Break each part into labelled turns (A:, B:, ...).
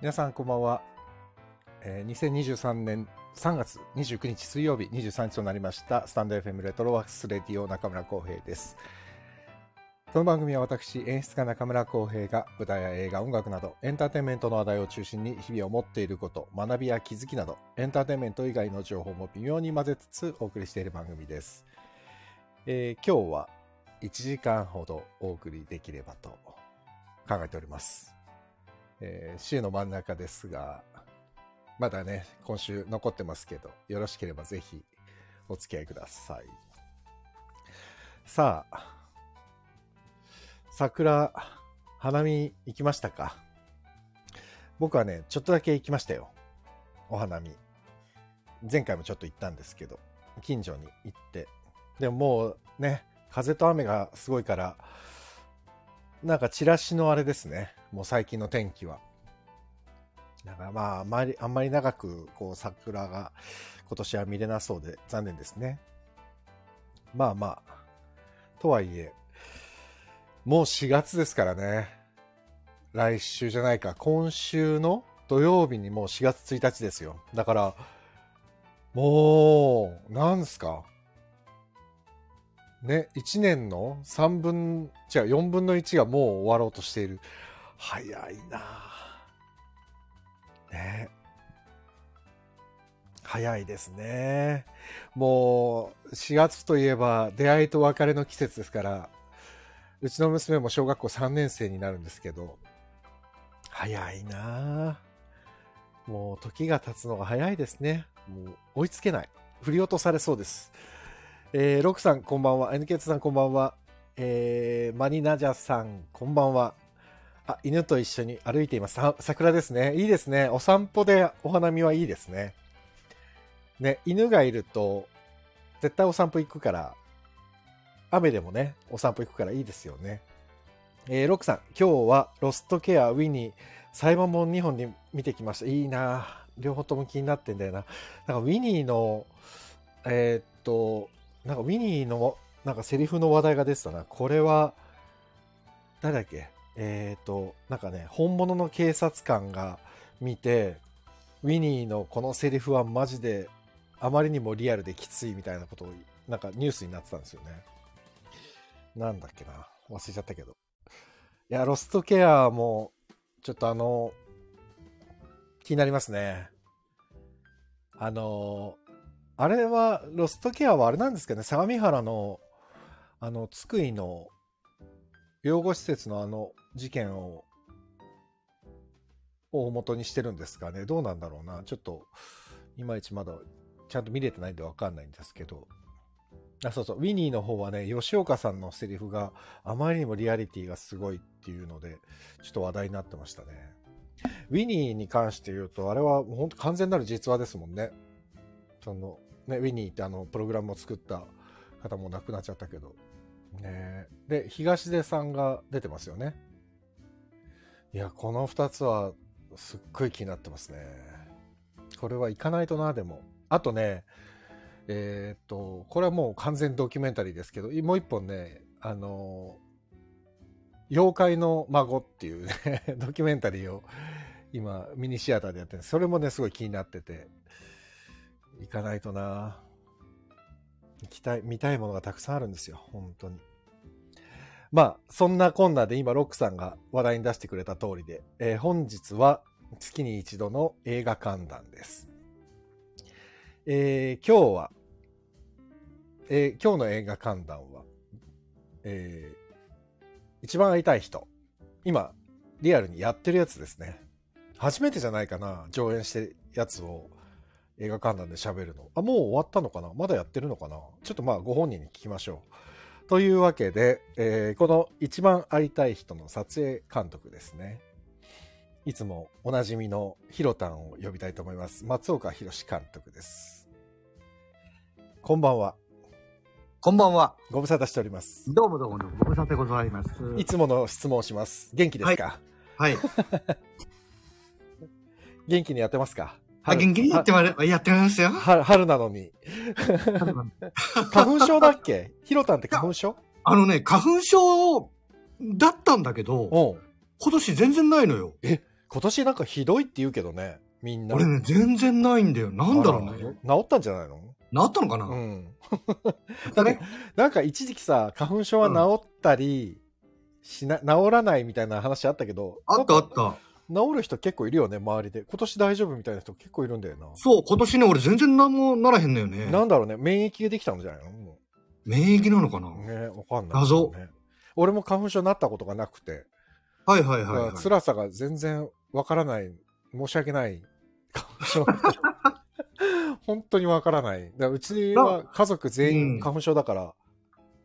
A: 皆さんこんばんは、えー2023年3月29日水曜日23日となりましたスタンド FM レトロワークスレディオ中村浩平ですこの番組は私演出家中村浩平が舞台や映画音楽などエンターテインメントの話題を中心に日々思っていること学びや気づきなどエンターテインメント以外の情報も微妙に混ぜつつお送りしている番組です、えー今日は1時間ほどお送りできればと考えておりますえー週の真ん中ですが、まだね、今週残ってますけど、よろしければぜひお付き合いください。さあ、桜、花見行きましたか僕はね、ちょっとだけ行きましたよ。お花見。前回もちょっと行ったんですけど、近所に行って。でももうね、風と雨がすごいから、なんかチラシのあれですね。もう最近の天気は。だからまあ、あんまり、あんまり長く、こう、桜が今年は見れなそうで残念ですね。まあまあ、とはいえ、もう4月ですからね。来週じゃないか、今週の土曜日にもう4月1日ですよ。だから、もう、なんすか。ね、1年の3分、違う、4分の1がもう終わろうとしている。早いなぁね。早いですね。もう、4月といえば出会いと別れの季節ですから、うちの娘も小学校3年生になるんですけど、早いなぁもう時が経つのが早いですね。もう追いつけない。振り落とされそうです。えー、ロクさんこんばんは。NK2 さんこんばんは。えー、マニナジャさん、こんばんは。あ、犬と一緒に歩いています。さ桜ですね。いいですね。お散歩でお花見はいいですね。ね、犬がいると、絶対お散歩行くから、雨でもね、お散歩行くからいいですよね。えー、ロックさん、今日はロストケアウィニー、サイバモン2本に見てきました。いいなぁ両方とも気になってんだよな。なんかウィニーの、えーっと、なんかウィニーの、なんかセリフの話題が出てたな。これは、誰だっけえーっと、なんかね、本物の警察官が見て、ウィニーのこのセリフはマジであまりにもリアルできついみたいなことを、なんかニュースになってたんですよね。なんだっけな。忘れちゃったけど。いや、ロストケアも、ちょっとあの、気になりますね。あの、あれは、ロストケアはあれなんですけどね、相模原の、あの、津久井の養護施設のあの事件を、大元にしてるんですかね。どうなんだろうな。ちょっと、いまいちまだ、ちゃんと見れてないんでわかんないんですけど。あ、そうそう。ウィニーの方はね、吉岡さんのセリフがあまりにもリアリティがすごいっていうので、ちょっと話題になってましたね。ウィニーに関して言うと、あれはもう本当完全なる実話ですもんね。その、ね、ウィニーってあの、プログラムを作った方も亡くなっちゃったけど。ねえで、東出さんが出てますよね。いや、この2つはすっごい気になってますね。これは行かないとな、でも。あとね、えーっと、これはもう完全ドキュメンタリーですけど、もう一本ね、あのー妖怪の孫っていうね、 ドキュメンタリーを今、ミニシアターでやってるんですそれもね、すごい気になってて、行かないとな。行きたい、見たいものがたくさんあるんですよ、本当に。まあ、そんなこんなで今、ロックさんが話題に出してくれた通りで、えー本日は月に一度の映画観覧です。えー今日は、えー今日の映画観覧は、えー一番会いたい人。今、リアルにやってるやつですね。初めてじゃないかな、上演してるやつを映画観覧で喋るの。あ、もう終わったのかなまだやってるのかなちょっとまあご本人に聞きましょう。というわけで、えーこの一番会いたい人の撮影監督ですね。いつもおなじみのヒロタンを呼びたいと思います。松岡弘監督です。こんばんは。
B: こんばんは。
A: ご無沙汰しております。
B: どうもどうもどうも。ご無沙汰でございます。
A: いつもの質問をします。元気ですか、
B: はい。
A: 元気にやってますか
B: あ、元気にやってまる、やってます よ。
A: は春なのに。花粉症だっけヒロタンって花粉症
B: あのね、花粉症だったんだけど、
A: うん。
B: 今年全然ないのよ。
A: え、今年なんかひどいって言うけどね、みんな。
B: 俺ね、全然ないんだよ。なんだろう
A: あ
B: ね。
A: ら治ったんじゃないの
B: なったのかな、
A: うん。
B: だ
A: ねなんか一時期さ、花粉症は治ったり、しな、治らないみたいな話あったけど、
B: あったあっ
A: なんか
B: た。
A: 治る人結構いるよね、周りで。今年大丈夫みたいな人結構いるんだよな。
B: そう、今年ね、俺全然何もならへんのよね。
A: なんだろうね、免疫ができたんじゃないのも
B: 免疫なのかな、
A: うね、わかんない、
B: 謎
A: ね。俺も花粉症になったことがなくて、
B: はいはいはい、はい
A: だから辛さが全然わからない、申し訳ない 花粉症。本当にわからない。だからうちは家族全員花粉症だから、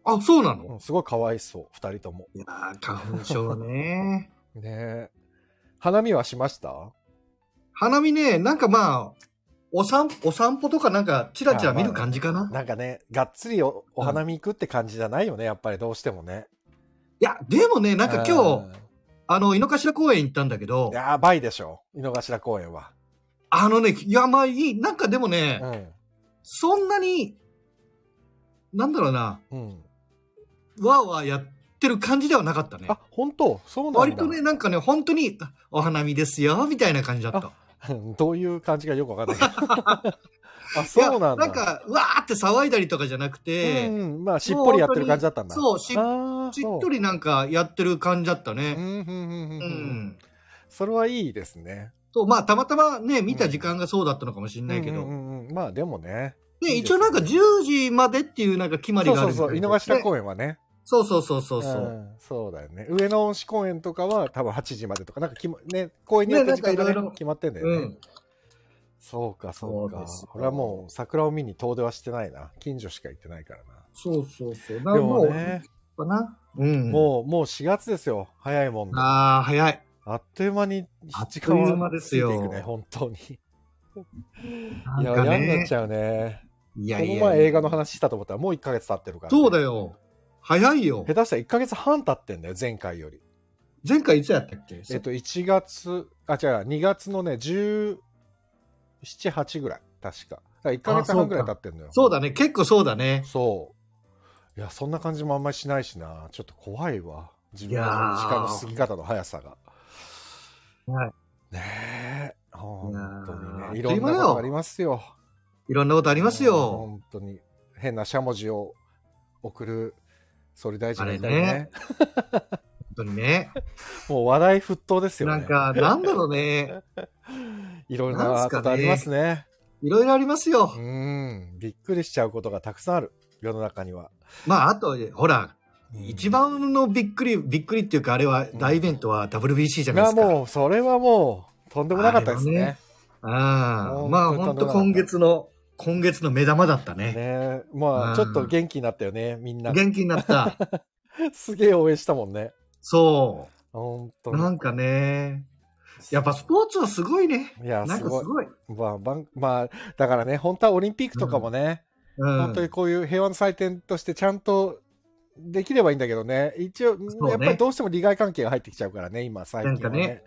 B: あ、そうな
A: う
B: の
A: んすごいかわいそう、二人とも。
B: いやー、花粉症ね。
A: ねえ。花見はしました
B: 花見ね、なんかまあ、お散お散歩とかなんか、チラチラ見る感じかな、
A: なんかね、がっつりおお花見行くって感じじゃないよね、やっぱりどうしてもね。
B: いや、でもね、なんか今日、
A: 日。
B: あの、井の頭公園行ったんだけど、
A: やばいでしょ、井の頭公園は。
B: あのね、いや、まあいい、なんかでもね、
A: うん。
B: そんなに、なんだろうな、
A: うん。
B: わーわーやってる感じではなかったね。
A: あ、本当そうなんだ。
B: 割とね、なんかね、本当に、あお花見ですよ、みたいな感じだった。
A: うん どういう感じかよくわかんないけど。 あ、そうなんだ。
B: いやなん、か、うわーって騒いだりとかじゃなくて、
A: うんうん、まあ、しっぽりやってる感じだったんだ。
B: そう、し
A: あー
B: しっ
A: そう
B: とりなんかやってる感じだった
A: うん
B: ね。
A: うんうんうん
B: う
A: うん。
B: ん。
A: それはいいですね。
B: と、まあ、たまたまね、見た時間がそうだったのかもしれないけど、
A: うんうんうんまあ、でもね。
B: ね、一応なんか10時までっていうなんか決まり
A: そう
B: があ
A: そ
B: る
A: う
B: みたい
A: そう、
B: で
A: 井の頭公園はね。
B: そうそうそうそうそう。
A: んそうだよね。上野恩賜公園とかは多分8時までとか、なんかき、ま、ね、公園によって時間が、ね
B: ねなんかいろいろ
A: 決まってんだよ
B: う
A: ね。
B: ん。
A: そうか、そう
B: そう
A: か
B: ですよ。
A: これはもう桜を見に遠出はしてないな。近所しか行ってないからな。
B: そうそうそう。な
A: で
B: んかも
A: も
B: う、
A: ね、
B: かな。うん。
A: もう、もう4月ですよ。早いもんで。あ
B: ああ、早い。
A: っという間に
B: あっ
A: 時
B: と
A: 間
B: いう
A: は
B: 間ですよ
A: 過ぎていくね、本当に。
B: ないん
A: や、
B: か
A: 嫌になっ
B: ね
A: ち。ゃうね。
B: い
A: こ
B: や
A: の前映画の。話したと思ったらもう1ヶ月経ってるから、
B: そうだ
A: よ。
B: よ。早いよ
A: 下。手したら1ヶ月半経ってんだよ、前回より。
B: 前回いつやったっけ
A: えっと、1月、あ、違う、2月のね、17、8ぐらい、確か。だから1ヶ月
B: あそう
A: 半
B: か
A: ぐらい経ってんのよ。
B: そうだね。結構そうだね。
A: そう。いや、そんな感じもあんまりしないしな。ちょっと怖いわ。自分の
B: いやー
A: 時間の過ぎ方の速さが。
B: はい。
A: ねえ。本当にね。
B: い
A: い
B: やー
A: ろんなことがありますよ。
B: いろんなことあ
A: あ
B: りますよ。
A: 本当に。変なしゃもじを送る総理大臣がいたり
B: あれ
A: ね
B: ね。本当にね。
A: もう話題沸騰ですよね。
B: なんか、なんだろうね。
A: いろん
B: なん
A: な
B: す
A: こ
B: かね
A: とありますね。
B: いろいろあります
A: う
B: よ。
A: ん。びっくりしちゃうことがたくさんある。世の中には。
B: まあ、あと、ほら、
A: うん
B: 一番のびっくり、びっくりっていうか、あれは、
A: うん
B: 大イベントは WBC じゃない
A: が
B: ですか。
A: もう、それはもう、とんでもなかったですね。
B: ああ、
A: もう
B: まあ、
A: 本
B: 本
A: 当
B: 当
A: に
B: 今月の、今月の目玉だったね。
A: ねま
B: う
A: あ、
B: ん
A: ちょっと元気になったよね、みんな。
B: 元気になった。
A: すげえ応援したもんね。
B: そ
A: 本当
B: う。な
A: に。
B: んかね、やっぱスポーツはすごいね。
A: いや、
B: なん
A: す
B: か
A: ご
B: す
A: い。
B: ごい。
A: まあ、ばんまあ、だからね、本当はオリンピックとかもね、
B: うん
A: 本当にこういう平和の祭典としてちゃんとできればいいんだけどね、一応、
B: そうね
A: やっぱりどうしても利害関係が入ってきちゃうからね、今、最近はね。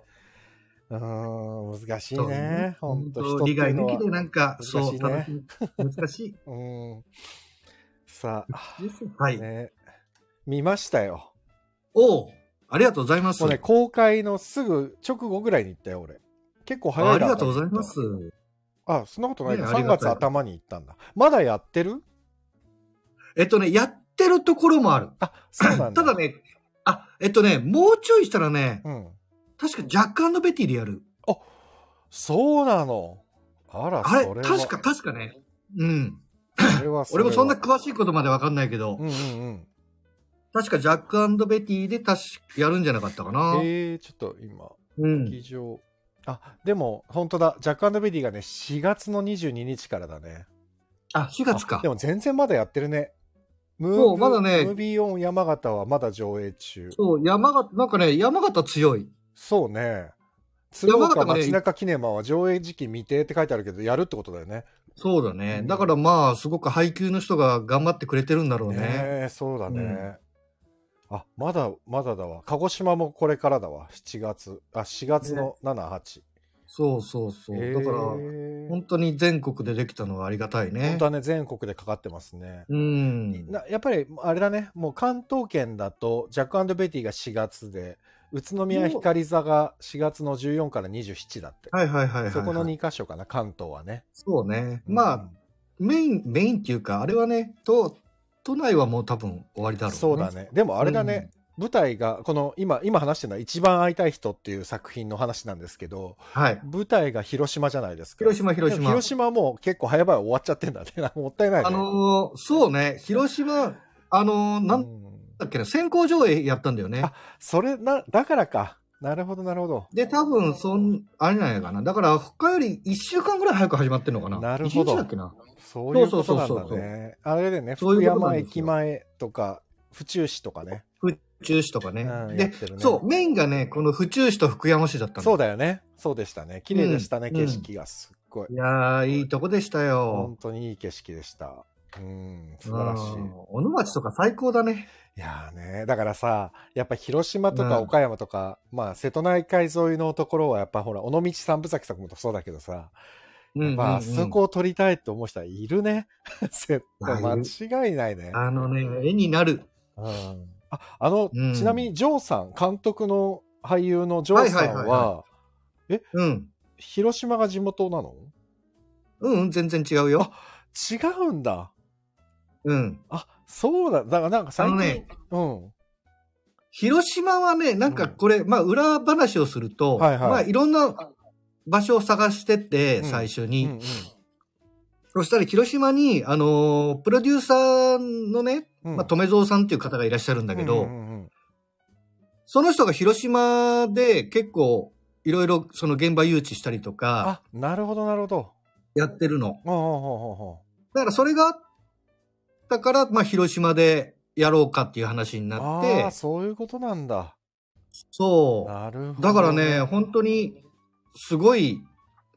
B: なん
A: うーん、難しい
B: そう
A: ね。本
B: 本
A: 当人
B: 当
A: って
B: 利
A: いう
B: 害
A: の
B: 抜
A: は
B: き。でなん
A: 難
B: か、そ
A: し
B: う、
A: いね
B: 楽しみ難しい。
A: うん。さあ、
B: ですよ はい。
A: ね、見ましたよ。
B: おうありがとうございます。
A: もうね、公開のすぐ直後ぐらいに行ったよ、俺。結構早い
B: あ
A: な
B: ありがとうございます。
A: あ、そんなことないか。
B: ねあ
A: 3
B: りがたい
A: 月頭に行ったんだ。まだやってる
B: えっとね、やってるところもある。
A: あ、そうなんだ。
B: ただね、あ、えっとね、もうちょいしたらね、
A: うん。
B: 確か若干のベティでやる。
A: そうなの。あら、
B: あれ
A: それは。
B: 確か、確かね。うん。
A: それはそれ
B: 俺
A: は
B: もそんな詳しいことまでわかんないけど、
A: うんうん
B: 確かジャックベティで確かやるんじゃなかったかな。
A: うん。えー、ちょっと今、
B: うん
A: 劇。場。あ、でも、本当だ。ジャックベリーがね、4月の22日からだね。
B: あ、4月か
A: で。も全然まだやってるね。ム
B: も
A: ー
B: うまだね
A: ムービーオン山形はまだ上映中。
B: そう、山形、なんかね、山形強い。
A: そうね。鶴
B: 山形
A: 岡
B: がね
A: 町中キネマは上映時期未定って書いてあるけど、やるってことだよね。
B: そうだね。だからまあ、すごく配給の人が頑張ってくれてるんだろうね。
A: ねえ、そうだね。あ、まだ、まだだわ。鹿児島もこれからだわ。7月。あ、4月の7、8。
B: そうそうそう。
A: へえ
B: だから、本当に全国でできたのはありがたいね
A: 本当。はね、全国でかかってますね。
B: うん。
A: なやっぱり、あれだね、もう関東圏だと、ジャックベティが4月で、宇都宮光座が4月の14から27だって。
B: はいはいはいはい、はい。
A: そこの2カ所かな、関東はね。
B: そうね。まあ、メイン、メインっていうか、あれはね、と、都内はもう多分終わりだろうね。
A: そうだ。ね。でもあれだね、舞台が、この今、今話してるのは一番会いたい人っていう作品の話なんですけど、
B: はい。
A: 舞台が広島じゃないですか。
B: 広島、広
A: で
B: 島。
A: も広島もう結構早々終わっちゃってんだね。もったいないね。
B: あのーそうね、広島、あのーなん
A: うん
B: だっけな、先行上映やったんだよね
A: あ。それな、だからか。なるほど、なるほど。
B: で、多分、そん、あれなんやかな。だから、他より1週間ぐらい早く始まってんのかな。
A: なるほど
B: 1日だっけな。
A: そういうことなん
B: そうそ
A: だ
B: うそうそう
A: ね。あれでね、
B: そう
A: 福
B: いうことなん
A: 山
B: です
A: 駅
B: よ
A: 前とか、府中市とかね。
B: 中止とかね。
A: うんやっ
B: で
A: てるね
B: そう、メインがね、この府中市と福山市だったの。
A: そうだよね。そうでしたね。綺麗でしたね、
B: うん
A: 景色がすっごい
B: い。やー、いいとこでした
A: 本
B: よ。
A: 当にいい景色でした。うん、素晴らしい。
B: うん小野町とか最高だね。
A: いやーね、だからさ、やっぱ広島とか
B: うん
A: 岡山とか、まあ瀬戸内海沿いのところはやっぱほら、尾道三部崎さんもそうだけどさ、
B: うん、
A: まああ
B: うんうん
A: そこを撮りたいって思う人はいるね。 絶対
B: いやいる
A: 間違いないね。
B: あのね、絵になる。
A: うんあ、あの、
B: うん
A: ちなみにジョーさん、監督の俳優のジョーさんは、
B: はいはいはいうん。
A: 広島が地元なの
B: うん、うん、全然違うよ。
A: 違うんだ。
B: うん。
A: あ、そうだ。だからなんか最近、
B: あのね
A: うん。
B: 広島はね、なんかこれ、まあ裏話をすると、
A: はいはい
B: まあいろんな場所を探してって、
A: うん
B: 最初
A: う
B: に、
A: んうん
B: そしたら広島に、あのープロデューサーのね、
A: うん
B: まあ、留蔵さんっていう方がいらっしゃるんだけど、
A: うんうんうん
B: その人が広島で結構いろいろその現場誘致したりとか
A: あ、なるほど、なるほど。
B: やってるの。
A: ほうほうほうほうほう。
B: だからそれがあったから、まあ広島でやろうかっていう話になっ
A: あ
B: て
A: あ、、そういうことなんだ。
B: そう。
A: なるほど。
B: だからね、本当に、すごい、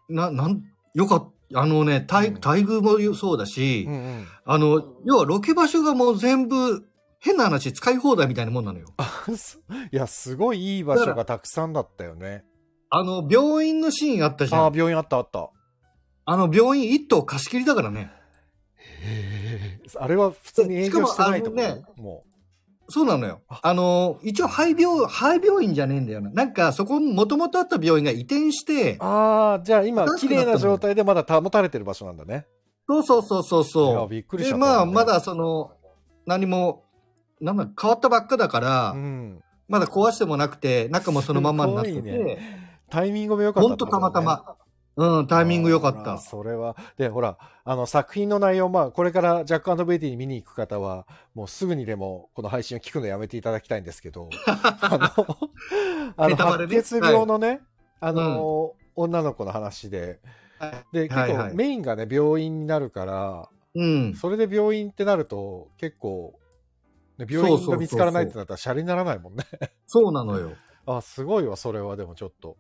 B: な、なん、よかった。あのね、待
A: うん
B: 待遇もそうだし、
A: うんうん、
B: あの、要はロケ場所がもう全部、変な話、使い放題みたいなもんなのよ。
A: いや、 すごいいい場所がたくさんだったよね。
B: あの、病院のシーンあったじゃ
A: ああ
B: ん。
A: ー、病院あったあった。
B: あの、病院一棟貸し切りだからね。
A: あれは普通に営業してないとこ
B: しかもあのね
A: も
B: そうなのよ。
A: あ
B: あの、一応、廃病、廃病院じゃねえんだよな。なんか、そこ、もともとあった病院が移転して
A: う。、ああ、じゃあ今、
B: 新し
A: 綺
B: くなった
A: 麗
B: の
A: な状態でまだ保たれてる場所なんだね。
B: そうそうそうそう
A: いや
B: そ
A: びっく
B: う。
A: りしち
B: で、
A: ゃった、
B: まあ、まだ、その、何も、なんだ、変わったばっかだから、
A: うん。
B: まだ壊してもなくて、中もそのままになってて、
A: すごいねタイミングも良かった
B: ほ
A: っ
B: ん
A: て
B: と
A: こと
B: た
A: だね
B: またま。うん、タイミング良かっ
A: あー
B: た。
A: それは。で、ほら、あの、作品の内容、まあ、これからジャックベイティーに見に行く方は、もうすぐにでも、この配信を聞くのやめていただきたいんですけ ど、あの、あの、
B: ネタバ
A: 白
B: レね
A: 血病のね、あの、女の子の話で、
B: はい
A: で、結
B: はいは
A: 構
B: い
A: メインがね、病院になるから、
B: うん。
A: それで病院ってなると、結構、ね病院が見つからないってなったら、シャレにならないもんね。
B: そうなのよ。
A: あ、すごいわ、それは、でもちょっと。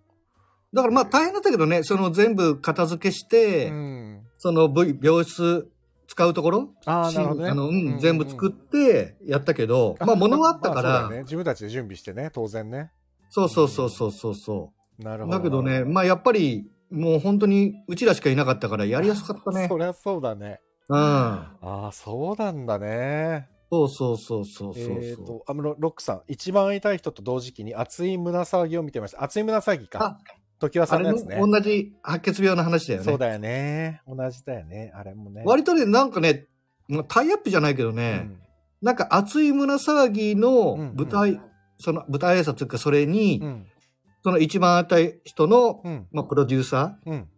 B: だからまあ大変だったけどね、その全部片付けし
A: う
B: て、
A: ん。
B: その部病室使うところ、
A: ああ、なるほどね。
B: あの、うん
A: うん
B: 全部作ってやったけど、まあ物はあったか
A: ま
B: ら、
A: あそうだよね、自分たちで準備してね、当然ね。
B: そうそうそうそうそうそ
A: なる
B: う。
A: ほど。
B: だけどね、
A: なる
B: まあやっぱり、もう本当にうちらしかいなかったからやりやすかっ
A: ほど、
B: たね
A: そ。りゃそうだね。
B: うん。
A: ああ、そうなんだね。
B: そうそうそうそうそうそう。
A: えっ、と、あロロックさん、一番会いたい人と同時期に熱い胸騒ぎを見てました。熱い胸騒ぎか。時は
B: あ
A: さん
B: れ
A: のやつ
B: の
A: ね。
B: 同じ白血病の話だよね。
A: そうだよね。同じだよね。あれもね。
B: 割とね、なんかね、まあタイアップじゃないけど
A: う
B: ね、
A: ん
B: なんか熱い胸騒ぎの舞台、その舞台挨拶というか、それに、
A: うん。
B: その一番あった人の、
A: うん。
B: まあ、プロデューサ
A: うん。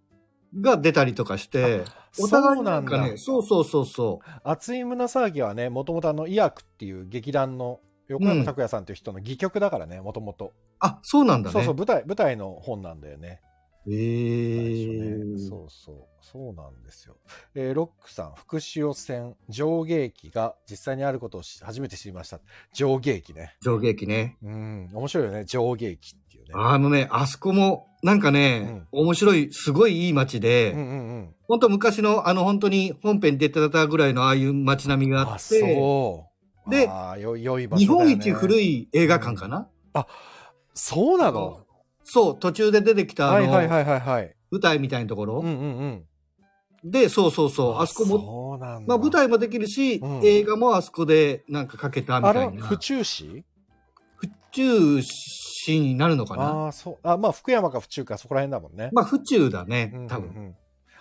B: ーが出たりとかして、お互いなんかね、そうそうそうそう。
A: 熱い胸騒ぎはね、もともとあの、イアクっていう劇団の横山拓也さんという人の戯曲だからね、もともと。
B: あ、そうなんだね。
A: そうそう、舞台、舞台の本なんだよね。
B: へ
A: 最初
B: ー
A: ねそうそう、そうなんですよ。えーロックさん、福潮線、上下駅が実際にあることをし初めて知りました。上下駅ね。
B: 上下駅ね。
A: うん、面白いよね、上下駅っていうね。
B: あのね、あそこも、なんかね、面白い、すごいいい街で、
A: うんうんうん。
B: 本当昔の、あの、本当に本編に出てたぐらいのああいう街並みがあ
A: あ、
B: って、
A: そう。
B: で
A: あーよ良い場所
B: 日
A: だよ
B: 本
A: ね
B: 一古。い映画館かな、
A: そうなの
B: そう、途中で出てきた、あ
A: はい
B: の、
A: はいはいはいはい。
B: 舞台みたいなところ、
A: うんうんうん。
B: で、そうそうそう、あそこも、
A: そうなんだ。
B: まあ舞台もできるし、
A: うん
B: 映画もあそこでなんかかけたみ
A: あ
B: た
A: れ
B: いな。
A: 府中市
B: 府中市になるのかな。
A: ああ、そう。あ、まあ、福山か府中か、そこら辺だもんね。
B: まあ、府中だね
A: うんうんう、ん
B: 多分。。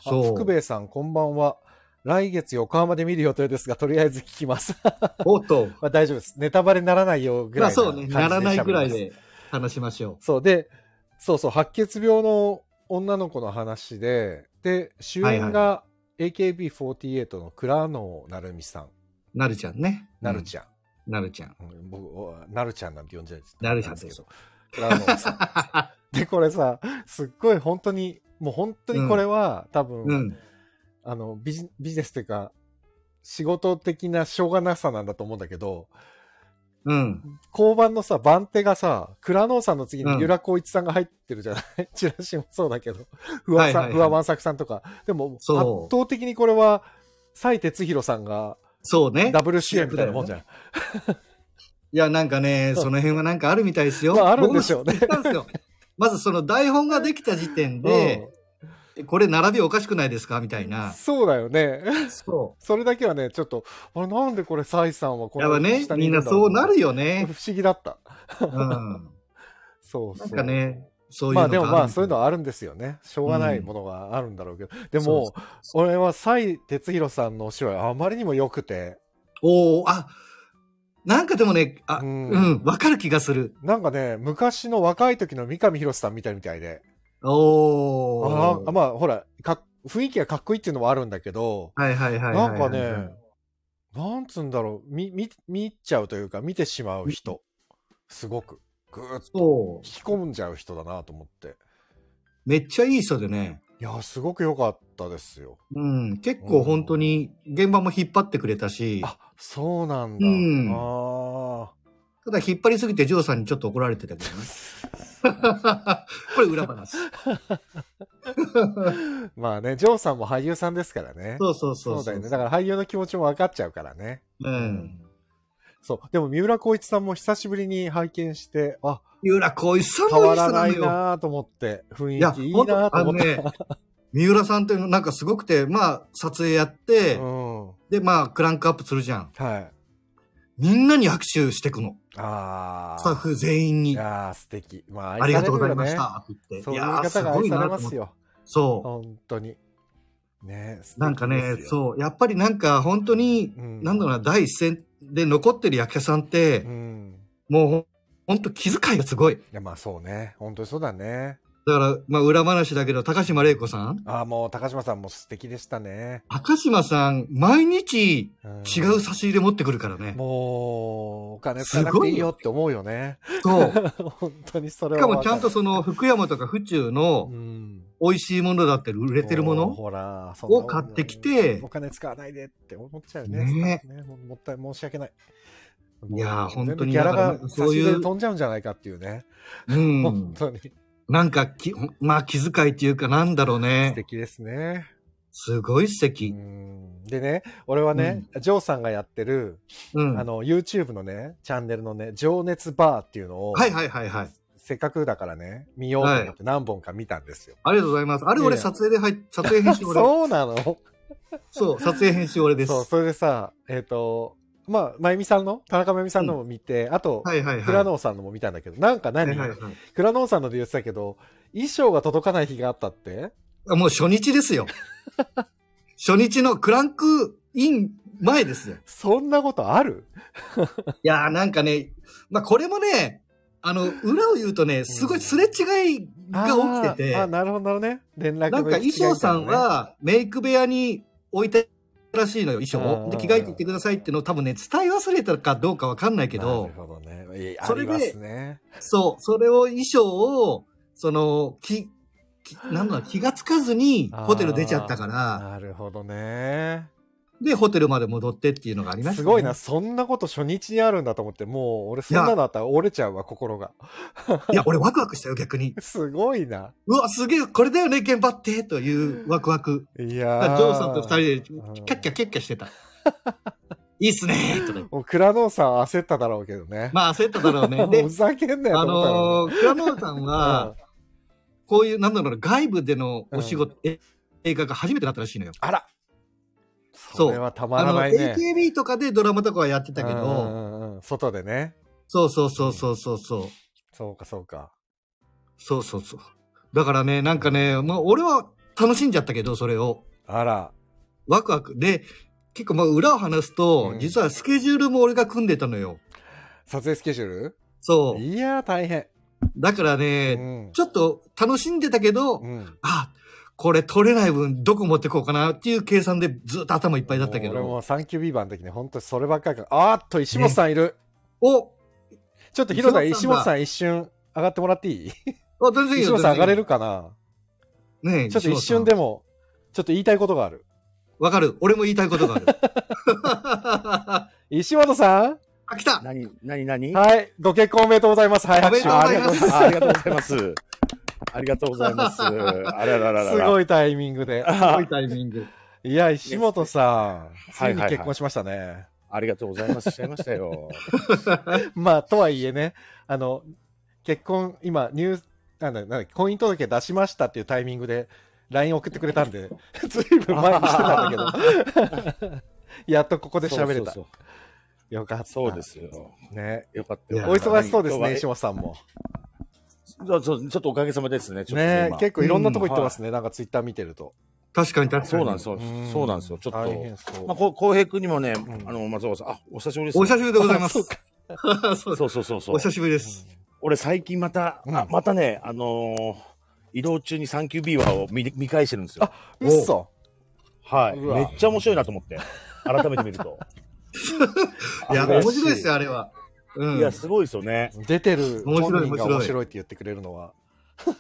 A: あ
B: そう。
A: 福兵衛さん、こんばんは。来月横浜で見る予定ですが、とりあえず聞きます。
B: おっと。
A: まあ大丈夫です。ネタバレにならないようぐ
B: ま
A: らい
B: あそうね、ならないぐら
A: 喋
B: い
A: ります。
B: で話しましょ
A: そうで、そうそう、白血病の女の子の話で、で、主演が AKB48 の倉野成美さん、
B: う。なるちゃんね。
A: なるちゃん。
B: ゃん。なるちゃん。
A: うん僕おなるちゃんなんて呼んじゃいです
B: なるちゃんです
A: けど。倉野 さん。で、これさ、すっごい本当に、もう本当にこれは、多分、
B: うん。
A: あのビジ、ビジネスというか、仕事的なしょうがなさなんだと思うんだけど、
B: うん。
A: 交番のさ、番手がさ、倉野さんの次に
B: うん
A: 三浦浩一さんが入ってるじゃない、 チラシもそうだけど、不破さ
B: はいはいは
A: ん、
B: い
A: 不破万作さんとか。でも、圧
B: そう
A: 倒的にこれは、蔡哲弘さんが
B: そうね。
A: ダブル主演みたいなもんじゃん。
B: いや、なんかね、その辺はなんかあるみたいですよ。
A: まあ、あるんでしょうね。
B: 僕も知ったんですよ。 まずその台本ができた時点で、えこれ並びおかしくないですかみたい
A: うん
B: な。
A: そうだよね。
B: そ
A: それだけはね、ちょっと、あれなんでこれ蔡さんはこ
B: う。
A: の
B: やっぱね
A: 下、に
B: み
A: い
B: ん
A: る
B: なん
A: だろ
B: そうなるよ
A: 不
B: ね。
A: 思議だった。
B: うん。な
A: そうそう。
B: んかね、そういう
A: ま
B: のが
A: あでもまあそういうの
B: は。
A: はあるんですよね。しょうがないものがあるんだろうけど。でも、
B: そう
A: 俺は蔡哲弘さんのお芝居あまりにも良くて、
B: おおあ、なんかでもね、あ、
A: う
B: うんん、わかる気がする。
A: なんかね、昔の若い時の三上博さんみたいみたいで。
B: お
A: あ
B: お
A: あまあほらか、雰囲気がかっこいいっていうのもあるんだけど、
B: はいはいはいはいはい。
A: なんかね、なんつうんだろう、見、見、見入っちゃうというか、見てしまう人。すごく。ぐーっと
B: そ
A: 引き込んじゃう人だなと思って。
B: う。めっちゃいい人でね。
A: いや、すごく良かったですよ。
B: うん。結構本当に現場も引っ張ってくれたし、
A: あ、そうなんだ。
B: うん
A: ああ。
B: ただ引っ張りすぎてジョーさんにちょっと怒られてたけど ね。これ裏話。
A: まあね、ジョーさんも俳優さんですからね。
B: そうそうそう
A: そうだよね。だから俳優の気持ちも分かっちゃうからね。
B: うん。
A: そう。でも三浦浩一さんも久しぶりに拝見して、あ、
B: 三浦浩一さん
A: 変
B: もいい
A: わら
B: 人な
A: なんい
B: だよ。
A: なぁと思って、雰
B: い
A: 囲気いいなぁと思
B: ほ
A: っ
B: ん
A: て。
B: ね、三浦さんってなんかすごくて、まあ撮影やって、
A: うん。は
B: でまあクランクアップするじゃん。
A: い。
B: みんなに拍手してくの。
A: ああ。
B: スタッフ全員に。あ
A: ああ、素敵。まあ、
B: り
A: 愛さ
B: が
A: れ
B: と
A: る
B: うござい
A: よ
B: ま
A: ね
B: し。た。って言って。
A: そう
B: い
A: いう
B: やー、
A: 方
B: す
A: が
B: ご
A: 愛
B: い
A: さ
B: な
A: れ
B: と
A: ま
B: 思っ
A: す
B: て。
A: よ。
B: そ
A: 本当に。ね
B: う。なんかね、
A: う。
B: そう。やっぱりなんか本当に、
A: うん
B: なんだろうな、第一線で残ってる役者さんって、
A: うん。
B: もう本当気遣いがすごい。
A: いや、まあそうね。本当にそうだね。
B: だから、まあ、裏話だけど、高島玲子さん
A: ああ、もう高島さんも素敵でしたね。
B: 高島さん、毎日
A: ん
B: 違う差し入れ持ってくるからね。
A: もう、お金使わなくていいよって思うよね。
B: そう。
A: 本当にそれ
B: し
A: は
B: か
A: わ
B: も
A: る。
B: ちゃんとその、福山とか府中の
A: うん、
B: 美味しいものだったり、売れてるもの
A: ほら、そんな
B: を買ってきて
A: お、金使わないでって思っちゃうね。
B: ね
A: ももったい、申し訳ない。
B: いやー
A: もう
B: 本当に
A: 全部ギャラ
B: だか
A: が
B: ら
A: 差
B: そ
A: し入
B: ういう
A: れで飛んじゃうんじゃないかっていうね。
B: う
A: 本
B: ん。
A: 当に素
B: なんかき、まあ、気遣いっていうか、なんだろうね。
A: 敵ですね。
B: すごい素
A: う
B: 敵。
A: んでね、俺はね、ジョーさんがやってる、
B: うん。
A: あ
B: は
A: の、YouTube のね、チャンネルのね、情熱バーっていうのを、
B: いはいはいはい。
A: せっかくだからね、見ようと思って何本か見たんですよ。
B: ありがとうございます。あれ
A: いやい
B: 俺
A: や
B: 撮影で入っ、撮影編集俺。
A: そうなの
B: そう、撮影編集俺です。
A: そう、それでさ、えっ、と、まあ、まゆみさんの、田中まゆみさんのも見て、あと、
B: はいはいはい。
A: 倉野さんのも見たんだけど、なんか
B: はい
A: 何、
B: はいはい。
A: 倉野さんので言ってたけど、衣装が届かない日があったって
B: あもう初日で すよ。初日のクランクイン前ですよ。
A: そんなことある
B: いやーなんかね、まあこれもね、あの、裏を言うとね、すごいすれ違いが起きてて、
A: あーあ、なるほど、なるほどね。連絡の
B: なんか衣装さんはメイク部屋に置いてらしいのよ、衣装
A: うん
B: を。で、着替えていってくださいってのを多分ね、伝え忘れたかどうかわかんない
A: 行
B: け
A: きたいからね、
B: ど
A: なる、ほどね。いやあ
B: それ
A: り
B: で
A: ますね。
B: そう、それを衣装を、その、き、きな んだろう気がつかずにホテル出ちゃったから、
A: なるほどね。
B: で、ホテルまで戻ってっていうのがありました、
A: すごいな、。そんなこと初日にあるんだと思って、もう俺そんなのあったら折れちゃうわ、心が。
B: いや、俺ワクワクしたよ、逆に。
A: すごいな。
B: うわ、すげえ、これだよね、現場って、というワクワク。
A: い
B: ジ
A: やー
B: ョーさんと二人で、キ
A: うん
B: ャッキャキャッキャしてた。いいっすねー、とか言って。
A: もう倉野さんは焦っただろうけどね。
B: まあ、焦っただろう ね。
A: もう
B: で
A: ふ、ざけんなよ
B: あ
A: と思ったよ
B: の
A: ね
B: ー、倉本さんは、こういう、なんだろうな、外部でのお仕事、え映画が初めてだったらしいのよ。
A: あら
B: そう
A: それはたま
B: あ
A: ら
B: の、
A: ないね。
B: AKB とかでドラマとかはやってたけ
A: うんう
B: ど、
A: んうんうん外でね。
B: そうそうそうそうそうそう。
A: そうか、そうか。
B: そうそうそう。だからね、なんかね、まあ俺は楽しんじゃったけど、それを。
A: あら。
B: ワクワク。で、結構まあ裏を話すと、
A: うん
B: 実はスケジュールも俺が組んでたのよ。
A: 撮影スケジュー
B: そ
A: ル
B: う。
A: いやー、大変。
B: だから
A: う
B: ね、
A: ん。
B: ちょっと楽しんでたけど、
A: うん。
B: あ、これ取れない分どこ持ってこうかなっていう計算でずっと頭いっぱいだったけ
A: もう俺も
B: ど。
A: うサンキュービーバーの時ね、本当にそればっかりか。あーっと、石本さんいる。
B: お
A: ちょっとヒロさん、石
B: 石
A: 本
B: 本
A: さ
B: さ
A: ん一瞬上がってもらっていい
B: あ、全然いい
A: 石
B: よ。
A: 本さん上がれ
B: る
A: るかな
B: ねえ
A: ちょっと一瞬で
B: も。
A: も、ちょっと言いたいことがある。
B: わかる。俺も言いたいことがある。
A: 石本さん
B: あ、来た
C: 何、何、何
A: はい、ご結婚おめでとうございます。はい、
B: おめ
A: 拍
B: で
A: 手
B: とうございます
C: あありがとうございます。ありがとうございます。あららららら。
A: すご
C: い。
A: いタイミング で。
B: すご
C: あ
B: いタイミング。
A: いや、石本さん、つ
C: はいい
A: に
C: はい
A: 結婚しましたね。
C: りがとうございます。しちゃいましたよ。
A: まあ、とはいえね、あの、結婚、今、ニューなんだ、なんだ、婚姻届出しましたっていうタイミングで、LINE 送ってくれたんで、 ずいぶん前にしてたんだ けど、やっとここで喋れた。
C: そうそう
A: よかった。
C: そうそうですよ。
A: ね。
C: よかっ
A: お
C: たよ。
A: 忙しそうです
C: 今
A: ね、
C: 日
A: 石
C: は
A: 本さんも。
C: そうそうちょっとおかげさまですね。ちょっと
A: ね
C: 今
A: 結構いろんなとこ行ってますね、なんかツイッター見てると。
B: 確かに確かに。
C: そうなんですよ
A: う。
C: そうなんですよ。ちょっ
A: 大
C: と。
A: 変そう。
C: まあ、こう、浩平君にもね
A: う、ん
C: あの、松岡さん、あ、お久しぶりです。
B: お久しぶりでございます
A: あそうか。
B: そう
C: そうそうそうそう
B: お。久しぶりです。
C: 俺最近また、
A: うん
C: あまたね、あのー移動中にサンキュービーバーを見見返してるんですよ。
A: うっそ。
C: はい。
A: うわ
C: めっちゃ面白いなと思って、改めて見ると。
B: いや、
C: あ嬉し
B: 面白いですよ、あれは。うん。
C: いや、すごいですよね。
A: 出てる
B: 面白い
A: 本人が
B: 面白い
A: 面白いって言ってくれるのは。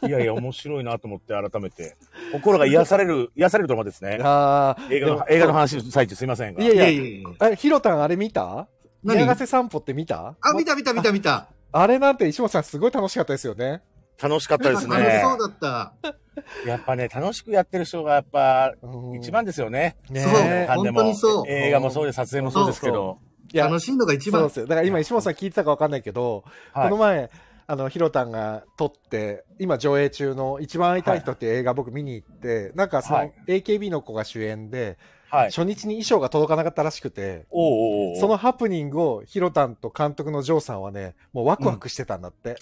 C: いやいや、面白いなと思って、改めて。心が癒される、癒されるドラマですね。
A: ああ、
C: 映画の、映画の話の最中すいませんが。
A: いやいや
B: いやいやいや
A: え、ヒロタンあれ見た
B: 何
A: 宮ヶ瀬散歩って見た
B: あ、見た見た見た見た。
A: あれなんて石本さんすごい楽しかったですよね。
C: 楽しかったです
B: 楽し
C: ね。
B: そうだった。
C: やっぱね、楽しくやってる人が、やっぱ、
A: うん
C: 一番ですよね。
A: ね
B: そう
A: え
C: 何でも
B: 本当にそう
C: 映画もそうで、撮影もそうですけど。
A: いや、
B: 楽しいのが一
A: そう
B: 番
A: で。すよ。だから今石本さん聞いてたかわかんないけど、
C: は
A: この前、あの、ヒロタンが撮って、今上映中の一番会いたい人っていう映画僕見に行って、なんかそ
C: は
A: の
C: い
A: AKB の子が主演で、
C: い。はい。
A: 初日に衣装が届かなかったらしくて、
C: おうおうおう
A: そのハプニングをヒロタンと監督のジョーさんはね、もうワクワクしてたんだって。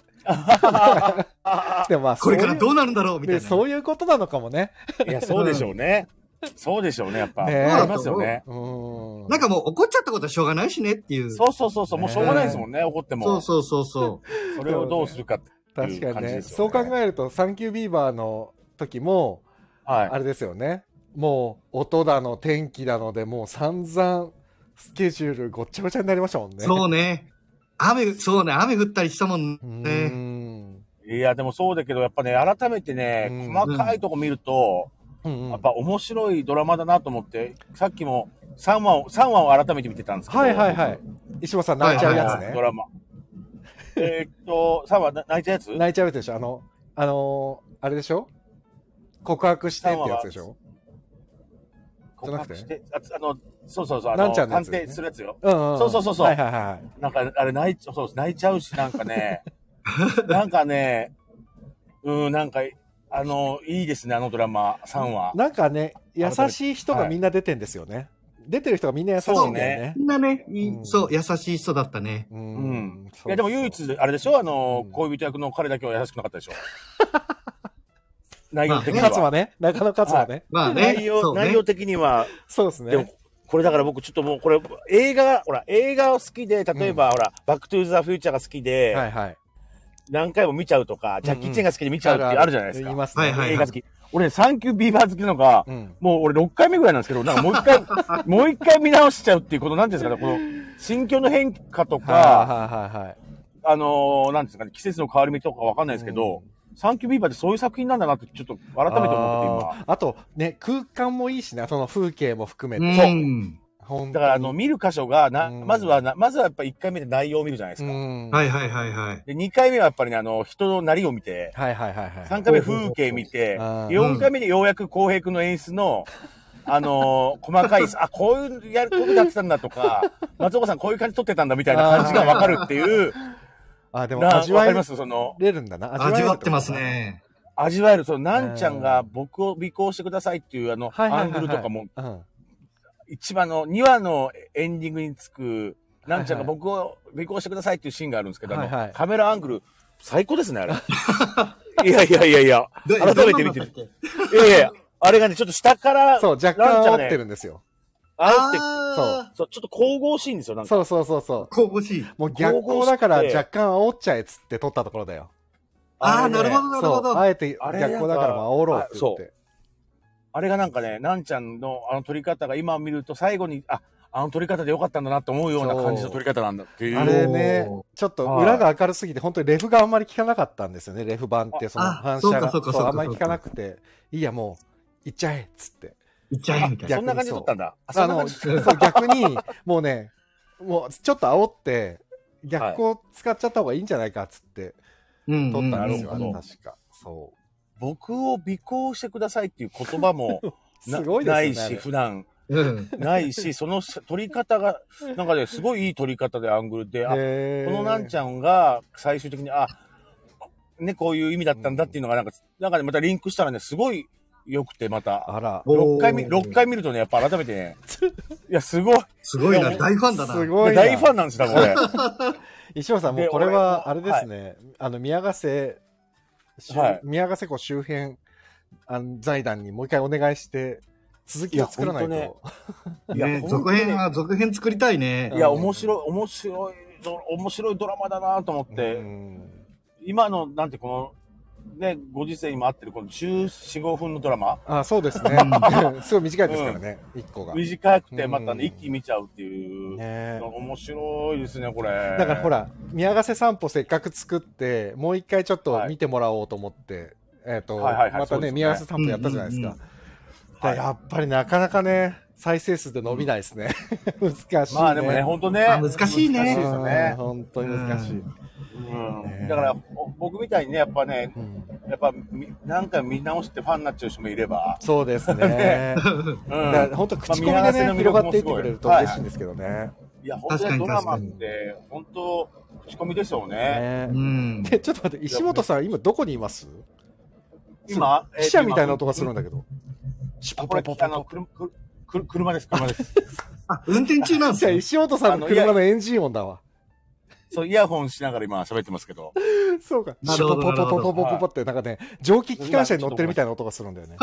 A: でもまあ、
B: これか
A: そ
B: ら
A: ういう
B: どうなるんだろうみたい
A: で
B: な。
A: そういうことなのかもね。
C: いや、そうでしょうね。そうでしょうね、やっぱ。
A: ねえ
C: ありますよね。
A: うーん。
B: なんかもう怒っちゃったことはしょうがないしねっていう。
C: そうそうそうそう、もうしょうがないですもんね、怒っても。
B: そうそうそうそ
C: それをどうするかって。
A: 確か
C: っていう
A: に
C: 感じ
A: ね
C: ですよね
A: そう考えると、サンキュービーバーの時も、
C: はい。
A: あれですよね。もう、音だの、天気だので、もう散々、スケジュールごっちゃごちゃになりましたもん
B: う。
A: ね。
B: そうね。雨、そうね、雨降ったりしたもん
A: うー
B: ね。
A: ん。
C: いや、でもそうだけど、やっぱね、改めてね、
A: うん
C: 細かいとこ見ると、
A: うんう
C: や
A: ん
C: っぱ面白いドラマだなと思って、さっきも3話を、三話を改めて見てたんですけど。
A: はいはいはい。石本さん、泣いちゃうやつね。
C: ドラマ。えーっと、3話、な泣いたやつ
A: 泣いちゃうやつでしょあの、あのーあれでしょ告白してってやつでしょ
C: 告白して、ああの、そうそうそう、あ
A: なん
C: の、
A: ちゃんのや
C: 鑑
A: つね
C: 定するやつよ。
A: うんん
C: そうそうそうそう
A: はいはいはい。
C: なんか、あれ泣いちゃう、そう、泣いちゃうし、なんかね、 なんかね、うん、なんか、あの、いいですね、あのドラマ、3話。
A: なんかね、優
C: 改めて
A: しい人がみんな出てんですよね。出てる人がみんな優しいんだよね。
B: みんなね、いい
A: うん
B: そう、優しい人だったね。
A: う
C: うん
A: ん。
C: いや、でも唯一、あれでしょあの、
A: うん
C: 恋人役の彼だけは優しくなかった でしょ内容的に
A: 勝
C: は。
A: 馬ね、中野勝馬ね。
B: まあね。
C: 内容、
B: そうね
C: 内容的には、
A: そうですね。
C: でもこれだから僕ちょっともう、これ、映画、ほら、映画を好きで、例えば、ほら、バックトゥーザフューチャーが好きで、
A: はいはい。
C: 何回も見ちゃうとか、ジャッキーチェンが好きで見ちゃうっていうあるじゃないですか。
A: 言いますね。
B: はいはい
C: 映画好き。俺ね、サンキュービーバー好きなのが、
A: うん。
C: もう俺6回目ぐらいなんですけど、なんかもう一回、もう一回見直しちゃうっていう、この、なんていうんですかね、この、心境の変化と
A: はいは
C: か、
A: いはいはい。
C: あのーなんていうんですかね、季節の変わり目とかわかんないですけど、サンキュービーバーってそういう作品なんだなって、ちょっと改めて思って
A: あーあとね、空間もいいしな、その風景も含
B: う
A: めて。
B: ん。
A: 本当に
C: 今。だから、あの、、見る箇所がな、
A: うん
C: まずはな、まずはやっぱ1回目で内容を見るじゃないです
A: う
C: か。
A: ん。は
B: はいいはいはいはい。
C: で、2回目はやっぱりね、あの、人のなりを見て、
A: はいはいはい。
C: 3回目風景見て、
A: うん
C: 4回目でようやく浩平君の演出の、あのー細かい、あ、こういうやることやってたんだ とか、松岡さんこういう感じ撮ってたんだみたいな感じがわかるっていう、
A: あ、でも
C: な
A: 味わ
C: わか
A: え
C: りますその、
A: れるんだな。
B: 味
A: える
B: わ
A: こ
B: っ
A: と
B: てます。ね。
C: 味わえる、その、なんちゃんが僕を尾行してくださいっていうあの、
A: はいはい
C: ア
A: はい
C: ン
A: はい
C: グルとかも、
A: うん。
C: 一番の、2話のエンディングにつく、なんちゃ
A: は
C: んが
A: いはい
C: 僕を尾行してくださいっていうシーンがあるんですけど、あの
A: はいはい
C: カメラアングル、最高ですね、あれ。 いやいやいやいや、
B: で
C: 改めて見てる。いやいやいや、あれがね、ちょっと下から、
A: そう、若
C: ランち
A: 干
C: ゃ
A: 煽
C: んね
A: ってるんですよ。
C: あって、
B: ああ、
C: そう、ちょっと神々しいんですよ、なんか。
A: そうそうそうそう。
B: 神々しい。
A: もう逆光だから
C: 神々しくて
A: 若干煽っちゃえっつって撮ったところだよ。
B: ああ、
C: れ
B: な
C: ね
B: るほど、なる
A: そ
B: ほ
A: う、
B: ど。
A: あえて
C: あ
A: 逆
C: れなんか
A: 光だからもう煽ろうっつ
C: あそ
A: って。
C: あれがなんかね、なんちゃんのあの撮り方が今見ると最後に、あ、あの撮り方でよかったんだなと思うような感じの撮り方なんだっていう。
A: あれね
B: おー、
A: ちょっと
C: はい
A: 裏が明るすぎて、本当にレフがあんまり効かなかったんですよね、レフ版って、その
B: あ
A: 反射が。
B: そうかそうかそうか
A: あんまり効かなくて、いいや、もう、行っちゃえっつって。
B: いっちゃえ、みたいな。
C: そんな感じで撮ったんだ。あそ
A: あ
C: んな
A: の、
C: 感じ
A: そう逆に、もうね、もうちょっと煽って、逆光使っちゃった方がいいんじゃないかっつって、
B: うん
A: 撮ったんです
C: う
A: よ、
C: ん
A: あ
C: なる
A: れ
C: ほど
A: 確か。そ
C: 僕を尾行してくださいっていう言葉も
A: う。
C: な
A: すごいですよね。
C: ない
A: あ
C: し、
A: れ
C: 普段
B: うん。
C: ないし、その撮り方が、なんかね、すごいいい撮り方でアングルで、あ、
A: へー
C: このなんちゃんが最終的に、あ、ね、こういう意味だったんだっていうのが、なんか、なんかね、またリンクしたらね、すごい良くて、また。
A: あら。
B: お
C: 6回見、
B: ー
C: 六回見るとね、やっぱ改め てね、いや、すごい。
B: すごい
C: い
B: な、
C: や
B: 大ファンだな。
A: す
B: い。
A: ごいな。
C: 大ファンなんですよ、 これ。
A: 石本さん、もう
C: で
A: これ
C: 俺
A: は、
C: も
A: あれですね、あの、宮ヶ瀬、周
C: はい
A: 宮ヶ瀬湖周辺あの財団にもう一回お願いして、続きを作らないと。
C: いやほいや
B: ね、
C: 本当
B: 続
C: に
B: 編は、続編作りたいね。
C: いや、面白い、面白い、ど面白いドラマだなと思って、
A: うん
C: 今の、なんてこの、ね、ご時世にも合ってる、この14、5分のドラマ、
A: あ、そうですね。 すごい短いですからね、一個が。ね
C: 短くて、また
A: うん
C: ね、一気に見ちゃうっていう、
A: え
C: のが面白いですね、これ。
A: だからほ
C: ら、
A: ら、宮ヶ瀬散歩せっかく作って、もう一回ちょっと
C: はい
A: 見てもらおうと思って、えっと、
C: はいはいはい
A: ま
C: そ
A: た
C: うで
A: ね、
C: すね
A: 宮ヶ瀬散歩やったじゃないですか。
B: うんうん
A: だからやっぱりなかなかね、再生数で伸びないですね。難しいね。
C: まあでもね、本当ね。
B: まあ難しいね
C: 難しいですよ
A: うん
C: ね。
A: 本当に難しい。
C: うん
A: ね
C: だから、お僕みたいにね、やっぱね、
A: うん
C: やっぱみ、何回見直してファンになっちゃう人もいれば、
A: そうです ね。
C: う
A: だから
C: ん。
A: 本当口コミ
C: ま
A: で
C: あ見習わせ
A: ね、
C: の魅
A: 広
C: 力
A: がっ
C: も
A: てい
C: す
A: っ
C: ごい
A: てくれると嬉しいんですけどね。
C: いや、本当にドラマって、本当、口コミですよね。
A: ね
B: うん。
A: で、ちょっと待って、石本さん、今どこにいます
C: 今、えー
A: 記者みたいな音がするんだけど。シュ
C: あ
A: ポ
C: こ
A: ポ
C: れ
A: ポ、ポ
C: あの、
A: ポ。
C: 車、くるくる車です、車です。
B: あ、運転中なんで
A: じ
B: す
A: ゃあ
B: よ。
A: 石本さんの車のエンジン音だわ。
C: そう、イヤホンしながら今喋ってますけど。
A: そうか。
B: な
A: シ
B: る
A: ュポ
B: ほ
A: ポ
B: ど
A: ポポポポポポって、なんかね、蒸気機関車に乗ってるみたいな音がするんだよね。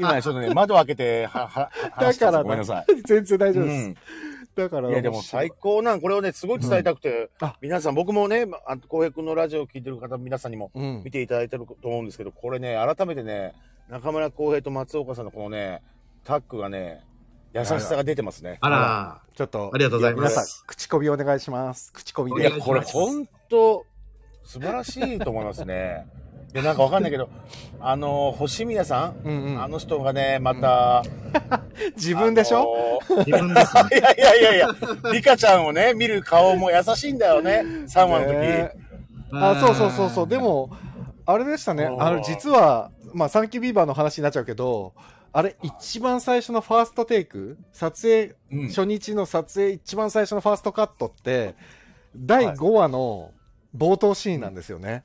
C: 今ね、ちょっとね、窓開けて、は、は、話
A: だ
C: してた
A: から
C: んですごめんなさい。
A: 全然大丈夫
C: う
A: です
C: ん。。
A: だから、
C: いやでも最高なん、これをね、すごい伝えたくて、
A: うんあ
C: 皆さん、僕もね、まあ浩平君のラジオを聞いてる方、皆さんにも
A: うん
C: 見。ていただいてると思うんですけど、これね、改めてね、中村浩平と松岡さんのこのね、タッグがね、優しさが出てますね。
B: あら、
A: ちょっと、
B: ありがとうございま
A: 皆
B: す
A: さん、口コミお願いします。口コミ
C: い
A: で
C: や、
B: お。願いし
C: これ
B: ます
C: 本当、素晴らしいと思いま すね。で、なんかわかんないけど、あの、星宮さん、
A: うんうん
C: あの人がね、また、
A: 自分でしょ
C: あのー
B: 自分ですね。
C: いやいやいやいや、リカちゃんをね、見る顔も優しいんだよね、3話の時。
A: ねあそうそうそうそうでもあれでしたね
C: うん
A: あの実はまあサンキュービーバーの話になっちゃうけどあれ一番最初のファーストテイク撮
C: う
A: 影
C: ん
A: 初日の撮影一番最初のファーストカットって第5話の冒頭シーンなんですよね、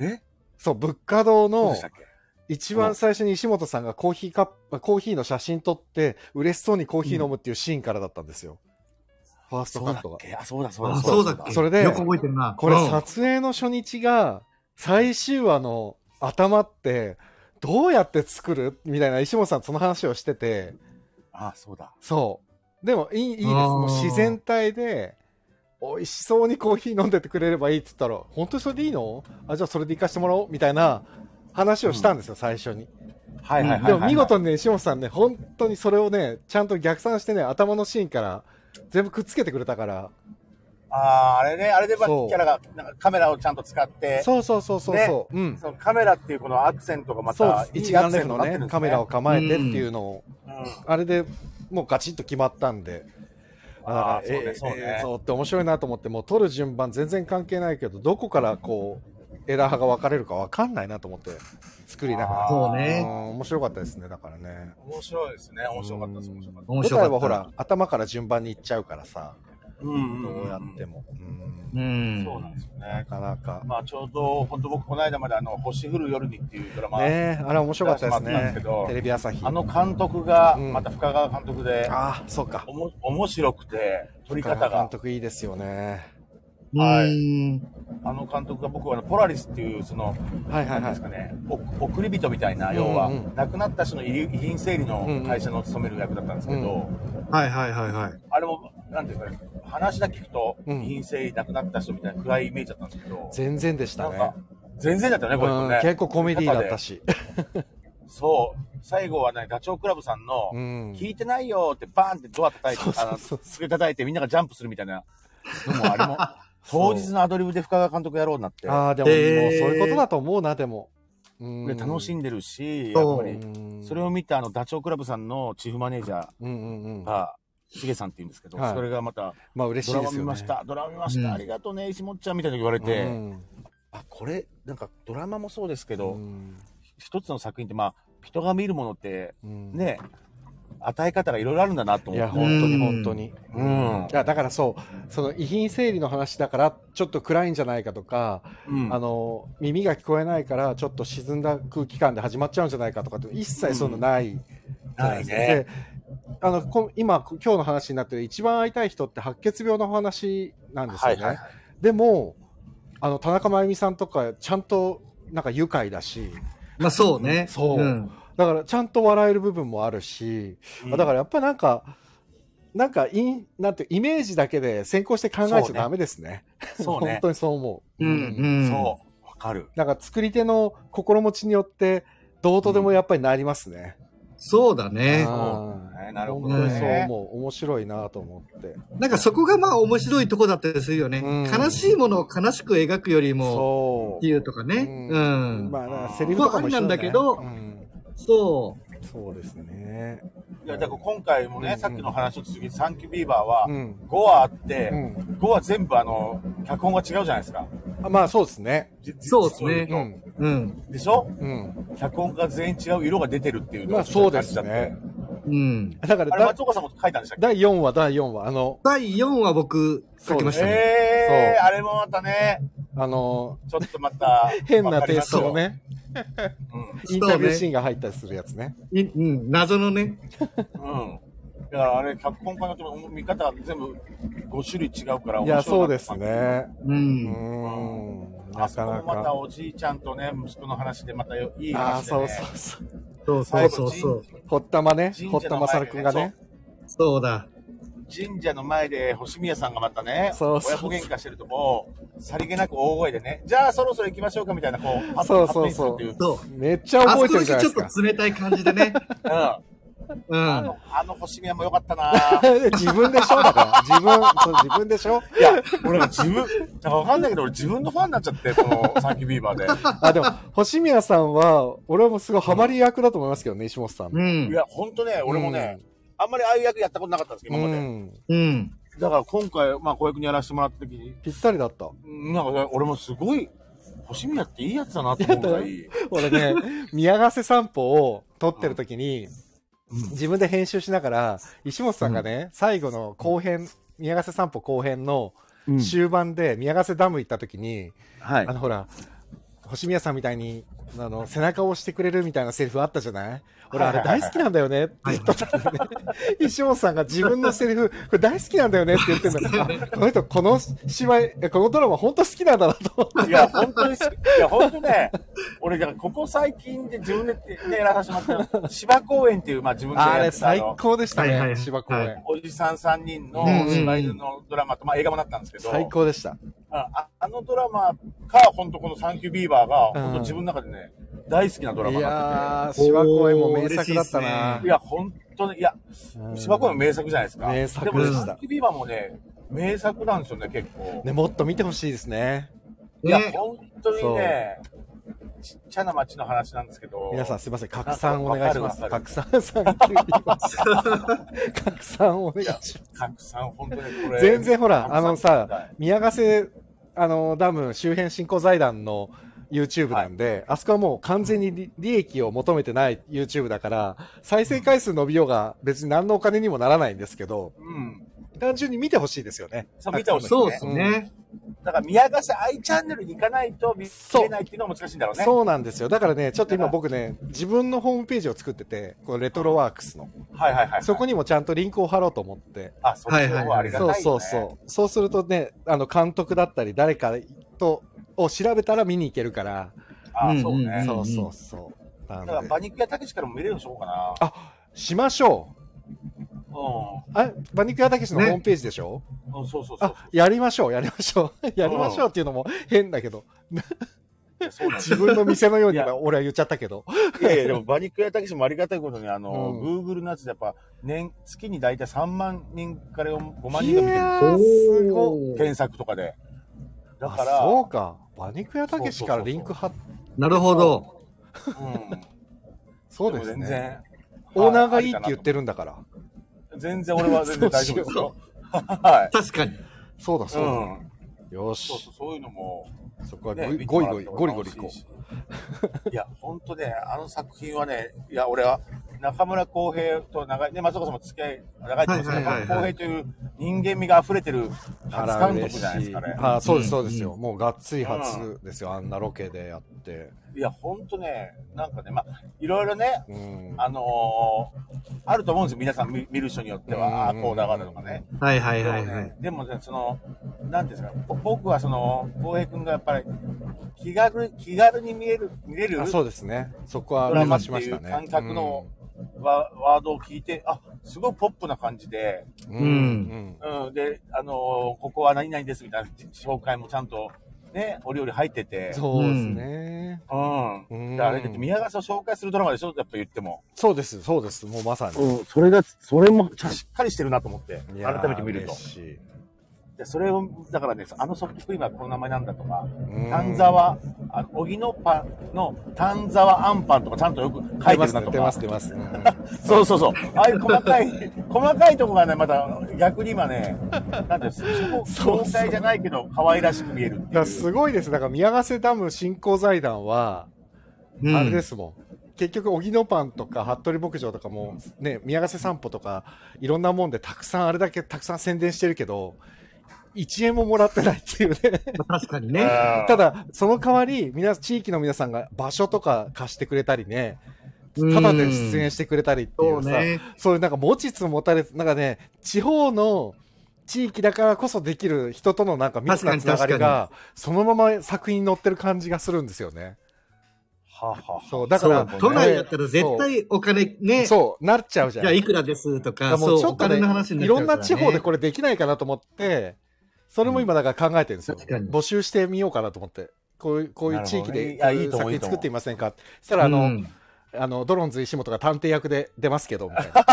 C: え
A: そう物価堂
C: そう
A: の
C: でしたっけ
A: 一番最初に石本さんがコーヒーカップコーヒーの写真撮って嬉しそうにコーヒー飲むっていうシーンからだったんですよ、ファースト
C: そう
A: カ
C: だ
A: ッ
C: っ
A: トが
C: けあ、そうだそうだ
B: あ、そうだっけ
A: それで
B: よく覚えてるな。
A: これ
B: うん
A: 撮影の初日が最終話の頭ってどうやって作るみたいな石本さんその話をしてて
C: あ、そうだ。
A: そうでもいいいいです
B: あー
A: もう自然体で美味しそうにコーヒー飲んでてくれればいいっつったら本当にそれでいいのあじゃあそれで行かしてもらおうみたいな話をしたんですよ、最初に
C: はいはいはいはい。
A: でも見事にね石本さんね本当にそれをねちゃんと逆算してね頭のシーンから全部くっつけてくれたから
C: ああ、あれね、あれでまあキ
A: そう
C: ャラが、なんかカメラをちゃんと使って、
A: そうそうそうそうそう、うん
C: そのカメラっていうこのアクセントがま
A: そう
C: た
A: です、
C: いい
A: 一眼レフ
C: ア
A: の
C: クセントになって
A: ね
C: るんです
A: カメラを。構えてっていうのを、
C: うん
A: あれでもうガチッと決まったんで、
C: ああ、
A: だ
C: そう
A: から
C: ね、そ
A: え
C: う
A: ー映
C: ね。
A: 像って面白いなと思って、もう撮る順番全然関係ないけど、どこからこう、エラー派が分かれるか分かんないなと思って、作りなが
C: あ
A: ら。
B: そう
A: うん
B: ね。
A: 面白かったですね、だからね。
C: 面白いですね。面白かったです、面白かった。
B: 面
A: 舞
B: 白
A: 台
B: かっ
A: は
B: た。
A: ほら、頭から順番にいっちゃうからさ、
C: うん
A: どうやっても。うん
B: う
C: うん
B: ん。
C: そうなんですよね
A: な。かなか。
C: まあ、ちょうど、本当僕、この間まであの、星降る夜にっていうドラマ、
A: ねえ、あれ面白かったです
C: 出してもらった
A: ね
C: んですけど。
A: テレビ朝日。
C: あの監督が、
A: うん
C: また深川監督で、
A: ああ、そうか
C: お。も面白くて、撮り方
A: 岡田監
C: が。
A: 督いいですよね。
B: うん。
C: あの監督が僕はあのポラリスっていう、その、
A: はいはは
C: ないんていうん
A: い
C: です。かね、お送り人みたいな、
A: うん
C: 要は、
A: うん
C: 亡くなった人の遺遺品整理の会社の勤める役だったんですけど、
A: う
B: はいはいはいはい。
C: あれも、なんていうんですかね、話だけ聞くと、遺
A: うん
C: 品整理亡くなった人みたいな暗いイメージだったんですけど、
A: 全然でした
C: なん
A: ね。
C: か、全然だったね、これ
A: うん
C: ね。
A: 結構コメディーだったし。
C: そう、最後はね、ダチョウ倶楽部さんの、
A: うん。
C: 聞いてないよってバーンってドア叩い
A: そう
C: て、
A: そう
C: あ
A: そう
C: の、机叩いてみんながジャンプするみたいなのも あれも、当日のアドリブで深川監督やろうになって、
A: ああ、でも、もう
B: へー
A: そういうことだと思うな、でも。うん
C: で楽しんでるし、やっ
B: そ
C: ぱ
B: う
C: り、
A: うん
C: それを見たあの、ダチョウ倶楽部さんのチーフマネージャ
A: うんうんうん
C: ー。が、しげさんって言うんですけど、
A: はい
C: それがまた、
A: まあ嬉し
C: ド
A: い
C: ラ
A: です
C: マ見
A: よ
C: ま
A: ね。
C: した、ドラマ見ました、
B: うん
C: ありがとうね、石本ちゃんみたいなこと言われて、
A: うん
C: あ、これ、なんかドラマもそうですけ
A: う
C: ど、
A: ん
C: 一つの作品って、まあ、人が見るものって、
A: うん
C: ね、与え方がいろいろあるんだなと
A: い
C: 思
A: や、
C: って。
A: 本当に本当に。
C: うん
A: いや、だからそう、その遺品整理の話だから、ちょっと暗いんじゃないかとか、
C: うん
A: あの、耳が聞こえないから、ちょっと沈んだ空気感で始まっちゃうんじゃないかとかって、一切そういうのない。
C: ないね。
A: であのこ今、今日の話になってる一番会いたい人って白血病の話なんですよね。
C: い。
A: でも、あの、田中真由美さんとか、ちゃんと、なんか愉快だし、
B: まあそうね。
A: そうんだからちゃんと笑える部分もあるし、だからやっぱりなんか、なんかイン、なんてイメージだけで先行して考えちゃダメですね。
C: ら、そう
A: 本
C: ね。
A: 当にそう思う。
B: うんうん。
C: そう。わかる。
A: なんか作り手の心持ちによって、どうとでもやっぱりなりますね。
B: そうだね。
A: うん
C: ねなるほ
A: 本
C: ど
A: 当にそう
C: ね。
A: 思う。面白いなと思って。
B: なんかそこがまあ面白いとこだったりするよね。
A: うん
B: 悲しいものを悲しく描くよりも、
A: そ
B: っていうとか
A: う
B: ね。
A: ん
B: うん。
A: まあ、なんかセリフとかも一緒ね
B: まあありなんだけど
A: うん
B: そ
A: そうですね。
C: いや、だから今回も
A: う
C: ね、
A: ん
C: さっきの話を続けて、サンキュービーバーは
A: う、ん。
C: 5話あっ
A: う
C: て、
A: ん。
C: 5話全部あの、脚本が違うじゃないですか。
A: あまあ、そうですね。
C: じ
B: そうです
A: う。
B: ね
C: 実を言うん
B: う。うん。
C: とでしょ
A: うん。
C: 脚本が全員違う色が出てるっていうの
A: ま
C: が
A: あ、そうですね。。
B: うん。
A: だから
C: あれ、
A: だ
C: 松岡さんも書いたんでしたっけ
A: 第4話、第4話。あの、
B: 第4話僕書きましたね。
C: ええ、あれもまたね、
A: あの、
C: ちょっとまた、
A: 変なテイストのね、
C: うん。
A: インタビューシーンが入ったりするやつね。
B: いうん、謎のね。
C: うん。だからあれ、脚本家によっても見方が全部5種類違うから
A: いや、
C: 面
A: そ
C: 白
A: う
C: い
A: で
C: な
A: す
C: と思って
A: ね。
B: う。
A: うんん。な
C: あそ
A: か
C: こ
A: な
C: もまた
A: か。
C: おじいちゃんとね、息子の話でまたよいい
A: ああ、
C: 話で、
A: そ
C: ね。
A: うそうそう。
B: そうそうそうそう。
A: 堀田真ね。
C: 神
A: 堀
C: 社
A: 田
C: の
A: 正
C: 前でね
A: くんがね。
B: そうだ。
C: 神社の前で星宮さんがまたね、
A: そうそうそう
C: 親子喧嘩してるとこう、さりげなく大声でね、じゃあそろそろ行きましょうかみたいな、こう、
A: そうそうそう
C: アップにするっていう。
B: そう。
A: めっちゃ
B: あそ
A: 覚え
B: こ
A: て
B: だ
A: るじ
B: け
A: ゃない
B: ち
A: で
B: ょっ
A: すか。
B: と冷たい感じ でね。
C: うん。あ
B: うん。
C: の、あの星宮も良かった なぁ
A: 自分でしょだから。自分、そう自分でしょ
C: いや、俺は自分、だからわかんないけど、俺自分のファンになっちゃって、このサンキュービーバーで。
A: あ、でも、星宮さんは、俺もすごいハマり役だと思いますけどね、石本さん
B: う
A: の。
C: い
B: ん。
C: や、ほんとね、俺もね、あんまりああいう役やったことなかったんですけど、
A: う
C: 今まで。
A: ん。
B: うん。
C: だから今回、まあ、子役にやらせてもらった時に、
A: ぴったりだった。
C: なんか俺もすごい、星宮っていいやつだなと思うぐら い。
A: 俺ね、宮ヶ瀬散歩を撮ってる時に、自分で編集しながら、石本さんがね、最後の後編、宮ヶ瀬散歩後編の終盤で宮ヶ瀬ダム行った時に、
C: はい
A: あ。のほら、星宮さんみたいに、あの、背中を押してくれるみたいなセリフあったじゃない俺あれ大好きなんだよねって言った時にね、石本さんが自分のセリフ、これ大好きなんだよねって言ってんだから、あこの人この芝居、このドラマ本当好きなんだなと思って。
C: いや、本当に好き、いや、本当ね、俺、だからここ最近で自分でね、やらさせてもらった、芝公園っていう、まあ自分で
A: あ
C: や
A: れ
C: ってたあ
A: 最
C: の、
A: 高でした
B: はいは
A: ね、
B: い
A: 芝公
B: は
A: 演。
C: おじさん3人
B: う
C: の
B: んうんうん
C: 芝居のドラマと、まあ映画もなったんですけど、
A: 最高でした。
C: ああのドラマか、本当このサンキュービーバーが、本当自分の中でね、大好きなドラマ
A: い
C: にな
A: やー、
C: って
B: てて
A: 芝公演も名作だったな。
B: おー
C: て、いや、本当に、いや、
A: うん
C: 芝公園も名作じゃないですか。
A: 名作
C: でもね
B: でし
C: サ
A: た
C: ンキュービーバーもね、名作なんですよね、結構。
A: ね、もっと見てほしいですね。
C: いや、
B: ね。
C: 本当にね、ちっちゃな町の話なんですけど、
A: 皆さんすいません、拡散お願いします。
C: わかる
A: 拡散さん、 拡散お願いします。
C: たくさん本当にこれ。
A: 全然ほら
C: たくん
A: あのさ宮ヶ瀬あのダム周辺振興財団の YouTube なんで、あそこはもう完全に利利益を求めてない YouTube だから、再生回数伸びようが別に何のお金にもならないんですけど、
C: うん。
A: 単純に見てほしいですよね。
C: そう、見てほしい、ね。
B: そうですね。
C: だから宮ヶ瀬愛チャンネルに行かないと見れないっていうのは難しいんだろうね。
A: そうなんですよ。だ からね、ちょっと今僕ね、自分のホームページを作ってて、このレトロワークスの。
C: はいはいはいはい。
A: そこにもちゃんとリンクを貼ろうと思って。
C: あ、そっちの方がありがたい
A: そ
C: よ、
A: うそう
C: ね。
A: そう。そうするとね、あの、監督だったり、誰かとを調べたら見に行けるから、
C: あ
B: うん
C: あ、そう
B: うん
C: ね。
A: そうそうそう。な
C: だから、
A: の
C: 馬
A: で、
C: 肉屋たけしからも見れるでしょうかな。
A: あ、しましょう。
C: う
A: あ、馬肉屋たけしのホ
B: ね
A: ームページでしょ、
C: んうん。そうそうそ
A: あ、
C: う
A: やりましょう、やりましょう。 やりましょうっていうのも変だけど、
C: そう。そうなんです
A: 自分の店のように
C: いや
A: 俺は言っちゃったけど。
C: いやいや、でも馬肉屋たけしもありがたいことに、あの、
A: う
C: Google のやつでやっぱ、年、月に大体3万人から5万
A: い
C: 人が見てる。
A: や
B: お
A: ー、すごい。
B: おー
C: 検索とかで。だか
A: あ
C: ら、
A: そうか。馬肉屋たけしからリンク貼っ
B: なるほど。
C: うん。
A: そうです
C: も全
A: ね。
C: 然。
A: オーナーがいいって言って
C: る。
A: るんだから。
C: 全然俺は全然大丈夫です
B: そ
C: よ。 はい。
B: 確かに。
A: そうだ、そううんだ。。よ
C: そう
A: し
C: そう、。そういうのも、
A: そこはゴ
C: ね、
A: リゴリゴリ、ゴリゴリ行こ
C: う。いや、ほんとね、あの作品はね、いや、俺は、中村浩平と長い、ね、松岡さんも付き合い、長いと思うんですけど、
B: はいはいはい
C: 中
B: はい
C: 村浩平という人間味が溢れてる
A: う。
C: 初監督じゃないですかね。
A: あそうです、
B: う
A: そ
B: ん
A: うですよ。もうがっつり初
C: う
A: ですよ。あんなロケでやって。
C: いや、ほんとね、なんかね、まあ、いろいろね、
A: うん。
C: あのーあると思うんですよ、皆さん見見る人によって
A: うん
C: は、ああ、こうだからとかね。
B: はいはい
C: でも
B: はいは
C: ね
B: い。、
C: でもねその、なんていうんですか、ぼ僕はその、浩平君がやっぱり、気軽、気軽に見える、見れる
A: あそうですね。そこは
C: ド
A: 目
C: ラ
A: 指
C: マって
A: しまし
C: い
A: た
C: う
A: ね。
C: 感覚のワワードを聞いて、あ、すごいポップな感じで、
A: うん。
B: う
A: うんん。
C: うん、で、あのーここは何々ですみたいな紹介もちゃんと、ね、お料理入ってて、
A: そうですね。
C: うん。
A: うん
C: であれだって宮川さんを紹介するドラマでしょやっぱ言っても。
A: そうです、そうです。もうまさに。
C: うん、それが、それもしっかりしてるなと思って、
A: いやー
C: 改めて見ると
A: 嬉。しい
C: で、それを、だからね、あのソフトクリームはこの名前なんだとか、
A: うん
C: 丹沢、あの、荻野パンの丹沢アンパンとかちゃんとよく書いてるなと
A: 出ま
C: か。
A: す、出ます、出ます。
C: そうそうそう。ああいう細かい、細かいとこがね、また逆に今 ね、なんていうの、
A: そう
C: 詳細じゃないけど、可愛らしく見えるって
A: だか
C: い
A: ら
C: う。
A: すごいです。だから宮ヶ瀬ダム振興財団は、
B: うん
A: あれですもん。結局、荻野パンとか、服部牧場とかも、ね、宮ヶ瀬散歩とか、いろんなもんで、たくさん、あれだけたくさん宣伝してるけど、1円ももらってないっていう ね。
B: 確かに
C: うん
B: ね。
A: た、だ、その代わり、皆、地域の皆さんが場所とか貸してくれたりね、
B: うん
A: ただで出演してくれたりってい
B: そうう
A: さ、
B: ね。
A: そういうなんか持ちつ持たれつ、なんかね、地方の地域だからこそできる人とのなんか密なつながり
B: 確か
A: が、そのまま作品に載ってる感じがするんですよね。
C: はあはあはあ
A: そう、だから、
B: そう都内だったら
A: そ
B: 絶
A: う
B: 対お金ね。
A: そう、なっちゃうじゃ
B: じ
A: ん。
B: ゃあいくらです
A: だ
B: とか、
A: からもうち
B: そう、
A: ょ
B: お
A: っと
B: 金
A: ね
B: の話になっ
A: い
B: ちゃ
A: ろ
B: うんから
A: な
B: ね
A: 地方でこれできないかなと思って、それも今だから考えてるんですよ。
B: 確かに
A: 募集してみようかなと思って。こういう、こういう地域で、こ
C: な
A: う
C: る
A: い
C: ほどねいやいいうと思う
A: 作品
C: いいと思う
A: 作っていませんかそしたら、あの、
B: うん
A: あの、ドロンズ石本が探偵役で出ますけど、みたいな。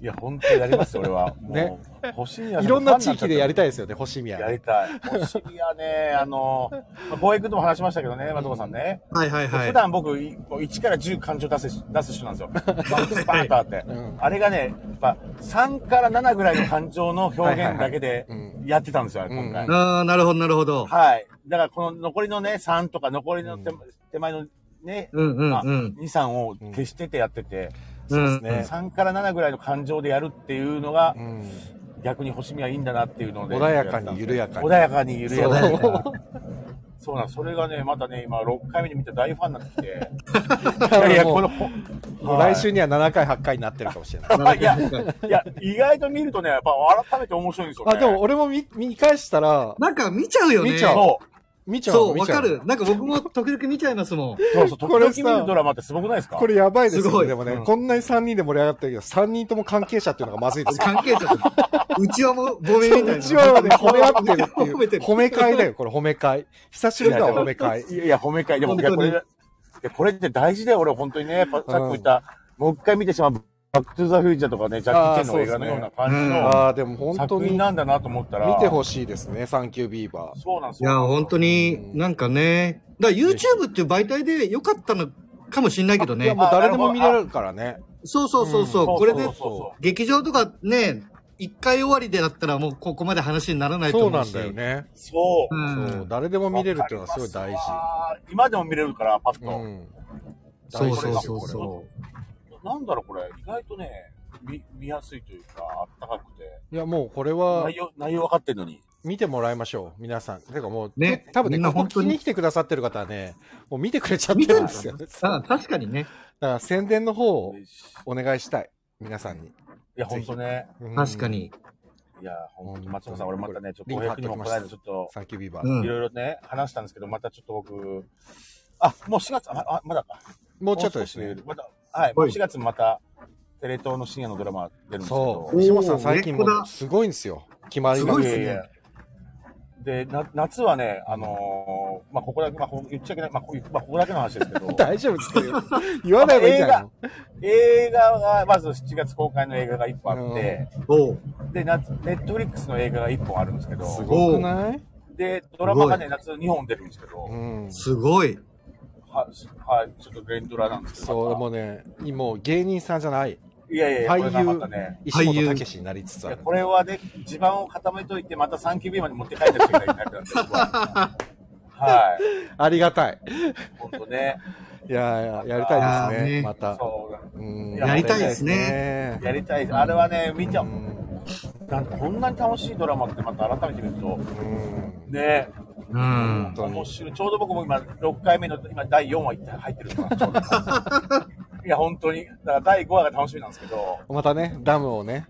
C: いや、本当にやりますよ、俺 は。
A: ね
C: もう、星宮さ
A: いろんな地
C: ファンにっち
A: 域
C: ゃっ
A: で
C: て
A: やりたいですよね、星宮。
C: やりたい。星宮ね、あの、まあ、浩平君とも話しましたけどね、松岡さんね。
B: はいはいは
C: 普
B: い。
C: 段僕、いもう1から10感情出すし出す人なんです よ。バンスパーターって
A: うん。
C: あれがね、やっぱ3から7ぐらいの感情の表現だけで
A: はいはいはい
C: やってたんですよ、今回。
A: うん
B: ああ、なるほどなるほど。
C: はい。だからこの残りのね、3とか残りの手,、
A: うん
C: 手前のね、
B: うんうん
C: まあ
B: うん
C: 2、。3を消しててやってて、
A: そうです
B: うん
A: ね。
C: 3から7ぐらいの感情でやるっていうのが、
A: うん
C: 逆に星見はいいんだなっていうので。
A: 穏やかに緩やかに
C: 穏やかに緩やかに。
A: そう
C: そうなん、それがね、またね、今6回目で見て大ファンになってきて。い
A: いや
C: や
A: い
C: い
A: や
C: や、
A: もう
C: この、ほ
A: もう
C: はい
A: 来週には7回、8回になってるかもしれない。
C: いや、いや、意外と見るとね、やっぱ改めて面白いんですよ、ね。
A: あ、でも、俺も見見返したら、
B: なんか見ちゃうよね。
A: 見ちゃ
C: そう。
A: 見ちゃう
B: そう、
A: 見
B: わ
A: ちゃ
B: か
A: う
B: る。なんか僕も時々見ちゃいます もん。
C: そうそう、
A: こ
C: 時
A: れ
C: 々
A: さ
C: 見るドラマってすごくないですか
A: これやばいです
B: す
A: よ
B: ごい
A: ね。でもね、
C: うん
A: こんなに3人で盛り上がってるけど、3人とも関係者っていうのがまずいですよ。
B: 関係者とか。うちはもう、ボメみたいな。
A: うち はね、褒め合ってるってい
B: 褒めて
A: う。
B: る
A: 褒め会だよ、これ褒め会。久しぶりだわ、褒め会。
C: いやいや、褒め会。でも、いや、
B: 本
C: こ
B: 当に
C: れ、いやこれって大事だよ、俺、本当にね。やっぱ、さっきも言った、もう一回見てしまう、バックトゥザフューチャーとかね、ジャッキー・チェンの映画のような感じ
B: うん
C: の
A: ああ、でも本当
C: 作
A: に
C: 品なんだなと思ったら。
A: 見てほしいですね、サンキュービーバー。
C: そうなんで
B: い
C: すよ。
B: や、本当に、なんかね。だから YouTube っていう媒体で良かったのかもしれないけど
A: いや、
B: ね。
A: もう誰でも見れるからね。
B: そうそうそうそう。
C: うん
B: これで
C: そうそうそ、う
B: 劇場とかね、一回終わりでだったらもうここまで話にならないと
A: そう
B: 思
A: な
B: うんし。。
A: だよね。
C: そうう。
A: そうん誰でも見れるっていうのはすごい大事。
C: わかりますわ今でも見れるから、パッと。
A: うん。大事
B: そうそうそう
A: ですよこ
B: そ
C: なんだろう、これ。意外とね、見、見やすいというか、あったかくて。
A: れいや、もうこれは
C: 内容、内容分かってんのに。
A: 見てもらいましょう、皆さん。てかもう、
B: ね
A: 多分ね、
B: みんな
A: ここ
B: 本当
A: 聞き
B: に
A: に来てくださってる方はね、もう見てくれちゃってるんですよ。だ
B: う。あ
A: か
B: 確かにね。
A: ら宣伝の方を
C: い
A: お願いしたい、皆さんに。
C: や、ほんとね。
A: うん
B: 確か。に。
C: いや、本当
A: うん
C: 松本さん、俺またね、ちょっと
A: リン
C: 公
A: ク貼っ
C: 平
A: て
C: に
A: お
C: も
A: きま
C: こ
A: す
C: の間ちょっと、
A: サンキュービーバー。
B: うん
C: いろいろね、話したんですけど、またちょっと僕、あ、もう4月、あ、まあまだか。
A: もうちょっとです
C: もう少
A: ね
C: し。また、はい、
B: はい
C: 4月また、テレ東の深夜のドラマ出るんですけ
A: そ
C: ど
A: う。。
B: おー
A: 石本さん最近も
B: 本当だ
A: すごいんですよ。決まり
B: す
A: が、
B: ごい。ですね
C: ややで、な夏はね、あのーまあ、ここだけ、まあ、こう言っちゃいけない、まあ、こうまあ、ここだけの話ですけど
A: 大丈夫ですよ。言わない方がいいんじゃないの
C: 映画が、まず7月公開の映画が1本あって、
B: おう
C: で、夏、ネットフリックスの映画が1本あるんですけど、
A: すごくない
C: で、ドラマがね、夏2本出るんですけど、
A: うん。
B: すごい。
C: は、はい、ちょっと連ドラなんですけど。
A: そう、
C: また
A: もうね、もう芸人さんじゃない。
C: いやいやいや、
A: 俳
C: これがまた
A: 優
C: ね。、
A: 石本武史になりつつ
C: い
A: あ
C: や
A: る。
C: これはね、地盤を固めといて、また3級 B まで持って帰った人がいなくなるんで、僕ははい。
A: ありがたい。
C: 本当ね。
A: いやいや、やりたいです
B: いや
A: ね、
B: ーね
A: また。
C: そう。
A: うん
C: やりたい
B: ですね
A: やりたいで
C: やりたいです。あれはね、見ちゃ
A: すね。う
C: う。
A: ん
C: なんかこんなに楽しいドラマってまた改めて見ると、
A: うん
C: ね、
B: う
A: 本
B: ん。
A: 当
C: 面
A: に
C: 白い。ちょうど僕も今、6回目の、今、第4話入ってるのかな、ちょうどいや、本当に。だから第5話が楽しみなんですけど、
A: またね、ダムをね。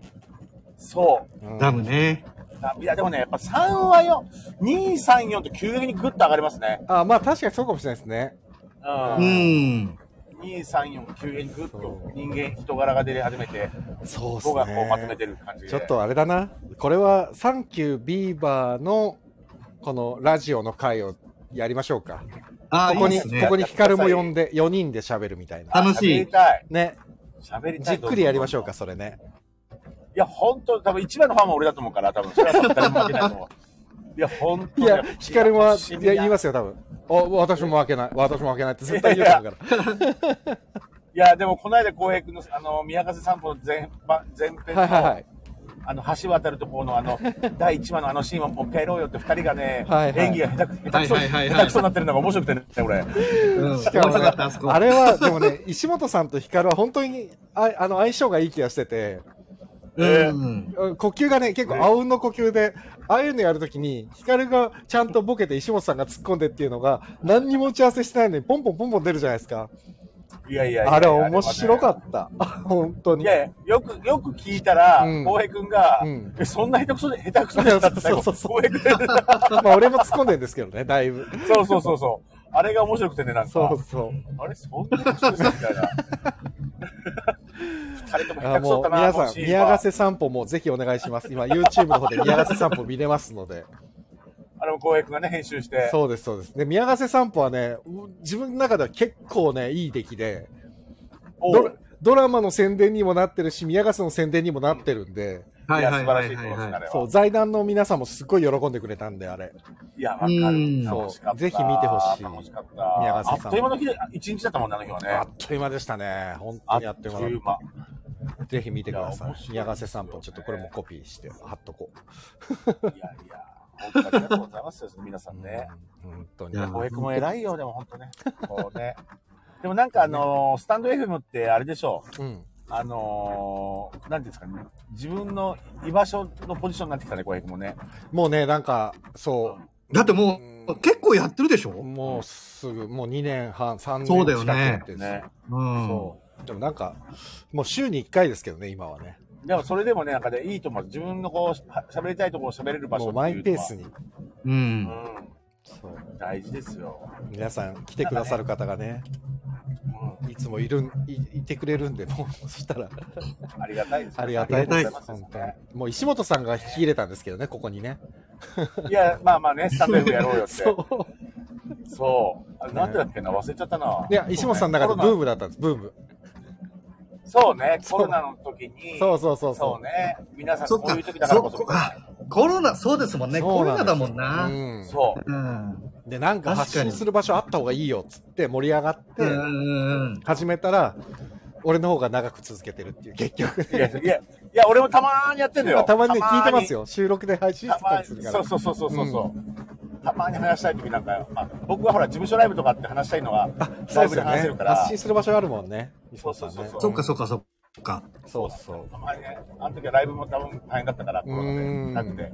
C: そう。
A: うん
B: ダムね。
C: あいや、でもね、やっぱ3はよ、2、3、4と急激にグッと上がりますね。
A: あ、まあ確かにそうかもしれないですね。
B: う
C: うん。
B: ん。
C: 2、3、4、急激にグッと人間、人柄が出始めて、
A: そうです
C: 僕がこうまとめて
A: ね。
C: る感じで。
A: ちょっとあれだな。これは、サンキュービーバーの、このラジオの回をやりましょうか。
B: ああ、
A: ここに、
B: いいっ
A: こ
B: すね
A: こにヒカルも呼んで、4人で喋るみたいな。
B: 楽し
C: 喋り
B: い。
C: たい。
A: ね。
C: 喋りた
A: じ
C: い。
A: っくりやりましょうか、。それね。
C: いや、本当多分一番のファンは俺だと思うから、多分。それは誰も負けないと思う。いや、本当。
A: いや、ヒカルは、いや、言いますすよ、多分。お、私も負けない。私も負けないって絶対言うと 思うから。
C: いや、でもこの間、浩平君の、あの、宮風散歩の前、ば前編の、
A: はいはいはい。
C: あの橋渡るところのあ の第1話のあのシーンはもう一回やろうよって2人がね、
A: はいはい
C: 演技が下手く下手くそ、
B: はいはいはいはい
C: 下手くそになってるのが面白くてね、俺。
B: うん。面白かった、あそこ。
A: あれは、でもね、 石本さんとヒカルは本当に、ああの、相性がいい気がしてて、
B: うん。
A: うん呼吸がね、結構、あうんの呼吸で、ああいうのやるときに、ヒカルがちゃんとボケて石本さんが突っ込んでっていうのが、何にも打ち合わせしてないのに、ポンポンポンポン出るじゃないですか。
C: いやいやいや
A: あれ面白か
C: た。
A: った。本当に。
C: いやいやよく、よく聞いたら、
A: うん
C: 浩平君が、
A: うん
C: えそんな下手くそで、 下手くそでしたって最後、
A: そうそうそう
C: 浩平君が
A: まあ、俺も突っ込んでるんですけどね、だいぶ。
C: そうそうそうそう。あれが面白くてね、なんか、
A: そうそう。
C: あれ、そんな下手くそ でしたみたいな。2人とも下
A: あ
C: 手くそ
A: も
C: だ
A: う皆
C: な、この
A: さ
C: シ
A: ん、
C: ーン
A: 宮
C: は
A: ヶ瀬散歩もぜひお願いします。今、YouTube の方で宮ヶ瀬散歩見れますので。
C: あれも浩平君がね、編集して。
A: そうです、そうです。で、宮ヶ瀬散歩はね、う自分の中では結構ね、いい出来で、
C: おう
A: ドラドラマの宣伝にもなってるし、宮ヶ瀬の宣伝にもなってるんで、
B: はいい
C: や、
B: は
C: 素
B: い
C: 晴ら
B: は
C: しい
B: いは
C: とこ
B: い
C: ろですね、あ
B: は
C: れは。
A: そう、財団の皆さんもすっごい喜んでくれたんで、あれ。
C: いや、わかる
B: うん。
C: 楽しかった
A: そうぜひ見てほしい
C: 楽しかった。
A: 宮川さん
C: あっという間の日で、あ一日だったもんね、あの日はね。
A: あっという間でしたね。本当にあっという間だっ
C: 間。
A: た。ぜひ見てくださ
C: いや面
A: い
C: 白いです。よね
A: 宮ヶ瀬散歩、ちょっとこれもコピーして貼っとこ
C: いやいや、本当にありがとうございますよ、皆さ
A: う。
C: んね。
A: うん。本当に
B: い。や
C: 小江君も偉いよ、でも本当ね。こうね。でもなんかあのースタンド FM ってあれでしょう。
A: うん。
C: あのー、なんていうんですかね。自分の居場所のポジションになってきたね、小江君もね。
A: もうね、なんか、そ
B: い。だっても
A: うん
B: う、結構やってるでしょ
A: う、
B: う
A: もうすぐ、もう2年半、3年
B: そうだ
A: 近
B: よ
A: く
B: ね
A: やってるんですよ
C: ね。
B: ん。
A: そう。でもなんか、もう週に1回ですけどね、今はね。
C: でもそれでもね、なんかね、いいと思う。自分のこう、は喋りたいところを喋れる場所
A: も
C: っていううの
A: マ
C: は
A: イペース。に。
B: う。
C: うんん。
A: そう。
C: 大事ですよ。
A: 皆さん来てくださる方がね、
C: うん。
A: いつもいるん、いいてくれるんで、もう、そ したら、
C: ありがたいです。
A: ありがたいです。
C: ありがた
A: 本
C: いです
A: 当に。もう石本さんが引き入れたんですけどね、ここにね。
C: いや、まあまあね、スタンド F やろうよって。
A: そ。
C: そうう。あれなんでだっけな、忘れちゃったな。
A: いや、石本さんの中で
C: コ
A: ブ
C: ロ
A: ームだったんです、ブーム。
C: ナそうね、
A: そう
C: コロナの時に。
A: そう
C: そ
A: そうそう
C: う
A: そ
C: ね。皆さん
B: そっ
C: こう
B: か
C: いう時だ、から
B: そ
C: こそ
B: こ。あコロナ、そうですもん
A: う。
B: ね。
A: そ
B: コ
A: う
B: ロ
A: な
B: ナ
A: んです
B: だもんな。
A: うん
C: そう。
B: うん。
A: で、なんか発信する場所あった方がいいよ、つって盛り上がって
B: う、ん。
A: 始めたら、俺の方が長く続けてるっていう、結局。
C: いや、いや、いや俺もたまーにやってんだよ。
A: たまにね聞いてます
C: よ。
A: よ。収録で配信
C: た
A: してた
C: ま
A: りす
C: に、
A: るか
C: そ
A: ら
C: う。そうそうそうそうそう。たまに話したい時なんか、まあ、僕はほら、事務所ライブとかって話したいのは、ライブで話せるから。
A: 発信する場所があるもんね。
C: そうそうそうそう
B: そっかそっかそっか。
A: そうそう。
C: たまにね、あの時はライブも多分大変だったから、コロナでなくて。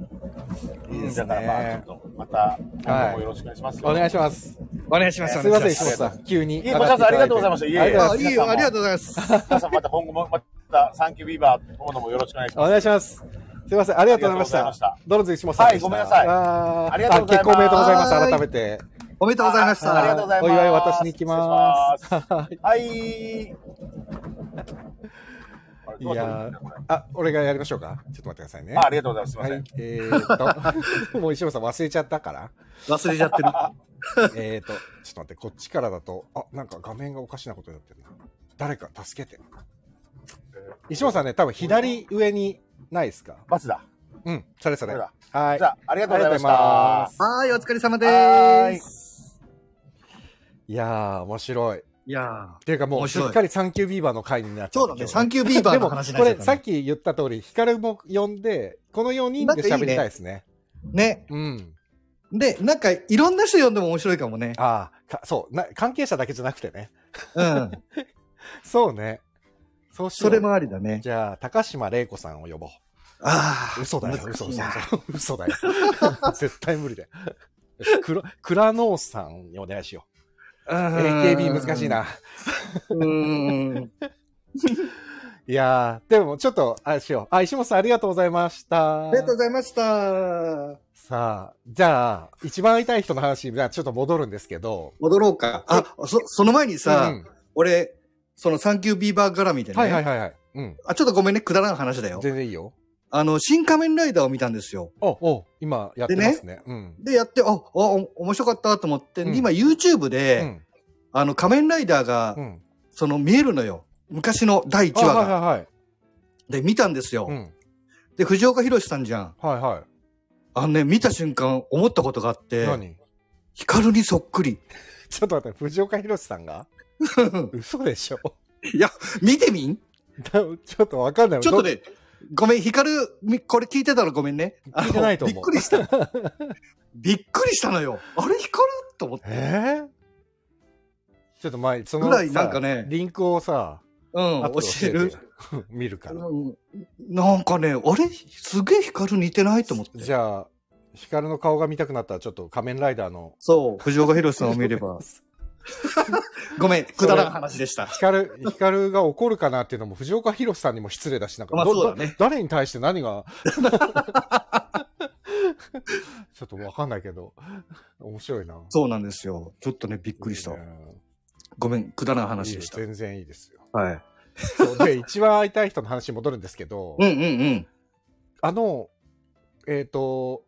A: いいですね
C: だからまあ、ちょっと、また、今後もよろしくお願いしますよ。
A: お願いします。
B: お願いします
A: すいません、石
C: し
A: 本さん。急に。
C: いえこちらこそありがとうございましたいえいえ
A: ありがとうございま
B: あ、い
A: す
B: いよ、あ りがとうございます。
C: 皆さんまた今後もまたサンキュービーバーの方もよろしくお願いし
A: お
C: ます。
A: 願いします。すいません、ありが
C: り
A: とうございました。
C: た。
A: ドロズ石本さんでした。
C: はいごめんなさい
A: あー
C: ありがとうござ
A: あ
C: います
A: 結婚おめでとうございます、改めて。
B: おめでとうございまし
C: あありが
B: た
C: とう。ございます
A: お祝い渡しに行きます。
C: はい。
A: いやー
C: これ
A: あ、俺がやりましょうか。ちょっと待ってくださいね。
C: あありがとうございます。すみま
A: は
C: せん。
A: い。えー、っと、 もう石本さん忘れちゃったから。
B: 忘れちゃってる。
A: えーと、ちょっと待って、こっちからだと、あ、なんか画面がおかしなことになってるな。誰か助けて。石本さんね、多分左上にないですか
C: バツだ。
A: うん、それそれ。
C: それ
A: は
C: だ
A: い
C: じゃ。あ、ありがとうございました。
A: ありがとうございま
B: はい、お疲れ様で
C: はー
B: ー
C: い
B: す。
A: いやー、面白い。っ
B: いやー
A: ていうかもう、
B: 面
A: す
B: 白い
A: っかりサンキュービーバーの回になっちゃ
B: そ
A: っ
B: う
A: た
B: だね、
A: 今日
B: サンキュービーバ
A: で
B: ーの
A: も、
B: 話に
A: こ
B: なっち
A: れ
B: ゃっ、た
A: さっ
B: ね。
A: き言った通り、ヒカルも呼んで、この4人で喋りたいですね。
B: ね。
A: うん。
B: で、なんか、いろんな人呼んでも面白いかもね。
A: ああ、かそうな、関係者だけじゃなくてね。
B: うん。
A: そうね。そうしよ
B: そうれもありだね。
A: じゃあ、高島玲子さんを呼ぼう。
B: ああ。
A: 嘘だよ、嘘、嘘、
B: 難しいな
A: 嘘、嘘だよ。絶対無理だよ。クロクラノーさんにお願いしよう。AKB 難しい。な。
B: うーん。
A: いやー、でもちょっと、あれしよう。あ、石本さんありがとうございました。
B: ありがとうございました。
A: さあ、じゃあ、一番会いたい人の話、じゃあちょっと戻るんですけど。
B: 戻ろうか。あ、そ、その前にさ、
A: うん
B: 俺、そのサンキュービーバー絡みでね、
A: はいはいはいはい。うん。
B: あ、ちょっとごめんね、くだらん話だよ。
A: 全然いいよ。
B: あの、新仮面ライダーを見たんですよ。
A: お、お、今やってますね。うん。
B: で、やって、あ、あ、お面白かったと思って、
A: うん
B: 今 YouTube
A: う
B: で、
A: ん。
B: あの、仮面ライダーが、
A: うん。
B: その、見えるのよ。昔の第
A: あ
B: 1話が。
A: はいはいはい。
B: で、見たんですよ。
A: うん。
B: で、藤岡弘さんじゃん。
A: はいは
B: あのね、見た瞬間、思ったことがあっ
A: い。
B: て、
A: 何
B: 光にそっくり。
A: ちょっと待って、藤岡弘さんが嘘でしょ
B: 見てみん
A: ちょっとわかんない。
B: ちょっとね、ごめん、ヒカル、みこれ聞いてたらごめんね。あの
A: 聞いてないと思う
B: びっくり した。びっくりしたのよ。あれ、ヒカルと思って。
A: えーちょっと前、その
B: ぐらい
A: さ
B: なんかね
A: リンクをさ、
B: うん、
A: 後で
B: 教える
A: て。よ 見るから。
B: うんなんかね、あれすげえヒカル似てないと思って。
A: じゃあ、ヒカルの顔が見たくなったら、ちょっと仮面ライダーの。
B: そう、藤岡弘さんを見れば。ごめん、くだらん話でした。
A: ヒカル、ヒカルが怒るかなっていうのも藤岡弘さんにも失礼だし、なんか、
B: まあ
A: ど
B: そうだね
A: ど誰に対して何が、 ちょっとわかんないけど、面白いな。
B: そうなんですよ。ちょっとね、びっくりした
A: いい。ね
B: ごめん、くだらん話でした
A: いい。よ全然いいですよ。
B: はい。
A: そうで、一番会いたい人の話に戻るんですけど、
B: うんうんうん。
A: あの、えっ、と、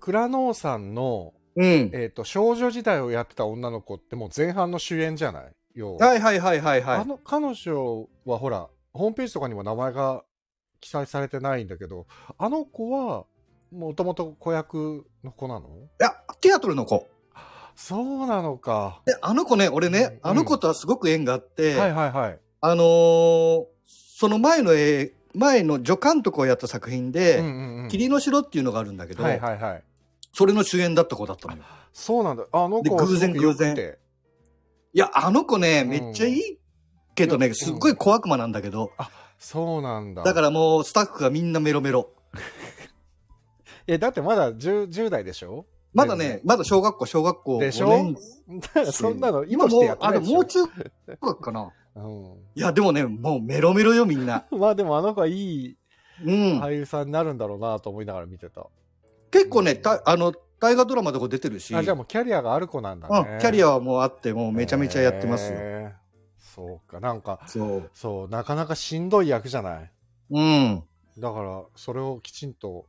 A: クラノーさんの、
B: うん。
A: えっ、と、少女時代をやってた女の子ってもう前半の主演じゃないよう。
B: はいはいはいはいは
A: あ
B: い。
A: の、彼女はほら、ホームページとかにも名前が記載されてないんだけど、あの子は、もともと子役の子なの
B: いや、テアトルの子。
A: そうなのか。
B: で、あの子ね、俺ね、
A: うん
B: あの子とはすごく縁があって、
A: はいはいはい。
B: あのーその前の絵、前の助監督をやった作品で、
A: うんうんうん
B: 霧の城っていうのがあるんだけど、
A: はいはいはい。
B: それの主演だった子だったのよ。
A: そうなんだ。あの子は
B: で偶
A: す
B: 然
A: ごく良くて
B: 偶然いや、あの子ね、
A: うん
B: めっちゃいいけど
A: う
B: ね、
A: ん
B: すっごい小悪魔なんだけど、
A: そうなんだ。
B: だからもうスタッフがみんなメロメロ。
A: え、だってまだ 10, 10代でし ょ
B: まだね、まだ小学校、小学校
A: でしょ
B: 5年
A: だからそんなの今
B: 今
A: し
B: も
A: てやっ
B: う、
A: て
B: あ
A: ない
B: の、
A: でし
B: も
A: ょ
B: う中学かな。
A: う
B: いや、でもね、もうメロメロよ、み んな。
A: ん、まあでもあの子はいい
B: うん。
A: 俳優さんになるんだろうなと思いながら見てた、
B: 結構ね、たあの、大河ドラマとか出てるし、
A: あじゃあもうキャリアがある子なんだ
B: うん
A: ね
B: キャリ
A: ア
B: アはもうあって、もうめちゃめちゃやってますよ。
A: そうかなんか
B: そう。
A: そうなかなかしんどい役じゃない
B: うん。
A: だからそれをきちんと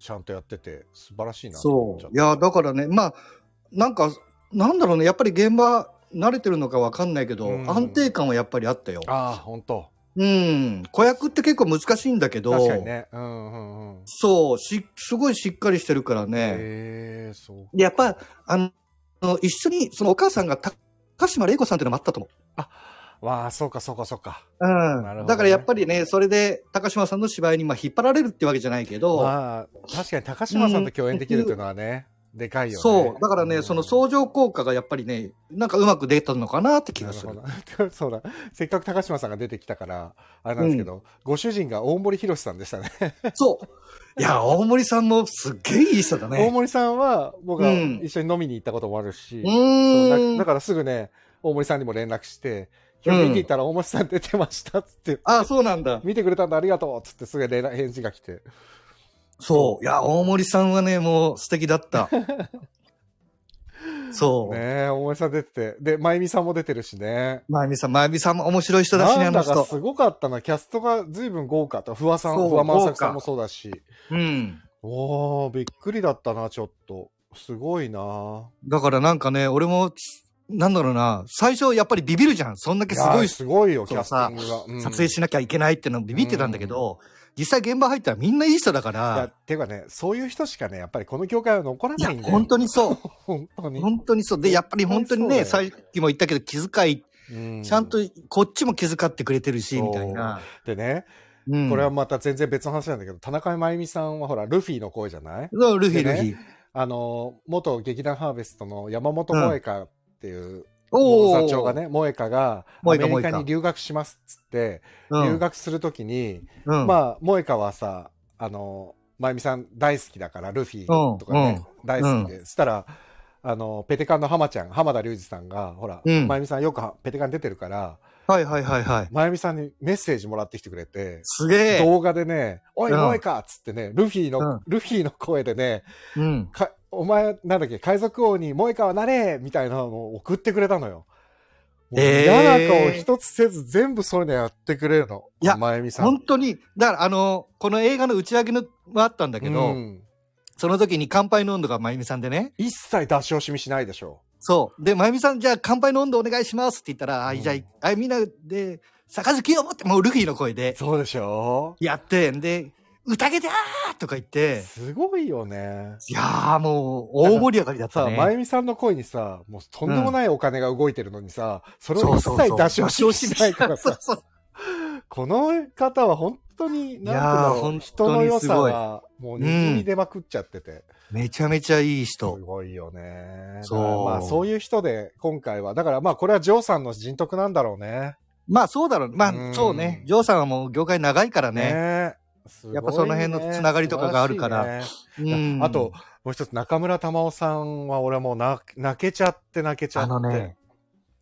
A: ちゃんとやってて素晴らしいなと思
B: そ
A: っちゃっ
B: う。
A: た
B: いや、だからね、まあ、なんか、なんだろうね、やっぱり現場慣れてるのかわかんないけど、
A: うん
B: 安定感はやっぱりあったよ。
A: ああ本当
B: うん。子役って結構難しいんだけど、
A: 確かにねうんうんうん
B: そうし、すごいしっかりしてるからね。
A: へえそう
B: でやっぱ、あの、一緒に、そのお母さんがた高島玲子さんっていうのもあったと思う。
A: わあそうかそうかそうか
B: うん
A: なるほどね
B: だからやっぱりね、それで高島さんの芝居にまあ引っ張られるってわけじゃないけど、
A: まあ確かに高島さんと共演できるっていうのはね、でかいよね
B: そう。だからね、
A: うん
B: その相乗効果がやっぱりね、なんかうまく出たのかなって気がする。
A: なるほど そうだ。せっかく高島さんが出てきたから、あれなんですけど、ご主人が大森博さんでしたね。
B: そう。いや、大森さんもすっげえいい人だ
A: 大
B: ね。
A: 森さんは僕が
B: うん
A: 一緒に飲みに行ったこともあるし、
B: う
A: そうだ
B: ー
A: だ
B: ん。
A: からすぐね、大森さんにも連絡して、今日見ていたら大森さん出てましたっつって、
B: ああ、そうなんだ。
A: 見てくれたんだありがとうっつってすぐ連絡返事が来て。
B: そう。いや、大森さんはね、もう素敵だ った。そう。
A: ねえ、大森さん出てて。で、まゆみさんも出てるしね。
B: まゆみさん、まゆみさんも面白い人だしね、
A: な
B: あ
A: ん
B: の
A: だか
B: 人。
A: すごかったな。キャストが随分豪華と。不破さん、
B: そう
A: 不破万作
B: 豪
A: さ
B: 華
A: んもそうだし。
B: うん。
A: おー、びっくりだったな、ちょっと。すごいな
B: だからなんかね、俺も、なんだろうな、最初やっぱりビビるじゃん。そんだけすご
A: や
B: い
A: ーすごいよ、キ
B: そう
A: ャステ
B: さ
A: ィングが。うん
B: 撮影しなきゃいけないってのをビビってたんだけど、実際現場入ったらみんないい人だか
A: いや、っ
B: ら、
A: ていうかね、そういう人しかね、やっぱりこの業界は残ら
B: い
A: な
B: や
A: いん、だよ。
B: 本当にそ
A: 本当
B: う。
A: に。
B: 本当にそう。で、やっぱり本当にね、
A: 絶対そうだよ
B: さっきも言ったけど、気遣い、
A: うん
B: ちゃんとこっちも気遣ってくれてるし、
A: そう
B: みたいな。
A: でね、
B: うん。
A: これはまた全然別の話なんだけど、田中真由美さんはほら、ルフィの声じゃない
B: うん、ルフィ、ル
A: で
B: フ
A: ね
B: ィ。
A: あの、元劇団ハーベストの山本萌香っていう、
B: おー
A: 座長がね、萌香が、ア
B: 萌
A: メ
B: 香
A: リカに留学しますっつって、
B: うん
A: 留学するときに、
B: うん
A: まあ、萌香はさ、あの、まゆみさん大好きだから、ルフィとかね、大好きで。したら、あの、ペテカンの浜ちゃん、浜田隆二さんが、ほら、
B: うん
A: まゆみさんよくはペテカン出てるから、
B: はいはいはいはい。
A: まゆみさんにメッセージもらってきてくれて、
B: すげえ。
A: 動画でね、おい、
B: うん
A: 萌かっつってね、ルフィの、
B: うん
A: ルフィの声でね、
B: うん。
A: かお前、なんだっけ、海賊王に萌かはなれみたいなのを送ってくれたのよ。もう
B: えー
A: 嫌な顔一つせず全部そういうのやってくれるの。
B: いや
A: まゆみさん。
B: 本当に、だからあの、この映画の打ち上げのもあったんだけ
A: う
B: ど、
A: ん
B: その時に乾杯の温度がまゆみさんでね。
A: 一切出し惜しみしないでしょ。
B: そう。で、まゆみさん、じゃあ乾杯の温度お願いしますって言ったら、あ
A: うん
B: じゃあ、あみんなで、杯を持って、もうルフィの声で、
A: そうでしょ
B: やって、んで、宴だーとか言って、
A: すごいよね。
B: いやーもう、大盛り上がりだった
A: さあ、ま
B: ね。
A: ゆみさんの声にさ、もうとんでもないお金が動いてるのにさ、それを一
B: そう
A: 切出し惜しみしないから
B: そう
A: さ、
B: そう。
A: この方は本当に、なんて
B: いやー
A: いう
B: 本
A: の人の
B: 当に
A: 良
B: す
A: さ
B: ごい
A: は、もう握り出まくっちゃってて、
B: めちゃめちゃいい
A: す
B: 人。
A: ごいよね。
B: そう
A: だからまあ、そういう人で、今回は、だからまあ、これはジョーさんの人徳なんだろうね。
B: まあそうだろう。ま
A: う
B: あ
A: ん
B: そうね。ジョーさんはもう業界長いからね。
A: ねえすごいね
B: やっぱその辺のつながりとかがあるから
A: 素晴しいね
B: うん
A: あと、、もう一つ、中村玉緒さんは、俺はもうな泣けちゃって泣けちゃっ
B: あ
A: て。
B: のね、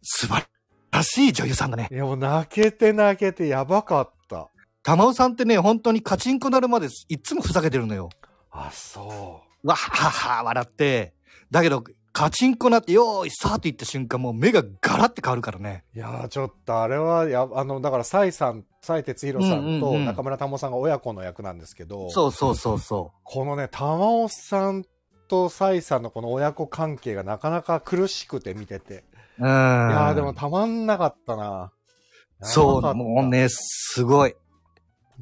B: 素晴らしい女優さんだね。
A: いや、もう泣けて泣けてやばかった。
B: 玉尾さんってね、本当にカチンコなるまでいつもふざけてるのよ。
A: あ、そ
B: わははは笑って。だけど、カチンコなって、よーい、さーって言った瞬間、もう目がガラって変わるからね。
A: う。いやー、ちょっとあれは、や、あの、だから、サイさん、サイ哲弘さん
B: うんう
A: と
B: んうん
A: 中村玉緒さんが親子の役なんですけど、
B: そうそうそうそ
A: このね、玉緒さんとサイさんのこの親子関係がなかなか苦しくて見てて。
B: う。うん。
A: い
B: い
A: や
B: や
A: ー、でも、たまんなかったな。
B: そう、
A: やばかった
B: もう、ね、すごい。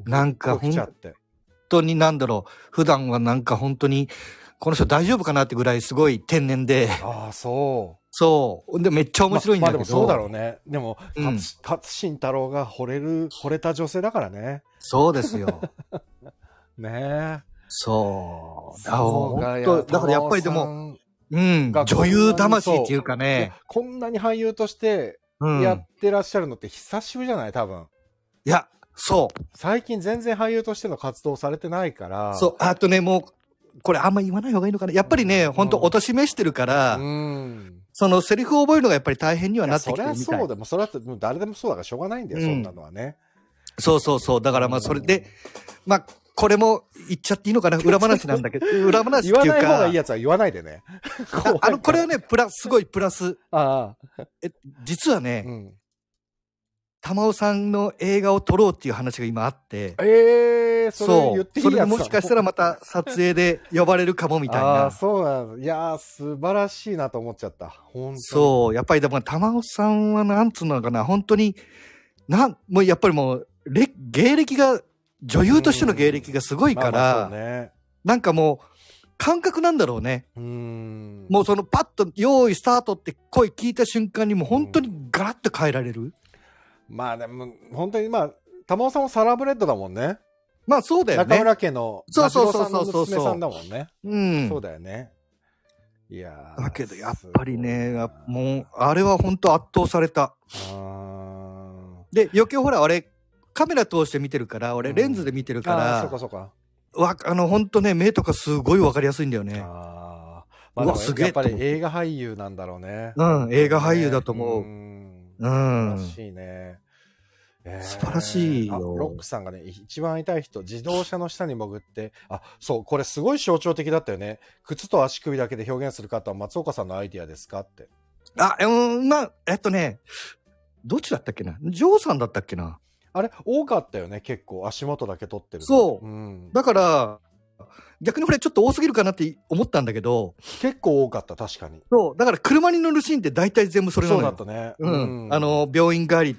B: なんか
A: グッと来ちゃって。
B: 本当になんだろう。普段はなんか本当に、この人大丈夫かなってぐらいすごい天然で。
A: ああ、そう。
B: そう。で、めっちゃ面白いんだけど。
A: まあ、まあでもそうだろうねでも
B: うん
A: 勝,、勝新太郎が惚れる惚れた女性だからね
B: そうで すよ。
A: ねえ
B: そう。だ
A: そうか
B: 本
A: い
B: 当
A: や
B: だからやっぱりで
A: 玉緒
B: も、
A: さん
B: うん、
A: が
B: 女優魂っていうか
A: い
B: ね
A: や。こんなに俳優として
B: うん。
A: やってらっしゃるのって久しぶりじゃない多分
B: いや、そう。
A: 最近全然俳優としての活動されてないから
B: そう。あとね、もう、これあんま言わない方がいいのかな。やっぱりね、
A: うん
B: ほんと、おとしめしてるから、
A: うん
B: そのセリフを覚えるのがやっぱり大変にはいな
A: や
B: って
A: そ
B: きて
A: り
B: る
A: ゃ
B: み
A: そ
B: た
A: う
B: い。
A: でもそれはもう誰でもそうだからしょうがないんだよ、
B: うん
A: そんなのはね
B: そうそうそう。だからまあ、それで、まあ、これも言っちゃっていいのかな裏話なん だけど、裏話
A: 言
B: っ
A: わ
B: ていう
A: ない方
B: か、
A: がいいやつは言わないでね怖い
B: あの、これはね、プラ、すごいプラス。
A: あ
B: え、実は
A: あ、う
B: ね、
A: ん、
B: 玉尾さんの映画を撮ろうっていう話が今あって、
A: ええー、それ言っていい
B: そ
A: やつ
B: れ
A: な
B: で
A: の
B: もしかしたらまた撮影で呼ばれるかもみたい
A: ああー
B: な。
A: そうなんいやー素晴らしいなと思っちゃった本当に
B: そう、やっぱりでも、玉尾さんはなんつうのかな、本当に、なん、もうやっぱりもう、れ芸歴が、女優としての芸歴がすごいから、
A: まあまあそうね
B: なんかもう、感覚なんだろうね。
A: うーん
B: もうそのパッと、用意スタートって声聞いた瞬間にもう本当にガラッと変えられる。
A: まあでも本当にまあ玉尾さんもサラブレッドだもんね
B: まあそうだよ
A: 中
B: ね。
A: 村家の
B: そうそうそう
A: 八郎さんの娘さんだもんね
B: うん。
A: そうだよねいやー
B: だけど、やっぱり
A: す
B: ね
A: ごいな、
B: もう、あれは本当圧倒された。
A: あ
B: で、余計ほら、俺、カメラ通して見てるから、
A: う
B: 俺
A: ん
B: レンズで見てる
A: ーあーそう
B: か、
A: かそうから
B: わ、あの、本当ね、目とかすごいわかりやすいんだよね。
A: あー
B: うわ
A: まあですも
B: げえ
A: やっぱり映画俳優なんだろうね
B: うん映画俳優だと思
A: う
B: う
A: ん
B: う
A: ら
B: ん。
A: しいね。えー
B: 素晴らしいよ
A: あロックさんがね、一番痛い人、自動車の下に潜って、あ、そう、これすごい象徴的だったよね。靴と足首だけで表現する方は松岡さんのアイディアですかって。
B: あ、うん、まあ、えっとね、どっちだったっけなジョーさんだったっけな
A: あれ、多かったよね、結構。足元だけ取ってる。
B: そう
A: うん。
B: だから、逆にこれちょっと多すぎるかなって思ったんだけど、
A: 結構多かった、確かに。
B: そう、だから車に乗るシーンって大体全部それな
A: そ
B: の
A: うだ
B: よ
A: った。ね。
B: うん。あ、の、病院帰り、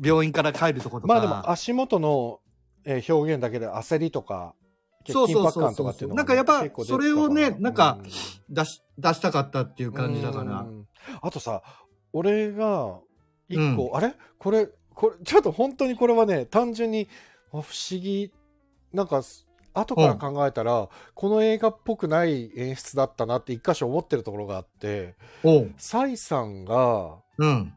B: 病院から帰るとことか。
A: まあでも足元のえー表現だけで焦りとか、け
B: そうそう
A: 緊
B: そう
A: 迫
B: そう
A: 感とかっていうの
B: なんかやっぱ
A: 結構出てたか
B: それをねなんか
A: う
B: 出し、出したかったっていう感じだか
A: う
B: ら。
A: んあとさ俺が一個、あれこれこれちょっと本当にこれはね単純にあ不思議なんかす後から考えたら、この映画っぽくない演出だったなって一箇所思ってるところがあって
B: おう。
A: サイさんが
B: うん。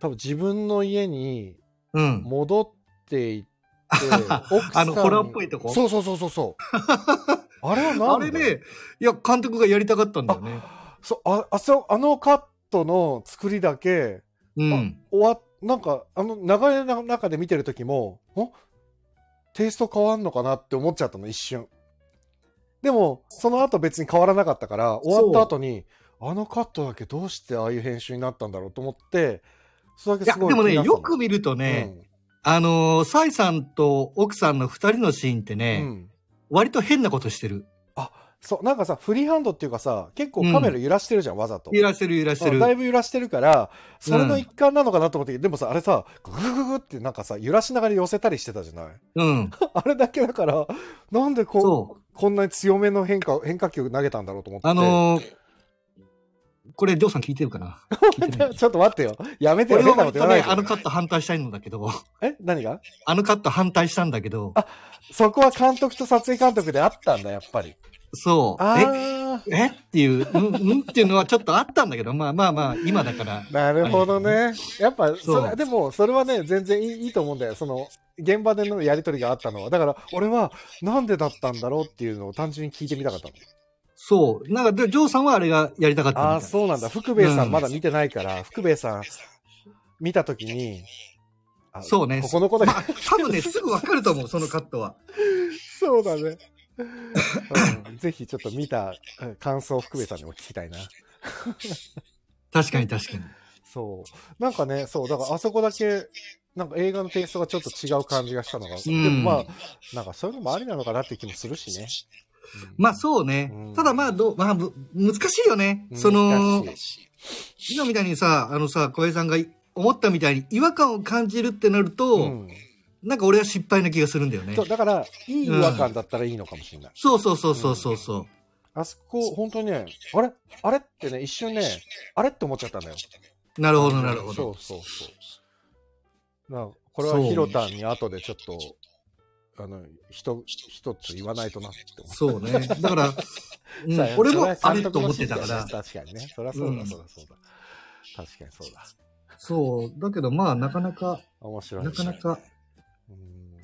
A: 多分自分の家に
B: うん。
A: 戻って いって奥
B: あのホラーっぽいとこ
A: そうそうそうそうそう あれは
B: あ
A: 何
B: れね、いや、監督がやりたかったんだよね。
A: そうああそうあのカットの作りだけ
B: うん。
A: 終わっなんかあの流れの中で見てる時もんテイスト変わんのかなって思っちゃったの一瞬でもその後別に変わらなかったから終わった後にあのカットだけどうしてああいう編集になったんだろうと思ってそれだ
B: い
A: け
B: や、
A: す
B: で
A: ごい
B: もね、
A: 気になったの
B: よく見るとね、あのー、サイさんと奥さんの二人のシーンって
A: うん、
B: ね、
A: うん
B: 割と変なことしてる。
A: そうなんかさフリーハンドっていうかさ結構カメラ揺らしてるじゃん、わざと
B: 揺らしてる揺らして
A: う
B: る
A: ん。だいぶ揺らしてるからそれ
B: う
A: の
B: ん
A: 一環なのかなと思って、でもさあれさググググってなんかさ揺らしながら寄せたりしてたじゃない
B: うん。
A: あれだけだからなんでこう
B: そう。
A: こんなに強めの変化変化球投げたんだろうと思って。
B: あのー、これ、ジョーさん聞いてる かな聞いてない
A: ちょっと待ってよ。やめてよ。
B: 俺
A: 変
B: は
A: なこと
B: 割
A: 言
B: と
A: わない
B: ね、
A: で
B: あのカット反対したいんだけど、
A: え何が
B: あのカット反対したんだけど、
A: そこは監督と撮影監督であったんだ、やっぱり。
B: そう。え
A: あ
B: えっていう、うん、うんっていうのはちょっとあったんだけど、まあまあまあ、今だから。
A: あ、なるほどね。やっぱ、
B: そう
A: それでも、それはね、全然いいいいと思うんだよ。その、現場でのやりとりがあったのは。だから、俺は、なんでだったんだろうっていうのを単純に聞いてみたかったの。
B: そう。なんか、でジョーさんはあれがやりたかったみたい
A: ああ、そうなんだ。福兵衛さんまだ見てないから、福兵衛さん、見たときに、あ
B: そうね
A: ここのこと
B: まあ、多分ね、すぐわかると思う、そのカットは。
A: そうだね。うんぜひちょっと見たうん感想を福部さんにも聞きたいな。
B: 確かに確かに。
A: そう。なんかね、そう、だからあそこだけ、なんか映画のテイストがちょっと違う感じがしたのが、
B: ん
A: でもまあ、なんかそういうのもありなのかなって気もするしね。
B: まあそうね
A: うん。
B: ただまあどう、まあむ難しいよね。
A: うん
B: その、
A: 難
B: 今みたいにさ、あのさ、小平さんが思ったみたいに違和感を感じるってなると、
A: うん
B: なんか俺は失敗な気がするんだよね
A: そ。うだから、いい違和感だったらいいのかもしれない。
B: そうそうそうそうそうそう。
A: あそこ、本当にね、あれあれってね、一瞬ね、あれって思っちゃったんだよ。
B: なるほどなるほど。
A: そうそうそう。なこれはヒロタンに後でちょっと、あの、人、人と言わないとなって思う
B: そうね。だ から、うん
A: さあ
B: 俺も
A: それは
B: あれと思ってたか
A: 監督の指
B: ら
A: 示。だよね確かにね。そりゃそう
B: う
A: だ、
B: ん
A: そうだ、そうだ。確かにそうだ。
B: そう。だけどまあなかなか、
A: 面白いね。
B: なかなか、
A: うん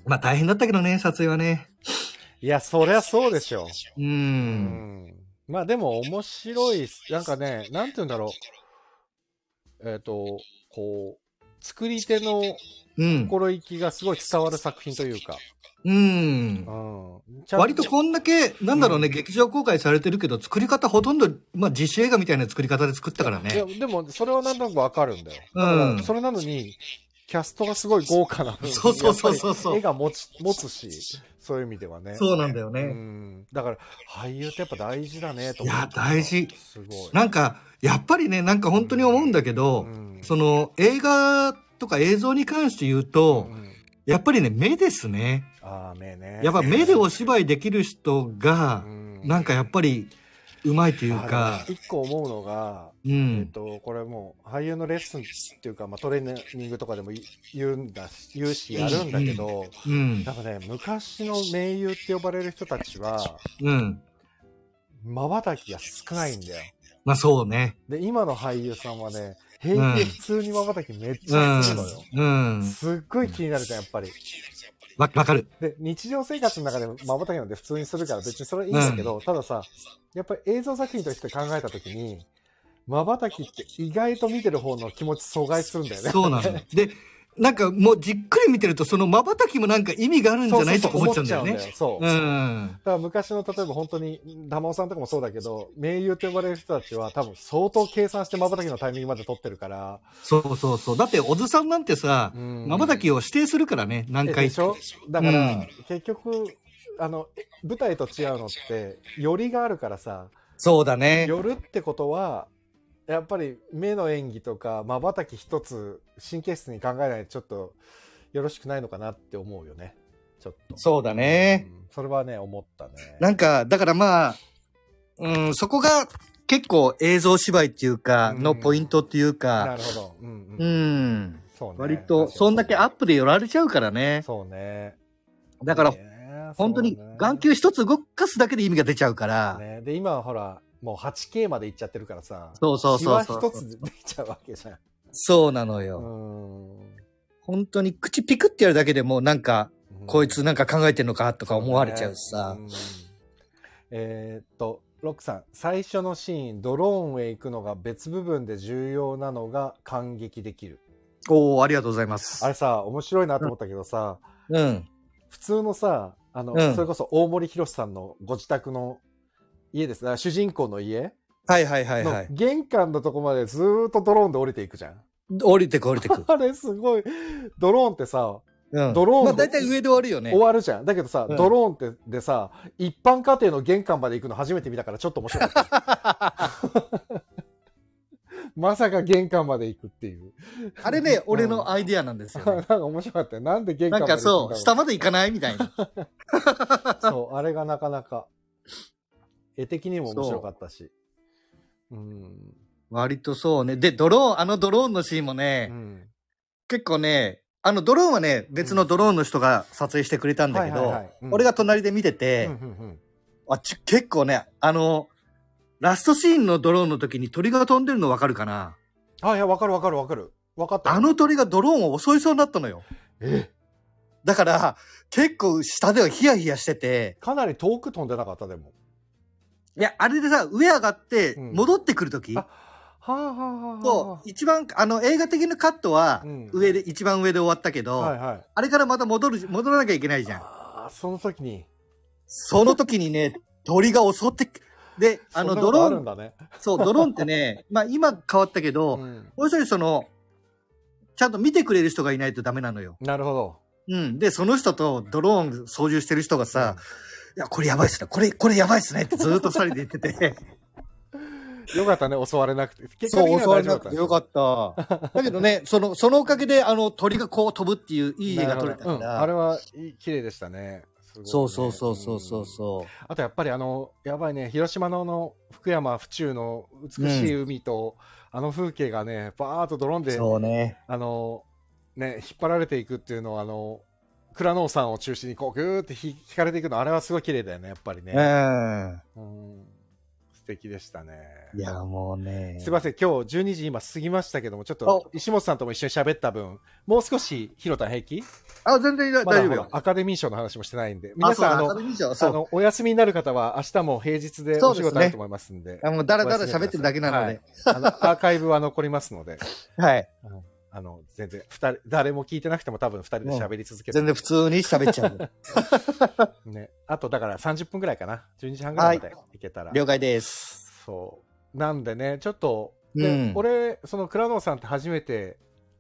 B: まあ大変だったけどね、撮影はね。
A: いや、そりゃそうでしょ
B: う。
A: う。うんん。まあでも面白いっす、なんかね、なんて言うんだろう。えっと、こう、作り手の
B: うん。
A: 心意気がすごい伝わる作品というか。
B: うん。
A: うん。ちゃん
B: 割とこんだけ、なんだろうね、劇場公開されてるけど、作り方ほとんど、まあ、自主映画みたいな作り方で作ったから
A: いや
B: ね。
A: でもそれはなんとなくわかるんだよ、
B: うん
A: だからそれなのにキャストがすごい豪華な分
B: そうそうそうそうそう
A: やっぱり絵が持ち持つしそういう意味ではね
B: そうなんだよ
A: う
B: ね。
A: んだから俳優ってやっぱ大事だねと思う
B: いや大事
A: すごい
B: なんか、やっぱりね、なんか本当に思うんだけど、
A: うん
B: その、映画とか映像に関して言うと
A: う、ん
B: やっぱりね、目ですね。
A: ああ目ね
B: やっぱ目でお芝居できる人が
A: う、ん
B: なんかやっぱり、うまいという
A: あ
B: か
A: で、も一個思うのが
B: う
A: えっ
B: ん。
A: と、これもう俳優のレッスンっていうか、まあ、トレーニングとかでも言うんだし言うしやるんだけど、
B: うん
A: な。んかね昔の名優って呼ばれる人たちは
B: うん。
A: まばたきが少ないんだよ。
B: まあそうね。
A: で、今の俳優さんはね、平気で普通にまばたきめっちゃするのよ。
B: うん。
A: すっごい気になるじゃん、やっぱり。
B: わ、わかる。
A: で、日常生活の中でまばたきなんて普通にするから別にそれはいいんだけど、たださ、やっぱり映像作品として考えたときに、瞬きって意外と見てる方の気持ち阻害するんだよね。
B: そうなの。で、なんかもうじっくり見てると、その瞬きもなんか意味があるんじゃないとか思っちゃうんだよね。
A: そう。
B: う
A: だ
B: ん。
A: から昔の例えば本当に、玉尾さんとかもそうだけど、名優と呼ばれる人たちは多分相当計算して瞬きのタイミングまで取ってるから、
B: そうそうそう。だって、小津さんなんてさ、
A: うん
B: 瞬きを指定するからね、何回
A: で
B: っ。
A: してょだから、
B: うん
A: 結局、あの、舞台と違うのって、寄りがあるからさ、
B: そうだね。
A: 寄るってことは、やっぱり目の演技とか、瞬き一つ、神経質に考えないとちょっとよろしくないのかなって思うよね。ちょっと。
B: そうだね。
A: うんそれはね、思ったね。
B: なんか、だからまあ、うん、そこが結構映像芝居っていうか、
A: うん
B: のポイントっていう
A: な
B: か、
A: るほど。うん、
B: う
A: うん。
B: ん。
A: そうね。
B: 割と、そんだけアップで寄られちゃうからね。
A: そうね。
B: だから
A: いい、ね
B: 本当に
A: そうね
B: 眼球一つ動かすだけで意味が出ちゃうから、
A: ね、で今はほらもう 8K までいっちゃってるからさ
B: そうそうそう
A: シ
B: そう
A: ワ一つで出ちゃうわけじゃん
B: そうなの
A: う
B: よ。
A: ん
B: 本当に口ピクってやるだけでもうなんか、こいつなんか考えてんのかとか思われちゃうしさ
A: そ。ねうんえーっとロックさん最初のシーンドローンへ行くのが別部分で重要なのが感激できる
B: おおありがとうございます
A: あ。れさ面白いなと思ったけどさ、
B: うん。
A: 普通のさあの、
B: うん
A: それこそ大森博さんのご自宅の家ですね主人公の家
B: はいはいはいは
A: の
B: い。
A: 玄関のとこまでずーっとドローンで降りていくじゃん
B: 降りてく降りてく。
A: あれすごい。ドローンってさ、
B: うん。
A: ドローン
B: まあ大体上で終わるよね
A: 終。わるじゃん。だけどさ、
B: うん
A: ドローンってでさ、一般家庭の玄関まで行くの初めて見たからちょっと面白 かった。まさか玄関まで行くっていう。
B: あれね、俺のアイディアなんですよ、
A: なん
B: ね。
A: か面白かったよ。なんで玄関
B: なん
A: まで
B: か
A: 行くんだろ
B: そう、下まで行かないみたいな。
A: そう、あれがなかなか、絵的にも面白かったし。うん。
B: 割とそうね。で、ドローン、あのドローンのシーンもね
A: う、ん
B: 結構ね、あのドローンはね、別のドローンの人が撮影してくれたんだけど、俺
A: が、
B: が隣で見てて、
A: うんうん
B: あち結構ね、あの、ラストシーンのドローンの時に鳥が飛んでるのわかるかな
A: うん、あ、いや、わかるわかるわかる。わかった。
B: あの鳥がドローンを襲いそうになったのよ。
A: え、
B: だから、結構下ではヒヤヒヤしてて、
A: かなり遠く飛んでなかった、でも。
B: いや、あれでさ、上上がって、
A: うん
B: 戻ってくる時
A: あはあはあはあ
B: と、一番、あの、映画的なカットは
A: う、ん
B: 上で、一番上で終わったけど、
A: はいはい。
B: あれからまた戻る、戻らなきゃいけないじゃん。
A: ああ、その時に。
B: その時にね、鳥が襲ってく、で、あの、ドロ
A: そんなことある
B: ー
A: ん
B: ン、
A: だね。
B: そう、ドローンってね、まあ今変わったけど、
A: うん
B: もう一人その、ちゃんと見てくれる人がいないとダメなのよ。
A: なるほど。
B: うん。で、その人とドローン操縦してる人がさ、いや、これやばいっすね。これ、これやばいっすねってずーっと二人で言ってて。
A: よかったね、襲われなくて。 結
B: そう、襲われなくてよか
A: っ
B: った。だけどね、その、そのおかげで、あの、鳥がこう飛ぶっていう
A: た
B: いい絵が撮れたか
A: なるほどうんあれ
B: ら。
A: はいい綺麗でしたね。すごいね
B: そうそうそうそうそう
A: うん
B: そ
A: あとやっぱりあの、やばいね、広島のあの福山府中の美しい海と、あの風景がね、バーっとドローン
B: う。
A: で、
B: そうね。
A: あの、ね、引っ張られていくっていうのは、あの、倉野さんを中心にこう、ぐーって引引かれていくの、あれはすごい綺麗だよね、やっぱり
B: う
A: ね。
B: ん。いや、
A: うん素敵でしたね。
B: もうね。
A: すいません、今日12時今過ぎましたけども、ちょっ
B: あ
A: と石本さんとも一緒に喋った分、もう少し、ひろたん平気
B: あ、全然大
A: まだ
B: 丈夫よ
A: ほら。アカデミー賞の話もしてないんで、
B: あ
A: 皆
B: そうだ
A: さん、あ
B: アカ
A: の、
B: デミー賞そ
A: あ
B: う。
A: のお休みになる方は、明日も平日でお仕事あると思いますんで、
B: あもうだらだら喋ってるだけなので。
A: あのアーカイブは残りますので、
B: はい。
A: あの、全然、二人、誰も聞いてなくても多分二人で喋り続ける、
B: 全然普通に喋っちゃ う。
A: ね。あと、だから30分ぐらいかな。12時半ぐらいまでいけたら。
B: 了解です。
A: そう。なんでね、ちょっと、で
B: うん
A: 俺、その倉野さんって初めて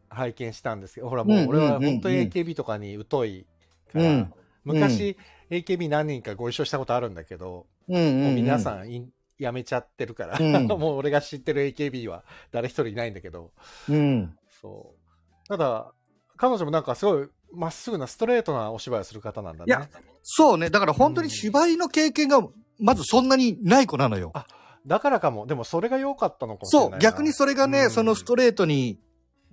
A: 拝見したんですけど、ほらも
B: うん
A: う俺は本当
B: うんう
A: に
B: んうん
A: AKB とかに疎いから、
B: うん
A: 昔、AKB 何人かご一緒したことあるんだけど、
B: うんうん、
A: もう皆
B: ん。
A: さんいん辞めちゃってるから、
B: う ん
A: もう俺が知ってる AKB は誰一人いないんだけど、
B: うん。
A: そう。ただ、彼女もなんかすごいまっすぐなストレートなお芝居をする方なんだね。
B: いやそうね。だから本当に芝居の経験が、まずそんなにない子なのよ。
A: あだからかも、でもそれが良かったのかもしれない
B: そ
A: な。
B: う。逆にそれがね、
A: うん
B: そのストレートに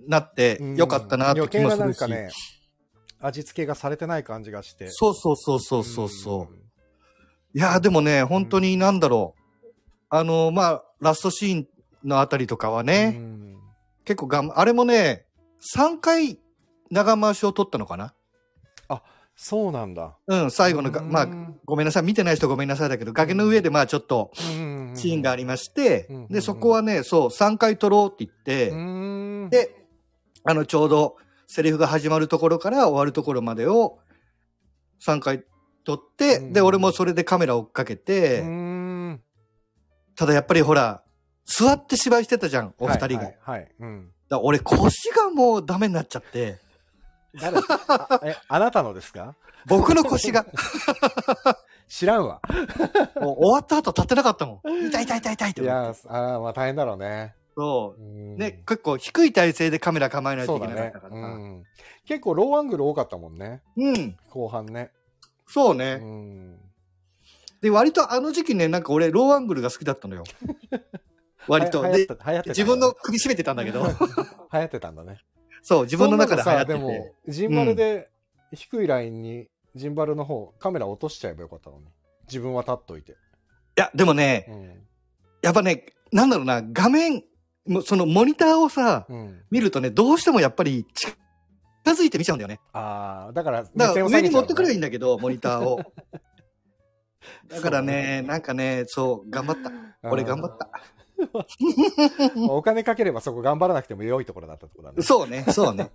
B: なってよかったなって気
A: う
B: もするし。
A: ん余計ななんかね、味付けがされてない感じがして。
B: そうそうそうそうそうそう。いやーでもね、本当になんだろう。あのーまあ、ラストシーンのあたりとかは
A: うん。
B: ね、
A: うん
B: 結構がん、あれもね、3回長回しを取ったのかな
A: そうなんだ。
B: うん、最後のが、まあ、
A: うん
B: ごめんなさい、見てない人ごめんなさいだけど、崖の上でまあちょっと、
A: うん
B: シーンがありまして、
A: うんうんうん
B: で、そこはね、そう、3回撮ろうって言って、
A: うん
B: で、あの、ちょうど、セリフが始まるところから終わるところまでを3回撮って、
A: うん
B: で、俺もそれでカメラ追っかけて、
A: うん
B: ただやっぱりほら、座って芝居してたじゃん、お二人
A: はい
B: が。
A: はいはいうん
B: だから俺腰がもうダメになっちゃって、
A: 誰 あえあなたのですか
B: 僕の 腰が、
A: 知らんわ
B: もう終わった後立てなかったもん。痛い痛い痛い痛いっ
A: い
B: て思
A: や
B: って。
A: ーあーまあ大変だろうね
B: そうう。
A: ん
B: ね、結構低い体勢でカメラ構えないと
A: そう
B: いけ
A: だ
B: なか
A: ね
B: ったか、
A: う
B: らな。
A: ん、結構ローアングル多かったもんね
B: うん。
A: 後半ね
B: そ
A: う
B: うね。
A: ん
B: で、割とあの時期ね、なんか俺、ローアングルが好きだっ たのよ。割と。
A: は流行っ
B: で
A: て、流行ってた
B: 自分の首絞めてたんだけ ど、
A: 流行ってたんだね
B: そう、自分の中で流行って
A: そんなのさ
B: て。
A: でもジンバルで低いラインにジンバルの方カメラ落としちゃえばよかったのに自分は立っといて、
B: いや、でもね
A: う、ん
B: やっぱね、なんだろうな、画面、もうそのモニターをさ、
A: うん、
B: 見るとね、どうしてもやっぱり近づいて見ちゃうんだよね。
A: ああだから
B: だから上に持ってくればいい
A: い
B: んだけど、モニターを。 だからね、
A: そう
B: なんかね、そう、頑張った。俺頑張った。
A: お金かければそこ頑張らなくても良いところだったってことだね
B: そうね、そうね。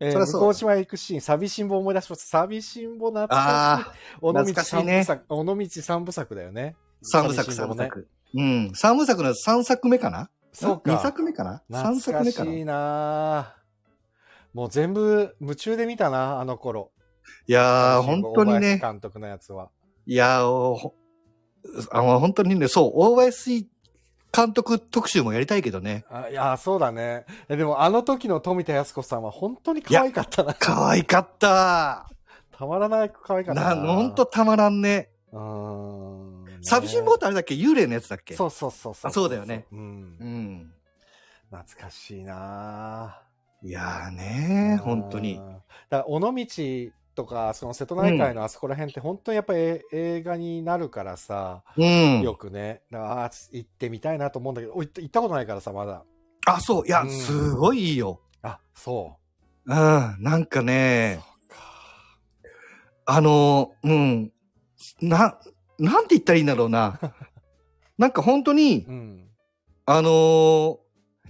A: えー
B: そりゃそう
A: 向島へ行くシーン、寂しんぼを思い出します。寂しんぼ懐か
B: ああ、
A: しい。尾道
B: 懐かしい
A: 三
B: ね
A: 部作、尾道三部作だよね。
B: 三部作、
A: 寂しん
B: 三
A: ぼ
B: 部
A: ね
B: 作。うん、三部作の三作目かな
A: そう
B: 二
A: か。
B: 作目かな三
A: 懐
B: 作
A: か
B: 目
A: し
B: かない
A: なぁもう全部夢中で見たな、あの頃。
B: いやー、
A: 寂しんぼ
B: 本当に
A: 大
B: ね
A: 林。監督のやつは。
B: いやー、おほあの本当にね、そう、大林監督特集もやりたいけどね。
A: あいや、そうだね。えでもあの時の富田靖子さんは本当に可愛かったな。
B: 可愛かった
A: たまらない可愛かった
B: な、
A: な。
B: ほんとたまらんね。
A: うーん。ね
B: 寂しんぼってあれだっけ幽霊のやつだっけ
A: そうそうそうそう。
B: あそうだよね。
A: うん
B: う。ん。
A: 懐かしいなぁ
B: いやーね、本当に
A: う。んだから尾道とかその瀬戸内海のあそこら辺って本当にやっぱりえ映画になるからさ、
B: うん
A: よ。くねだからああ行ってみたいなと思うんだけどお行った行ったことないからさまだ
B: あ、そう、いや
A: う、ん
B: すごいいいよ。
A: あそ
B: うん、なんかね、
A: うか
B: あの、うん、な、なんて言ったらいいんだろ うな。なんか本当に
A: う、ん
B: あのー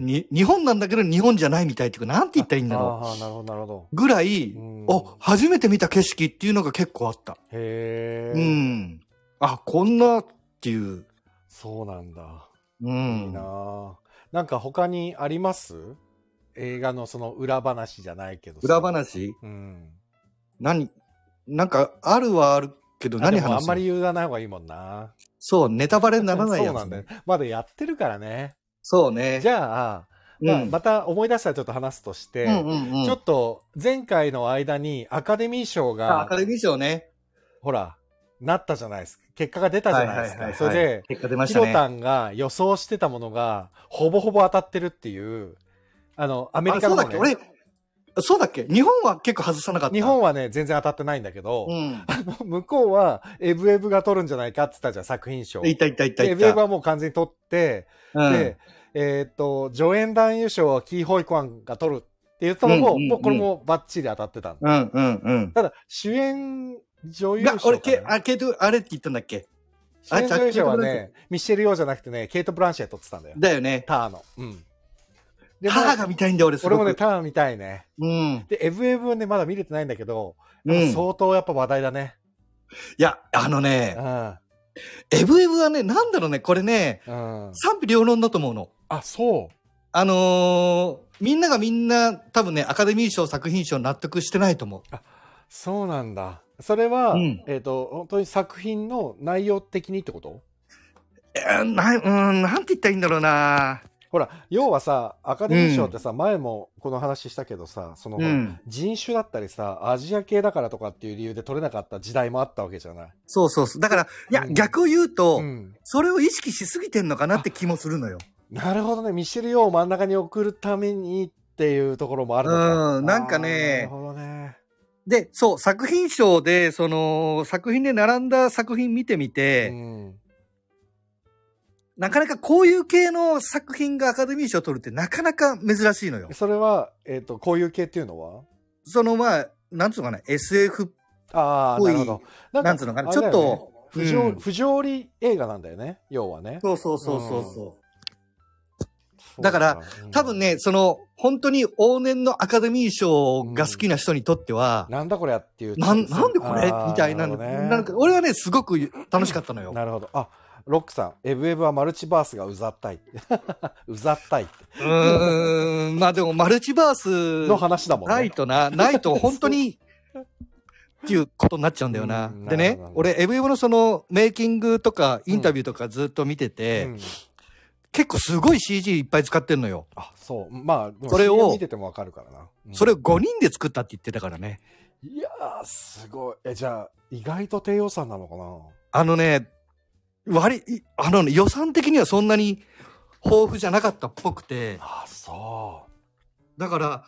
B: に、日本なんだけど日本じゃないみたいっていうか、なんて言ったらいいんだろ
A: ああなるほどなるほど
B: う。ぐらい、
A: うん
B: お、初めて見た景色っていうのが結構あった。
A: へ
B: う
A: え、
B: ん。あ、こんなっていう。
A: そうなんだ、
B: う
A: いい
B: ん。
A: なぁなんか他にあります映画のその裏話じゃないけどさ
B: 裏話
A: うん
B: 何、なんかあるはあるけど、
A: あ
B: 何
A: で
B: 話
A: も
B: す
A: あんまり言わない方がいいもんな
B: そう、ネタバレにならないやつ、
A: そうなんだよ。まだやってるからね。
B: そうね。
A: じゃあ、
B: う
A: まあ
B: ん
A: また思い出したらちょっと話すとして、
B: うんうんうん。
A: ちょっと前回の間にアカデミー賞
B: あア
A: が
B: カ、デミー賞ね。
A: ほら、なったじゃないですか。結果が出たじゃないですか。
B: はいはいはいはい
A: それ
B: 結果出
A: で、
B: まし
A: ヒ
B: た
A: ロ
B: ね。
A: タンが予想してたものが、ほぼほぼ当たってるっていう、あの、アメリ
B: あ
A: カ
B: そ
A: の
B: うだっ
A: 方
B: け
A: ね、
B: 俺、そうだっけ日本は結構外さなかった。
A: 日本はね、全然当たってないんだけど、
B: うん。
A: 向こうは、エブエブが取るんじゃないかって言ったじゃん、作品賞。
B: いたいたいた
A: でエ
B: い
A: ブエブ
B: た。
A: はもう完全に取って、
B: うん
A: で、えーっと、助演男優賞はキーホイコアンが取るって言ったのも、
B: うんうんうん
A: もうこれもバッチリ当たってたんだ。
B: うんうんうん。
A: ただ、主演女優賞
B: が、
A: か
B: 俺、
A: な、
B: け、あ、けど、あれって言ったんだっけ
A: 主演女優賞は
B: あじゃあ
A: ね、ミシェル・ヨーじゃなくてね、ケイト・ブランシェ取ってたんだよ。
B: だよね。
A: ターの。うん。で
B: 母が
A: もう
B: 見たいんだよ、俺、すご
A: 俺
B: く
A: もね、ター見たいね。
B: うん。
A: で、エブエブはね、まだ見れてないんだけど、
B: うん。
A: 相当やっぱ話題だね。
B: いや、あの
A: う
B: ね、
A: ん。
B: エブエブはね、なんだろうね、これね、
A: うん。
B: 賛否両論だと思うの。
A: あ、そう。
B: あのーみんながみんな、多分ね、アカデミー賞、作品賞納得してないと思う。
A: そうなんだ。それは、
B: うん
A: えーっ、と、本当に作品の内容的にってこと
B: えー、な、うん、なんて言ったらいいんだろうな
A: ほら、要はさ、アカデミー賞ってさ、前もこの話したけどさ、その、
B: うん。
A: 人種だったりさ、アジア系だからとかっていう理由で取れなかった時代もあったわけじゃない。
B: そうそうそう。だから、いや、
A: うん
B: 逆を言うと、
A: うん。
B: それを意識しすぎてんのかなって気もするのよ。
A: なるほどね。ミシェル・ヨーを真ん中に送るためにっていうところもあるのか。
B: うんなんかね
A: あーなるほどね。
B: で、そう、作品賞で、その、作品で並んだ作品見てみて、
A: うん。
B: なかなかこういう系の作品がアカデミー賞を取るってなかなか珍しいのよ。
A: それは、えっ、と、こういう系っていうのは
B: そのまあ、なんつうのかな、SF、
A: ああ、
B: ぽい
A: なるほど。な
B: なんつうのかな、ちょっ
A: あれだよね
B: と、
A: 不条,、
B: うん
A: 不条理映画なんだよね要はね
B: そうそうそうそうそだから
A: そう
B: う。多分ね、その、本当に往年のアカデミー賞が好きな人にとっては
A: うん、なんだこれやっていう
B: なん、なんでこれ
A: あー
B: みたいなの。
A: るほどね
B: なんか、俺はね、すごく楽しかったのよ。
A: なるほどあロックさん「エブエブはマルチバースがうざったい」 うざったいって
B: うーん、まあでも、マルチバース
A: の話だもんね
B: ないとな、ないと本当に、っていうことになっちゃうんだよな。
A: うん
B: で
A: なる
B: ね
A: ほど、
B: 俺、エブエブのその、メイキングとか、インタビューとかずっと見てて、
A: うん
B: 結構すごい CG いっぱい使ってんのよ。
A: あそうまあでも
B: それを
A: CM 見ててもわかるからな、うん
B: それを5人で作ったって言ってたからね。
A: いやーすごいえじゃあ意外と低予算なのかな
B: あのね、割り、いあのね、予算的にはそんなに豊富じゃなかったっぽくて、
A: あそ
B: だから、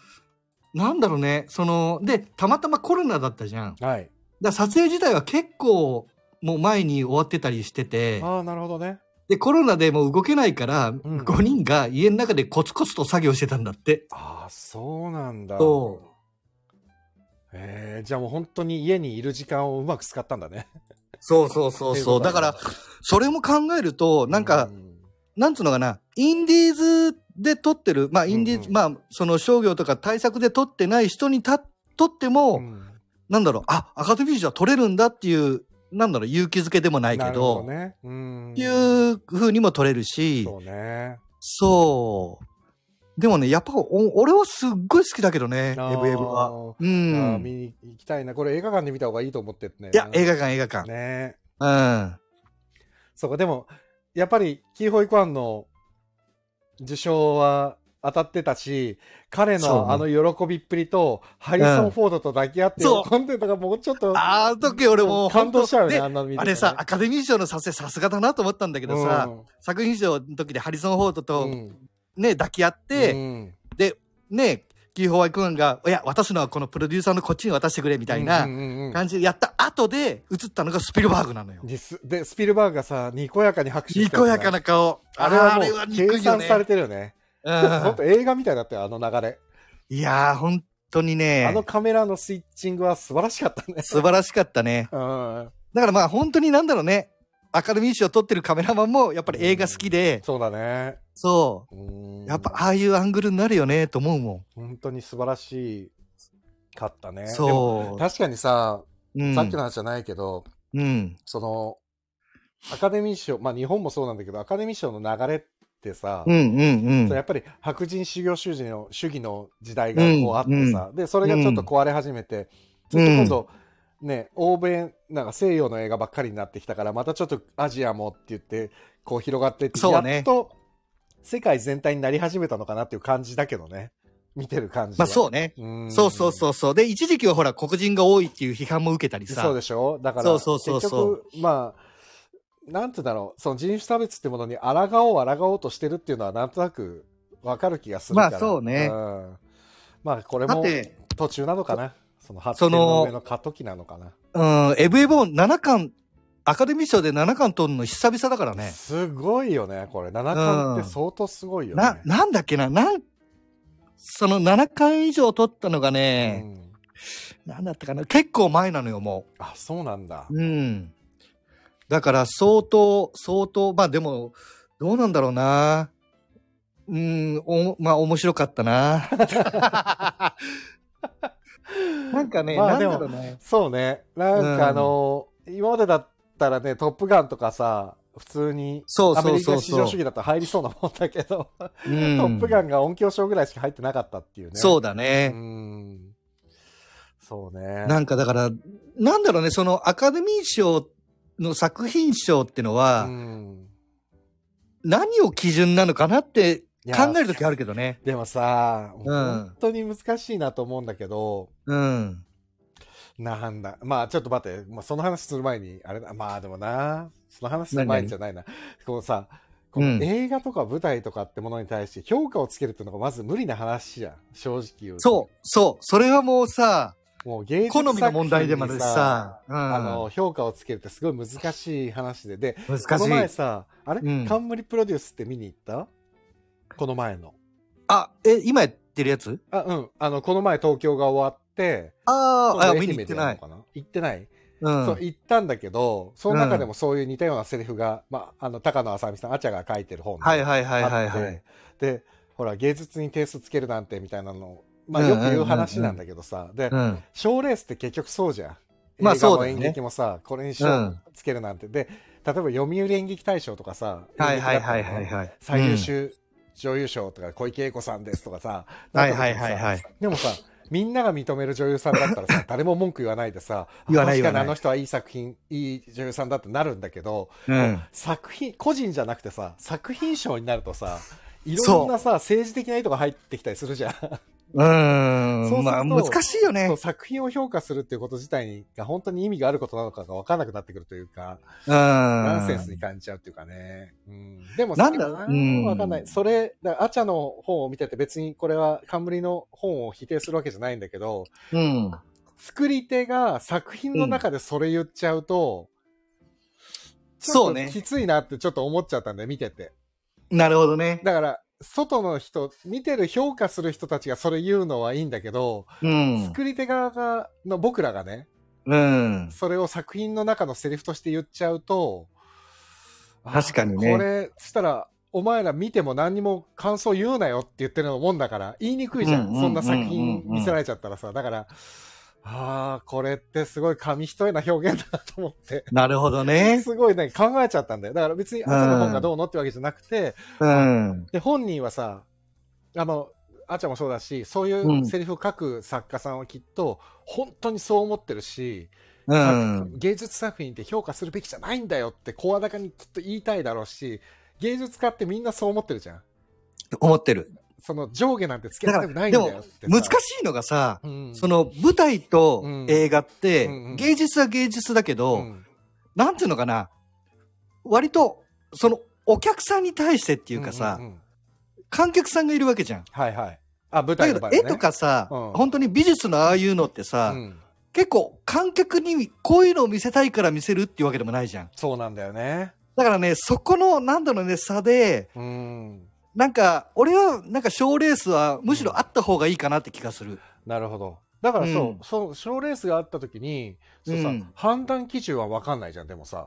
B: なんだろうね、その、で、たまたまコロナだったじゃん。だか
A: うはい
B: ら撮影自体は結構、もう前に終わってたりしてて
A: あ、ーなるほどね
B: で、コロナでもう動けないから、
A: ん
B: 5人が家の中でコツコツと作業してたんだって。
A: ああそうなんだ
B: そう
A: えー、じゃあもう本当に家にいる時間をうまく使ったんだね
B: そうそうそう
A: というこ
B: そ
A: と
B: う。
A: だ
B: だから、それも考えると、なんか、
A: うん
B: なんつうのかな、インディーズで撮ってる、まあ、インディーズ、
A: うんうん
B: まあ、その商業とか対策で撮ってない人にた撮っても、
A: うん
B: なんだろう、あ、アカデミー賞は撮れるんだっていう、なんだろう、勇気づけでもないけ
A: な
B: ど、
A: るほどねうん
B: っていう風にも撮れるし、
A: そうね
B: そう。でもね、やっぱお俺はすっごい好きだけどね、エ
A: あー
B: ブエブは。う
A: あー
B: ん。
A: 見に行きたいなこれ映画館で見た方がいいと思ってね
B: いや、映画館、映画館。
A: ね
B: うん。
A: そうかでもやっぱりキーホイクワンの受賞は当たってたし彼
B: そう
A: の
B: ね
A: あの喜びっぷりと、ハリソン・フォードと抱き合って
B: そう
A: 喜んでるのがもうちょっと
B: ああの時俺もう
A: 感動しちゃうよね
B: で
A: あんなの見て
B: あ
A: たら
B: れさ、アカデミー賞の撮影さすがだなと思ったんだけどさ、
A: うん
B: 作品賞の時でハリソン・フォードと、
A: うん
B: ね、抱き合って、
A: うん
B: ね、キーホワイ君が、いや、渡すのはこのプロデューサーのこっちに渡してくれみたいな
A: うんうんうん
B: 感じでやった後で映ったのがスピルバーグなのよ。
A: でスでスピルバーグがさにこやかに拍手
B: に
A: してる
B: こ
A: じゃ
B: や
A: ん
B: かな顔。
A: あれはもう計
B: いよ
A: 算
B: ね
A: されてるよね
B: う
A: 本当映画みたいだったよあの流れ、
B: ん。いやー、本当に
A: あ
B: ね
A: の、カメラのスイッチングは素晴らしかった ね
B: 素晴らしかったね。
A: うん
B: だからまあ本当になんだろうね。アカデミー賞を取ってるカメラマンもやっぱり映画好きで、
A: そうだね
B: そうう。
A: ん
B: やっぱああいうアングルになるよね、と思うも
A: 本当に素晴らしかったね
B: ん。
A: でも
B: そ
A: 確かにさ、
B: う。うん
A: さっきの話じゃないけど、
B: うん。
A: その、アカデミー賞、まあ日本もそうなんだけど、アカデミー賞の流れってさ、
B: うんうん
A: そううや
B: ん。
A: っぱり白人主義主義の主義の時代が
B: うん
A: こうあってさ、で、それがちょっと壊れ始めて、
B: うん
A: ちょっと今度、ね、欧米、なんか西洋の映画ばっかりになってきたから、またちょっとアジアもって言って、こう広がってって、
B: そうね
A: やっと世界全体になり始めたのかなっていう感じだけどね。見てる感じは。
B: まあそうね。
A: うん
B: そうそうそうそう。で、一時期はほら、黒人が多いっていう批判も受けたりさ。
A: そうでしょだから、
B: そうそうそうそう
A: 結局、まあ、なんて言うんだろう、その人種差別ってものに抗おう、抗おうとしてるっていうのは、なんとなくわかる気がするから。
B: まあそうね
A: んまあ、これ
B: だっ
A: も
B: て、
A: 途中なのかな。その発
B: そ
A: 展
B: の
A: の上の過渡期なのかな。
B: うん、エブエブを7巻、アカデミー賞で7巻取るの久々だからね。
A: すごいよね、これ。七冠って相当すごいよね。
B: な、なんだっけな、なん、その7巻以上取ったのがね、
A: うん
B: なんだったかな、結構前なのよ、も
A: あ、そうなんだ。
B: う。うん。だから相当、相当、まあでも、どうなんだろうな。うん、お、まあ面白かっ たな。なんかね、
A: まあ
B: なん
A: で
B: だ
A: も
B: ろうね。
A: そうね。なんかあの、今までだったらね、トップガンとかさ、普通に、
B: そう
A: アメ
B: そう
A: リ
B: そ
A: カ
B: う
A: 至上
B: そう
A: 主。義だったら入りそうなもんだけど。
B: うん
A: トップガンが音響賞ぐらいしか入ってなかったっていうね。
B: そううだね
A: う。ん。そうね。
B: なんかだから、なんだろうね、そのアカデミー賞の作品賞っての
A: う
B: は、
A: ん
B: 何を基準なのかなって
A: いや
B: 考えるときあるけどね。
A: でもさ、
B: ん
A: 本当に難しいなと思うんだけど、
B: うん。
A: なんだ。まあちょっと待って、まあ、その話する前に、あれだ、まあでもな、その話する前にじゃないな。こうさ、こ
B: うん
A: の映画とか舞台とかってものに対して評価をつけるっていうのがまず無理な話じゃん。正直言うと。
B: そう、そう、それはもうさ、
A: う。もう芸術
B: 好
A: 作品
B: み
A: に
B: の問題でもあるしさ、うん、
A: あの、評価をつけるってすごい難しい話で。で、
B: 難し
A: この前
B: い。
A: さ、あれ、
B: うん
A: 冠プロデュースって見に行ったこの前の。
B: あ、え、今やってるやつ
A: あ、うん。あの、この前東京が終わって、
B: あーあ、
A: 今度
B: 見に
A: 愛媛
B: 行って
A: でや
B: な
A: る
B: い
A: の。かな行ってない
B: うん
A: そう言ったんだけど、その中でもそういう似たようなセリフが、まあ、あの、高野浅美さん、あちゃが書いてる本に
B: はいはいはいはい
A: あ
B: は
A: っ
B: い
A: て。、で、ほら、芸術に点数つけるなんてみたいなの、まあ、
B: うんう
A: よ
B: んうん
A: く言う話なんだけどさ、で
B: う、ん。
A: 賞レースって結局そうじゃん。
B: まあ
A: 映画
B: そう
A: も
B: だよ
A: 演
B: ね
A: 劇もさ、これに
B: う
A: 賞
B: ん
A: つけるなんて。で、例えば読売演劇大賞とかさ、
B: はいはいはいはいはい。
A: 最優秀女優賞とか小池栄子さんですとかさ、
B: うん。は
A: ないんか
B: はいはいはい。
A: でもさ、みんなが認める女優さんだったらさ、誰も文句言わないでさ、
B: 言わない
A: 確か
B: 言わな
A: に
B: い
A: あの人はいい作品、いい女優さんだってなるんだけど、
B: うん。
A: 作品、個人じゃなくてさ、作品賞になるとさ、い
B: そ
A: ろ
B: うん
A: なさ、政治的な意図が入ってきたりするじゃん。そうすると
B: うん。まあ難しいよね
A: そう。作品を評価するっていうこと自体が本当に意味があることなのかが分からなくなってくるというか、
B: うん。
A: ナンセンスに感じちゃうっていうかね。うん、でも
B: なんだ
A: それは
B: うん
A: わかんない。それ、だからアチャの本を見てて別にこれは冠の本を否定するわけじゃないんだけど、
B: うん。
A: 作り手が作品の中でそれ言っちゃうと、ちょ
B: そう
A: っと
B: ね。
A: きついなってちょっと思っちゃったんで見てて。
B: なるほどね。
A: だから、外の人、見てる評価する人たちがそれ言うのはいいんだけど、
B: うん。
A: 作り手側が、の僕らがね、
B: うん。
A: それを作品の中のセリフとして言っちゃうと、
B: 確かにね
A: あこれ、したら、お前ら見ても何にも感想言うなよって言ってるのもんだから、言いにくいじゃ
B: うんう
A: ん。
B: んうんうん
A: そんな作品見せられちゃったらさ。だから、ああ、これってすごい紙一重な表現だなと思って、
B: なるほどね。
A: すごいね、考えちゃったんだよ。だから別に朝の本がどうのってわけじゃなくて、
B: うん。
A: で、本人はさ、あの、あちゃんもそうだし、そういうセリフを書く作家さんはきっと、本当にそう思ってるし、
B: うん。
A: 芸術作品って評価するべきじゃないんだよって声高にきっと言いたいだろうし芸術家ってみんなそう思ってるじゃん
B: 思ってる。
A: その上下なんてつけたくないん
B: で
A: だ
B: も
A: よってさ
B: 難しいのがさ、
A: うん
B: その舞台と映画って
A: うんうん
B: 芸術は芸術だけ
A: う
B: ど、
A: ん
B: なんていうのかな、割とそのお客さんに対してっていうかさ
A: ん、んん
B: 観客さんがいるわけじゃん。
A: はいはいあ舞
B: だ
A: 台
B: け
A: の場
B: ど
A: 合、ね、
B: 絵とかさ、
A: うん
B: 本当に美術のああいうのってさ、
A: うん
B: 結構観客にこういうのを見せたいから見せるっていうわけでもないじゃん。
A: そうなんだよね
B: だからね、そこの、なんだろうね、差で、
A: うん
B: なんか、俺は、なんか賞レースはむしろあった方がいいかなって気がする。
A: なるほどだからそう、
B: うん
A: そう賞レースがあった時にそうさ、
B: うん
A: 判断基準は分かんないじゃんでもさ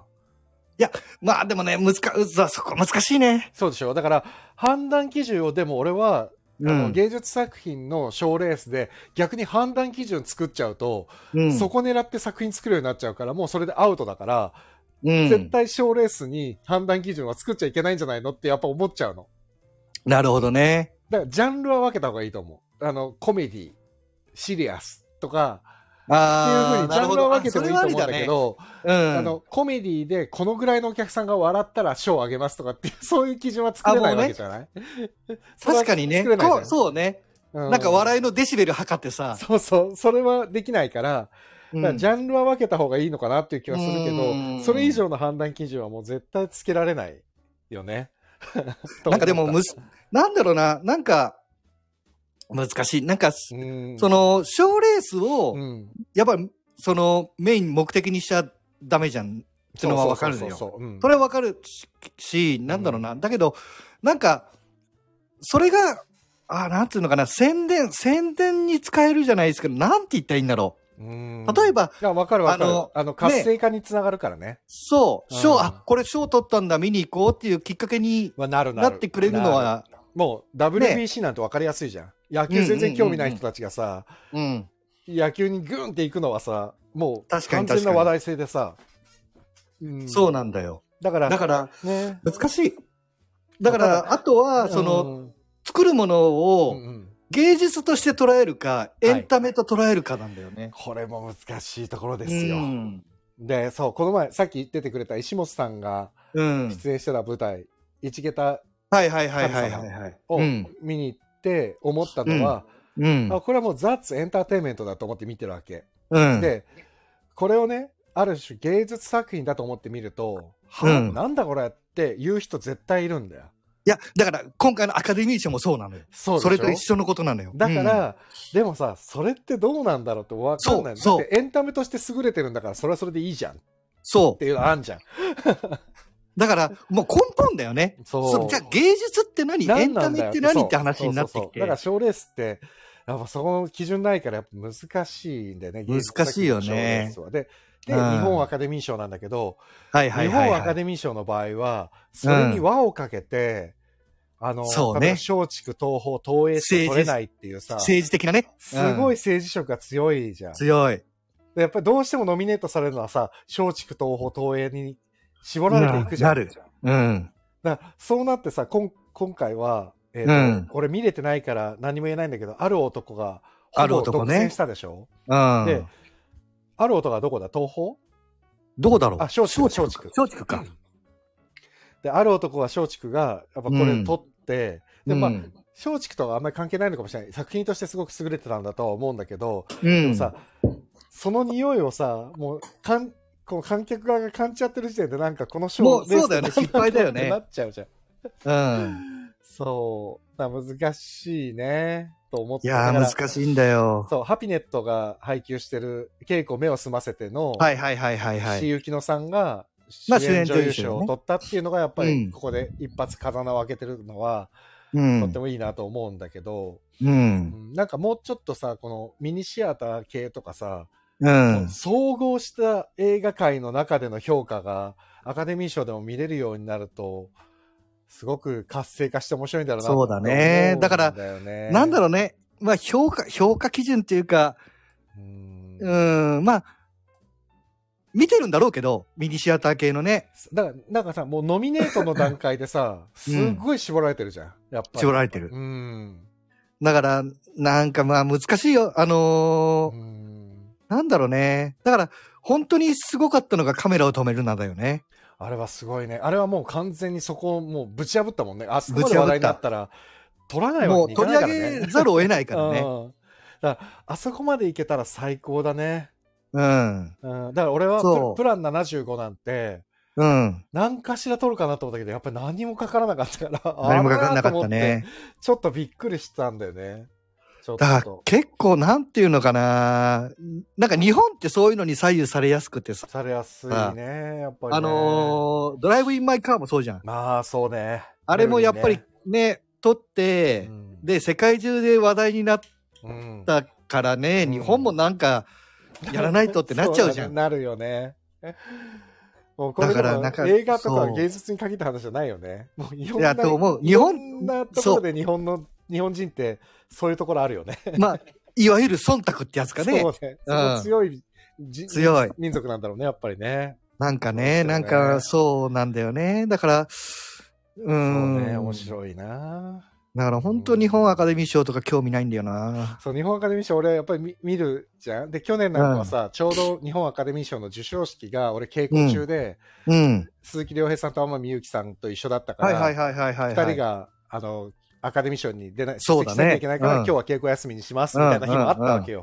B: まあでもね、難か、うざ、そこ難しいね。
A: そうでしょだから判断基準をでも俺はあの、
B: うん
A: 芸術作品の賞レースで逆に判断基準作っちゃうと、
B: うん
A: そこ狙って作品作るようになっちゃうからもうそれでアウトだから、
B: うん
A: 絶対賞レースに判断基準は作っちゃいけないんじゃないのってやっぱ思っちゃうの
B: なるほどね。
A: だからジャンルは分けた方がいいと思うあのコメディシリアスとかっていうふう
B: あ
A: に
B: あ、
A: ジ
B: なる
A: ャ
B: ほ
A: ンルは
B: ど。
A: 分けてもいいと思うんだけ
B: あ
A: ど
B: それはありだね、
A: あ
B: うん。
A: のコメディでこのぐらいのお客さんが笑ったら賞をあげますとかっていうそういう基準は作れないわけじゃない、それは
B: 確かにね
A: 作れないじゃ
B: こ
A: ん
B: う、そうね。
A: う
B: なんか笑いのデシベル測ってさ。
A: そうそう、それはできないから、だからジ
B: ゃ
A: ャンルは分けた方がいいのかなっていう気はするけ
B: うん
A: ど、それ以上の判断基準はもう絶対つけられないよね。
B: なんかでも
A: と思
B: む
A: っ
B: す、なんだろうな、なんか、難しい。なんか、
A: た、うん
B: そ、の、賞レースを
A: う、ん、
B: やっぱ、その、メイン目的にしちゃダメじゃん。ってのは分かるのよ
A: そうそうそうそううん
B: それはわかるしし、なんだろうな。だけど、なんか、それが、あーなんていうのかな、宣伝、宣伝に使えるじゃないですけど、なんて言ったらいいんだろ
A: うん
B: う。例えば、
A: いや、分かる分かる。
B: あ
A: あ
B: の
A: の、活性化につながるからね。
B: そう、
A: うん
B: 賞、あ、これ賞取ったんだ、見に行こうっていうきっかけに
A: まあ、なるな
B: な
A: る。
B: ってくれるの
A: な
B: は、
A: もう WBC なんて分かりやすいじゃん。野球全然興味ない人たちがさ、
B: うん、
A: 野球にグーンって行くのはさ、もう
B: 確かに
A: 完全な話題性でさ、うん
B: そうなんだよ。
A: だから、
B: だから、
A: ね。
B: 難しい。だから、あとは、その、作るもの
A: うん、
B: を
A: うんうん
B: 芸術として捉えるか、
A: い
B: エンタメと捉えるかなんだよね。
A: これも難しいところですよ。
B: うん。
A: で、そう、この前、さっき言っててくれた石本さんが
B: うん。
A: 出演してた舞台、一桁
B: はいはいはい
A: 神
B: はい
A: 様
B: はい。
A: を
B: うん
A: 見に行って思ったのは、
B: うん。
A: あこれはもうザッツエンターテインメントだと思って見てるわけ。
B: うん。
A: で、これをね、ある種芸術作品だと思って見ると、は
B: うん
A: なんだこれって言う人絶対いるんだよ。
B: いや、だから今回のアカデミー賞もそうなのよ。
A: そう
B: そ
A: でしょ
B: れと一緒のことなのよ。
A: だから、でもさ、それってどうなんだろうってわかんない。
B: そうそう
A: だってエンタメとして優れてるんだから、それはそれでいいじゃんっ
B: うん、そ
A: ていうのあんじゃん。
B: う。だから、もう根本だよね。
A: そう
B: そうじゃあ芸術って何エ
A: 何
B: ン
A: な
B: タ
A: ん
B: メ
A: だよ
B: って何
A: そう
B: って話になって
A: そうそ
B: き
A: うそう
B: て
A: だか。ら賞レースって、やっぱそこの基準ないからやっぱ難しいんだよね。
B: 難しいよ
A: 芸術作品の
B: ね
A: 賞レースはで、で、
B: うん
A: 日本アカデミー賞なんだけど、
B: はいはい
A: 日
B: はい、
A: 本
B: は
A: ア
B: い。
A: カデミー賞の場合は、それに輪をかけて、あの、
B: そうね
A: 例えば松竹、東宝、東映しか取れないっていうさ、
B: 政治的なね。
A: すごい政治色が強いじゃん。
B: 強い。
A: でやっぱりどうしてもノミネートされるのはさ、松竹、東宝、東映に絞られていくじゃん。
B: なるうん。
A: だからそうなってさ、こん今回は、えーと
B: うん
A: 俺見れてないから何も言えないんだけど、ある男が、
B: ある男
A: ほぼ
B: ね
A: 独占したでしょ
B: うん。
A: である男がどこだ東宝
B: どこだろう
A: あ松竹松竹
B: 松竹か。
A: で、ある男は松竹が、やっぱこれ取って、で、まあ、
B: うん
A: 松竹とはあんまり関係ないのかもしれない。作品としてすごく優れてたんだとは思うんだけど、
B: う
A: でも
B: ん。
A: さ、その匂いをさ、もう、かん、こう観客側が感じちゃってる時点でなんかこの賞
B: もうそうだよね
A: レースって
B: 失敗だよね
A: ってなっちゃうじゃん。
B: うん。
A: そう。だから難しいね、と思っ
B: い
A: て。
B: や
A: だから
B: ー、難しいんだよ。
A: そう、ハピネットが配給してる、稽古目を澄ませての、
B: はいはいはいはいは
A: 岸
B: い。
A: 由紀乃さんが
B: まあ
A: 主演女優
B: 主演女優賞
A: 賞
B: ね
A: を取ったっていうのがやっぱ
B: うん
A: りここで一発風穴を開けてるのは
B: う
A: とって
B: ん。
A: もいいなと思うんだけど、
B: うん。
A: うんなんかもうちょっとさこのミニシアター系とかさ、
B: うん。
A: 総合した映画界の中での評価がアカデミー賞でも見れるようになるとすごく活性化して面白いんだろうな
B: そうだねだからなんだ
A: ろ
B: ろうね。まあ、評価、評価基準っていうか、
A: うん
B: うーん、まあ、見てるんだろうけど、ミニシアター系のね、
A: だからなんかさもうノミネートの段階で さすっごい絞られてるじゃんやっぱり
B: 絞られてる。
A: うん
B: だから、なんかまあ難しいよ。あのー
A: うん
B: なんだろうね。だから、本当にすごかったのがカメラを止めるなんだよね。
A: あれはすごいね。あれはもう完全にそこをもうぶち破ったもんね。あそこま
B: ぶち
A: で
B: 破
A: 話
B: った
A: 題になったら、取らないわ
B: も
A: けに
B: う
A: いか
B: 取
A: な
B: り
A: いからね。
B: 上げざるを得ないから
A: う
B: ね。
A: んだからあそこまでいけたら最高だね。
B: うん。
A: うん、だから俺は
B: そう
A: ププラン75なんて、
B: うん。
A: 何かしら取るかなと思ったけど、やっぱり何もかからなかったから、
B: 何もかかんなか
A: あらー
B: った
A: と思
B: ね
A: て。。ちょっとびっくりしたんだよね。ちょっ
B: だから
A: と。
B: 結構なんていうのかな。なんか日本ってそういうのに左右されやすくてさ。
A: されやすいね、
B: あ
A: やっぱり、ね。
B: あのードライブインマイカーもそうじゃん。
A: まあそうね。
B: あれもやっぱり
A: ね
B: ね、撮って、
A: うん
B: で、世界中で話題になっ
A: うん
B: たからね、
A: うん
B: 日本もなんか、やらないとってなっちゃうじゃ
A: そ
B: ん。
A: ななるよね。もうこれ
B: だ
A: だ
B: か
A: からら
B: なんか
A: 映画とか
B: そう
A: 芸術に限った話じゃないよね。もういろ
B: い
A: ん
B: や、
A: な、
B: と思う。
A: い
B: 日
A: ろ
B: 本、
A: んなところで日本の、日本人ってそういうところあるよね。
B: まあ、いわゆる忖度ってやつかね
A: そ。うね。その強いじ、
B: 強い
A: 民族なんだろうね、やっぱりね。
B: なんか
A: そ
B: ね、
A: う
B: な
A: だよ
B: ん
A: ね
B: かそうなんだよね。だから、うー
A: そうね、
B: ん。
A: 面白いな
B: だから本当日本アカデミー賞とか興味ないんだよな。
A: そう、日本アカデミー賞俺やっぱり見見るじゃん。で、去年なんかはさ、ちょうど日本アカデミー賞の授賞式が俺稽古中で、
B: うん。
A: 鈴木亮平さんと天海祐希さんと一緒だったから、
B: はいはいはいはいはい、
A: 二
B: はい。
A: 人が、あの、アカデミー賞に出ない、出
B: そう
A: 席
B: だ
A: し
B: ね
A: なきゃいけないから、
B: うん
A: 今日は稽古休みにします、みたいな日もあったわけよ。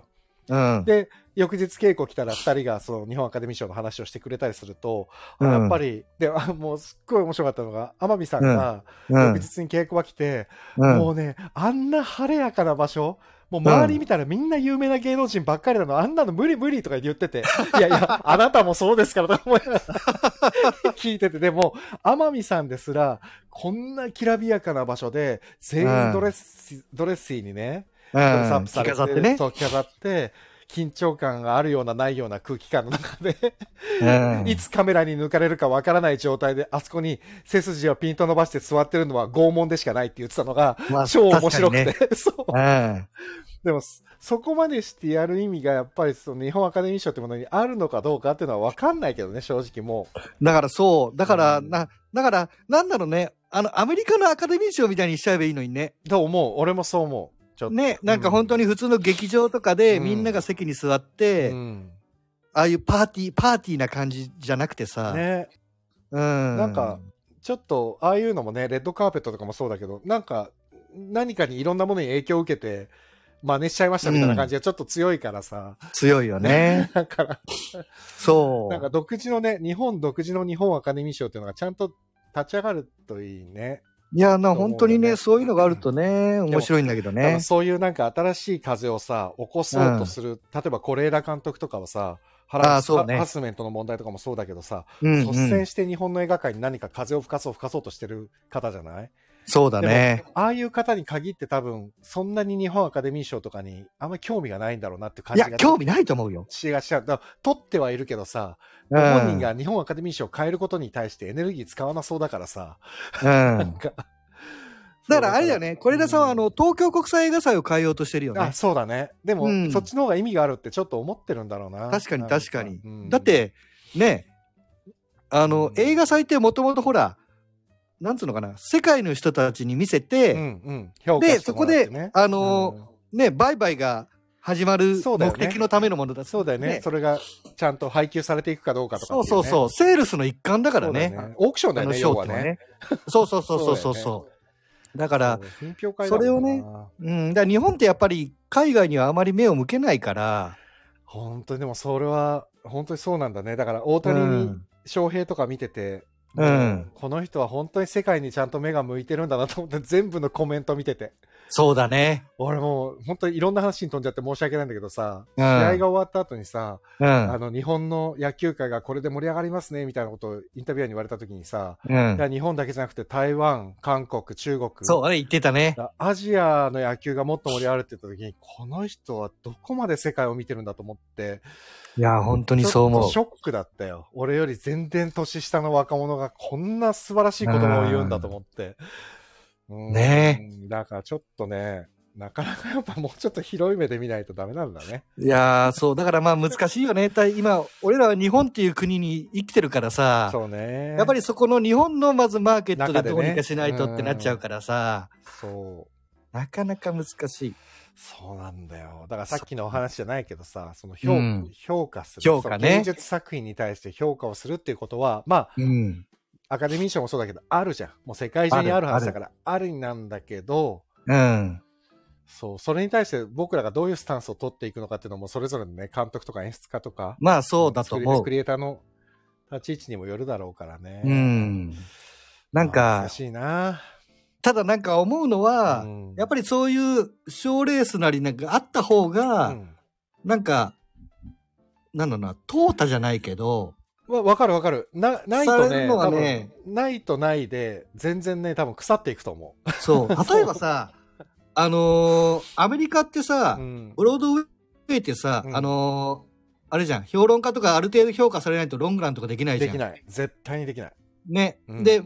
B: が、
A: で、翌日稽古来たら、二人がその日本アカデミー賞の話をしてくれたりすると、あ
B: うん
A: やっぱり、で、あもうすっごい面白かったのが、天海さんが、
B: うん。
A: 翌日に稽古が来て、
B: うん。
A: もうね、あんな晴れやかな場所、もう周り見たらみんな有名な芸能人ばっかりなの、あんなの無理無理とか言ってて、 いやいや、あなたもそうですから とか思いながら聞いてて、でも、天海さんですら、こんなきらびやかな場所で、全員ドレッシ、ドレッシーにね、
B: うん
A: ドレスアップされて、
B: 着飾ってね。
A: そう着飾って、緊張感があるようなないような空気感の中で、
B: うん
A: いつカメラに抜かれるかわからない状態で、あそこに背筋をピンと伸ばして座ってるのは拷問でしかないって言ってたのが、
B: まあ
A: 超面白くて、
B: 確
A: そう。
B: かにね
A: でも、そそこまでしてやる意味が、やっぱりその日本アカデミー賞ってものにあるのかどうかっていうのは分かんないけどね、正直もう。
B: うん。だからそう、だから、
A: うん
B: な、だから、なんだろうね、あの、アメリカのアカデミー賞みたいにしちゃえばいいのにね。
A: と思う。俺もそう思う。ちょっと。
B: ね、なんか本当に普通の劇場とかで、
A: うん
B: みんなが席に座って、
A: うん
B: ああいうパーティー、パーティーな感じじゃなくてさ、
A: ね、
B: うん。
A: なんか、ちょっと、ああいうのもね、レッドカーペットとかもそうだけど、なんか、何かにいろんなものに影響を受けて、真似しちゃいましたみたいな感じがちょっと強いからさ、
B: 強いよね。
A: だから、
B: そ
A: なんか
B: う。
A: 独自のね、日本独自の日本アカデミー賞っていうのがちゃんと立ち上がるといいね。
B: いや、な、本当にね、
A: ね
B: そういうのがあるとね、面白いんだけど
A: だから
B: ね。
A: そういうなんか新しい風をさ、起こそうとする、例えば是枝監督とかはさ、ハラ
B: あーそうね
A: ハハラスメントの問題とかもそうだけどさ、
B: うんう
A: 率
B: ん
A: 先して日本の映画界に何か風を吹かそう吹かそうとしてる方じゃない
B: そうだね
A: で。もああいう方に限って多分、そんなに日本アカデミー賞とかにあんまり興味がないんだろうなって感
B: い
A: じが。
B: や、興味ないと思うよ。
A: しがしちゃう。だから取ってはいるけどさ、
B: うん。
A: ご本人が日本アカデミー賞を変えることに対してエネルギー使わなそうだからさ。
B: うん。だからあれだよね、是枝さんはあ
A: う
B: の東京国際映画祭を変えようとしてるよね
A: あ、。そうだね。でも、
B: うん
A: そっちの方が意味があるってちょっと思ってるんだろうな。
B: 確かに確かに
A: なんうん
B: だって、ね、あの、映画祭ってもともとほら、なんつうのかな、世界の人たちに見せ
A: う
B: て、
A: んうん、評価
B: で、
A: して
B: そ
A: も
B: こ
A: らって
B: で
A: ね、
B: あの、ね、売買が始まる
A: そうだよ
B: 目
A: ね
B: 的のためのものだ
A: そうだよねそれがちゃんと配給されていくかどうかとかってい
B: そう
A: ね、
B: そうそう、セールスの一環だから
A: そう
B: ね
A: だ。オークションだ
B: あ
A: よ
B: の
A: ね、
B: シ
A: 要
B: ョーっ
A: は
B: てのは
A: ね。
B: ね。そうそうそうそうそう
A: そ
B: そう。だから、
A: そう品評会だもんな
B: それをねうん、だから日本ってやっぱり海外にはあまり目を向けないから、
A: 本当にでもそれは、本当にそうなんだね。だから大
B: う
A: 谷
B: ん
A: 翔平とか見てて、
B: うん
A: この人は本当に世界にちゃんと目が向いてるんだなと思って、 全部のコメント見てて。
B: そうだね。
A: 俺もう本当にいろんな話に飛んじゃって申し訳ないんだけどさ、
B: う
A: 試
B: ん
A: 合が終わった後にさ、
B: う
A: あ
B: ん。
A: の日本の野球界がこれで盛り上がりますねみたいなことをインタビュアーに言われた時にさ、
B: うん
A: いや日本だけじゃなくて台湾、韓国、中国、
B: そう、あれ言ってたね。
A: だアジアの野球がもっと盛り上がるって言った時に、この人はどこまで世界を見てるんだと思って、
B: いや、本当にそう
A: ち
B: 思
A: ょっ
B: う
A: と。ショックだったよ。俺より全然年下の若者がこんな素晴らしい言葉を言うんだと思って。うん
B: ね
A: だからちょっとね、なかなかやっぱもうちょっと広い目で見ないとダメなんだね。
B: いやー、そう、だからまあ難しいよね。だ今、俺らは日本っていう国に生きてるからさ、
A: そうね。
B: やっぱりそこの日本のまずマーケット
A: 中
B: で
A: でね
B: どうにかしないとってなっちゃうからさ、
A: そう。
B: なかなか難しい。
A: そうなんだよ。だからさっきのお話じゃないけどさ、その評,、
B: うん
A: 評価する。
B: 評価ね
A: その芸術作品に対して評価をするっていうことは、ま
B: うん。
A: あ、アカデミー賞もそうだけど、あるじゃん。もう世界中にある
B: ある
A: 話だから、あるになんだけど、
B: うん。
A: そう、それに対して僕らがどういうスタンスを取っていくのかっていうのも、それぞれのね、監督とか演出家とか、
B: まあそうだと思
A: ク
B: う。
A: リエイターの立ち位置にもよるだろうからね。
B: うん。
A: ま
B: なん
A: あ
B: か
A: 難、しいな。
B: ただなんか思うのは、やっぱりそういう賞レースなりなんかあった方が、
A: りうん
B: なんか、なんだろうな、淘汰じゃないけど、
A: わ、わかるわかる。な、ないと
B: され
A: ね
B: るのはね
A: 多分ないとないで、全然ね、多分腐っていくと思
B: そう、 例えばさ、あのーアメリカってさ、
A: う。うん
B: ブロードウェイってさ、
A: うん
B: あのーあれじゃん、評論家とかある程度評価されないとロングランとかできないじゃ
A: で
B: ん。
A: きない。絶対にできない。
B: ね。
A: うん
B: で、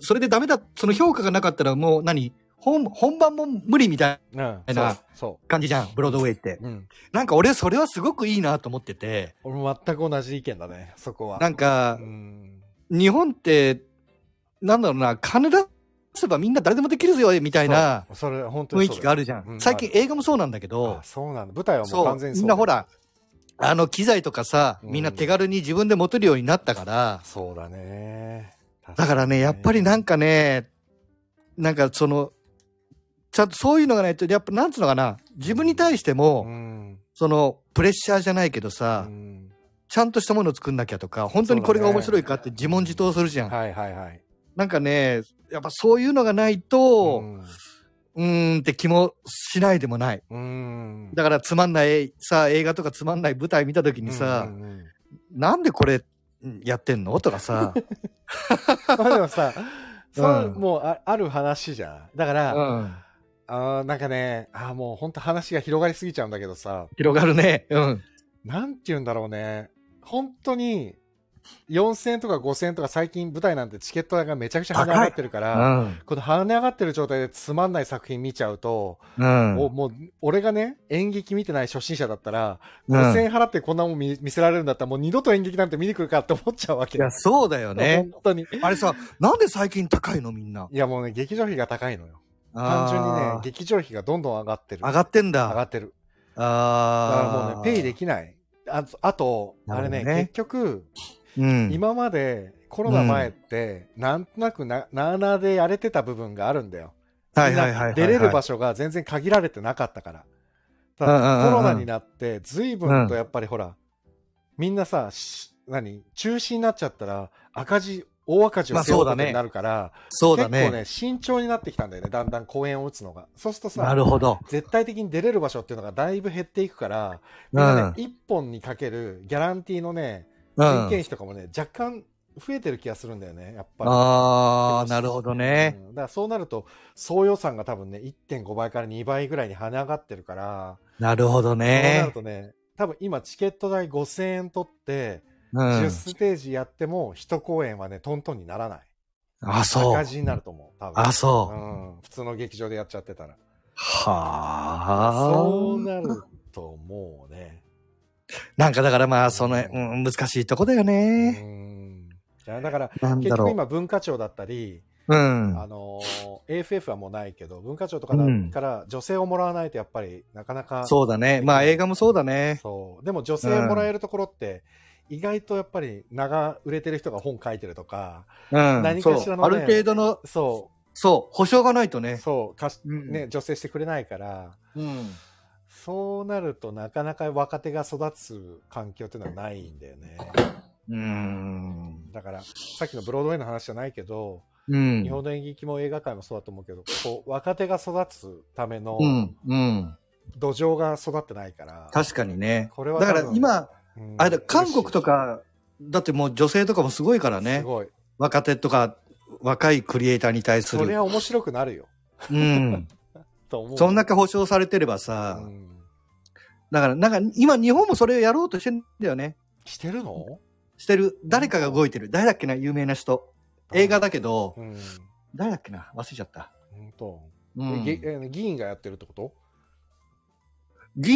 B: それでダメだ、その評価がなかったらもう何本、本番も無理みたいな
A: うん。
B: え
A: そう
B: な。
A: そ
B: 感じじゃん、ブロードウェイって。
A: う。うん。
B: なんか俺それはすごくいいなと思ってて、
A: 俺も全く同じ意見だね、そこは。
B: なんか
A: う、ん。
B: 日本って、なんだろうな、金出せばみんな誰でもできるぞよ、みたいな
A: そうそれ、本当
B: 雰
A: に
B: 囲
A: そう
B: 気
A: だよ。
B: があるじゃん。
A: うん
B: 最近映画もそうなんだけど
A: あ、そうなんだ。舞台はもう
B: そ
A: 完全
B: う、
A: にそ
B: み
A: うんだよ
B: なほ。ら、あの、機材とかさ、
A: うん
B: みんな手軽に自分で持てるようになったから、
A: そうだね。
B: だからね、やっぱりなん
A: か
B: かね、なんかその、ちゃんとそういうのがないと、やっぱなんつうのかな、自分に対しても、
A: うん。
B: その、プレッシャーじゃないけど
A: う
B: さ、
A: ん。
B: ちゃんとしたものを作んなきゃとか、本当にこれが面白いかって自問自答するじゃん。
A: はいはいはい。
B: なんかね、やっぱそういうのがないと、
A: うん
B: うーんって気もしないでもない。
A: うん。
B: だからつまんないさ、映画とかつまんない舞台見た時にさ
A: う、んうんうん
B: なんでこれやってんのとか さ、
A: まあでも さ、そううんもうあある話じゃん。だから、
B: うん
A: あーなんかね、あーもう本当話が広がりすぎちゃうんだけどさ、
B: 広がるね。うん。
A: なんて言うんだろうね。本当に、4000円とか5000円とか最近舞台なんてチケット代がめちゃくちゃ跳ね上がってるか
B: う
A: ら、
B: ん。
A: この跳ね上がってる状態でつまんない作品見ちゃうと、
B: うん。
A: おもう、俺がね、演劇見てない初心者だったら、
B: うん
A: 5000円払ってこんなもん見見せられるんだったら、もう二度と演劇なんて見に来るかって思っちゃうわけ。
B: いや、そうだよね。
A: 本当に。
B: あれさ、なんで最近高いのみんな。
A: いやもうね、劇場費が高いのよ。単
B: 単
A: 純にね、劇場費がどんどん上がってる。
B: 上がってん
A: 上が
B: だ。
A: ってる。だから
B: ああ。
A: もうね、ペイできない。あと、あとあ
B: なる
A: れ
B: ほどね
A: ね、結局、
B: うん。
A: 今までコロナ前って、なんとなくな、なあなあでやれてた部分があるんだよ。
B: はいはいはいはいはい。
A: 出れる場所が全然限られてなかったから。ただ
B: うんうんうんうん
A: コロナになって、随分とやっぱりほら、みんなさ、し何中止になっちゃったら赤字大赤字を
B: まあ
A: 背負
B: そう
A: こ
B: うだ
A: と
B: ね
A: になるから、
B: そうだ
A: 結
B: ね
A: 構ね、慎重になってきたんだよね、だんだん公演を打つのが。そうすると
B: な
A: さ、
B: るほど。
A: 絶対的に出れる場所っていうのがだいぶ減っていくから、
B: う
A: みんなね
B: ん。
A: 一本にかけるギャランティーのね、
B: う
A: 人件
B: ん。
A: 費とかもね、若干増えてる気がするんだよね、やっぱり。
B: ああ、なるほどね。
A: うんだからそうなると、総予算が多分ね、1.5倍から2倍ぐらいに跳ね上がってるから、
B: なるほど
A: そうな
B: ね
A: る。とね、多分今チケット代5000円取って、
B: うん
A: 10。ステージやっても、1公演はね、トントンにならない。
B: あ、そ
A: 赤
B: う。
A: 字になると思う、多分。
B: あ、そうう。
A: ん、普通の劇場でやっちゃってたら。そ
B: は
A: う
B: あ。
A: なるともうね。
B: なんかだからまあ、その、うん、難しいとこだよね。
A: うん。いやだから、
B: なん
A: 結
B: だ
A: 局
B: ろ
A: 今文化庁だったり、
B: う。うん。
A: あのー AFF はもうないけど、文化庁とかだ
B: うん
A: から女性をもらわないとやっぱりなかなか、
B: そうだね。まあ映画もそうだね。
A: そう。でも女性もらえるところって、意外とやっぱり名が売れてる人が本書いてるとか、
B: うん。
A: 何かしらのね
B: そうある程度の、
A: そ
B: そう、保証がないと
A: う、
B: ね。
A: そう、かし
B: うん
A: ね、女性してくれないから、
B: うん。
A: そうなるとなかなか若手が育つ環境っていうのはないんだよね。
B: うん。
A: だから、さっきのブロードウェイの話じゃないけど、
B: うん。
A: 日本の演劇も映画界もそうだと思うけど、こう、若手が育つための
B: うん。うん。
A: 土壌が育ってないから、
B: 確かにね。
A: これは
B: だから
A: 多分
B: 今、
A: うん
B: あれ、韓国と、か、だってもう女性とかもすごいから
A: す
B: ね。
A: ごい。
B: 若手とか、若いクリエイターに対す
A: それ
B: る。
A: は面白くなるよ。
B: うん。
A: と思う。
B: そんだけ保証されてればさ、
A: うん
B: だから、なんか今日本もそれをやろうとしてんだよね。
A: してるの
B: してる。誰かが動いてる。誰だっけな、有名な人。映画だけど、
A: うん。
B: 誰だっけな、忘れちゃった。
A: 本当。
B: う
A: え
B: ん、
A: げえ議員がやってるってこと
B: 議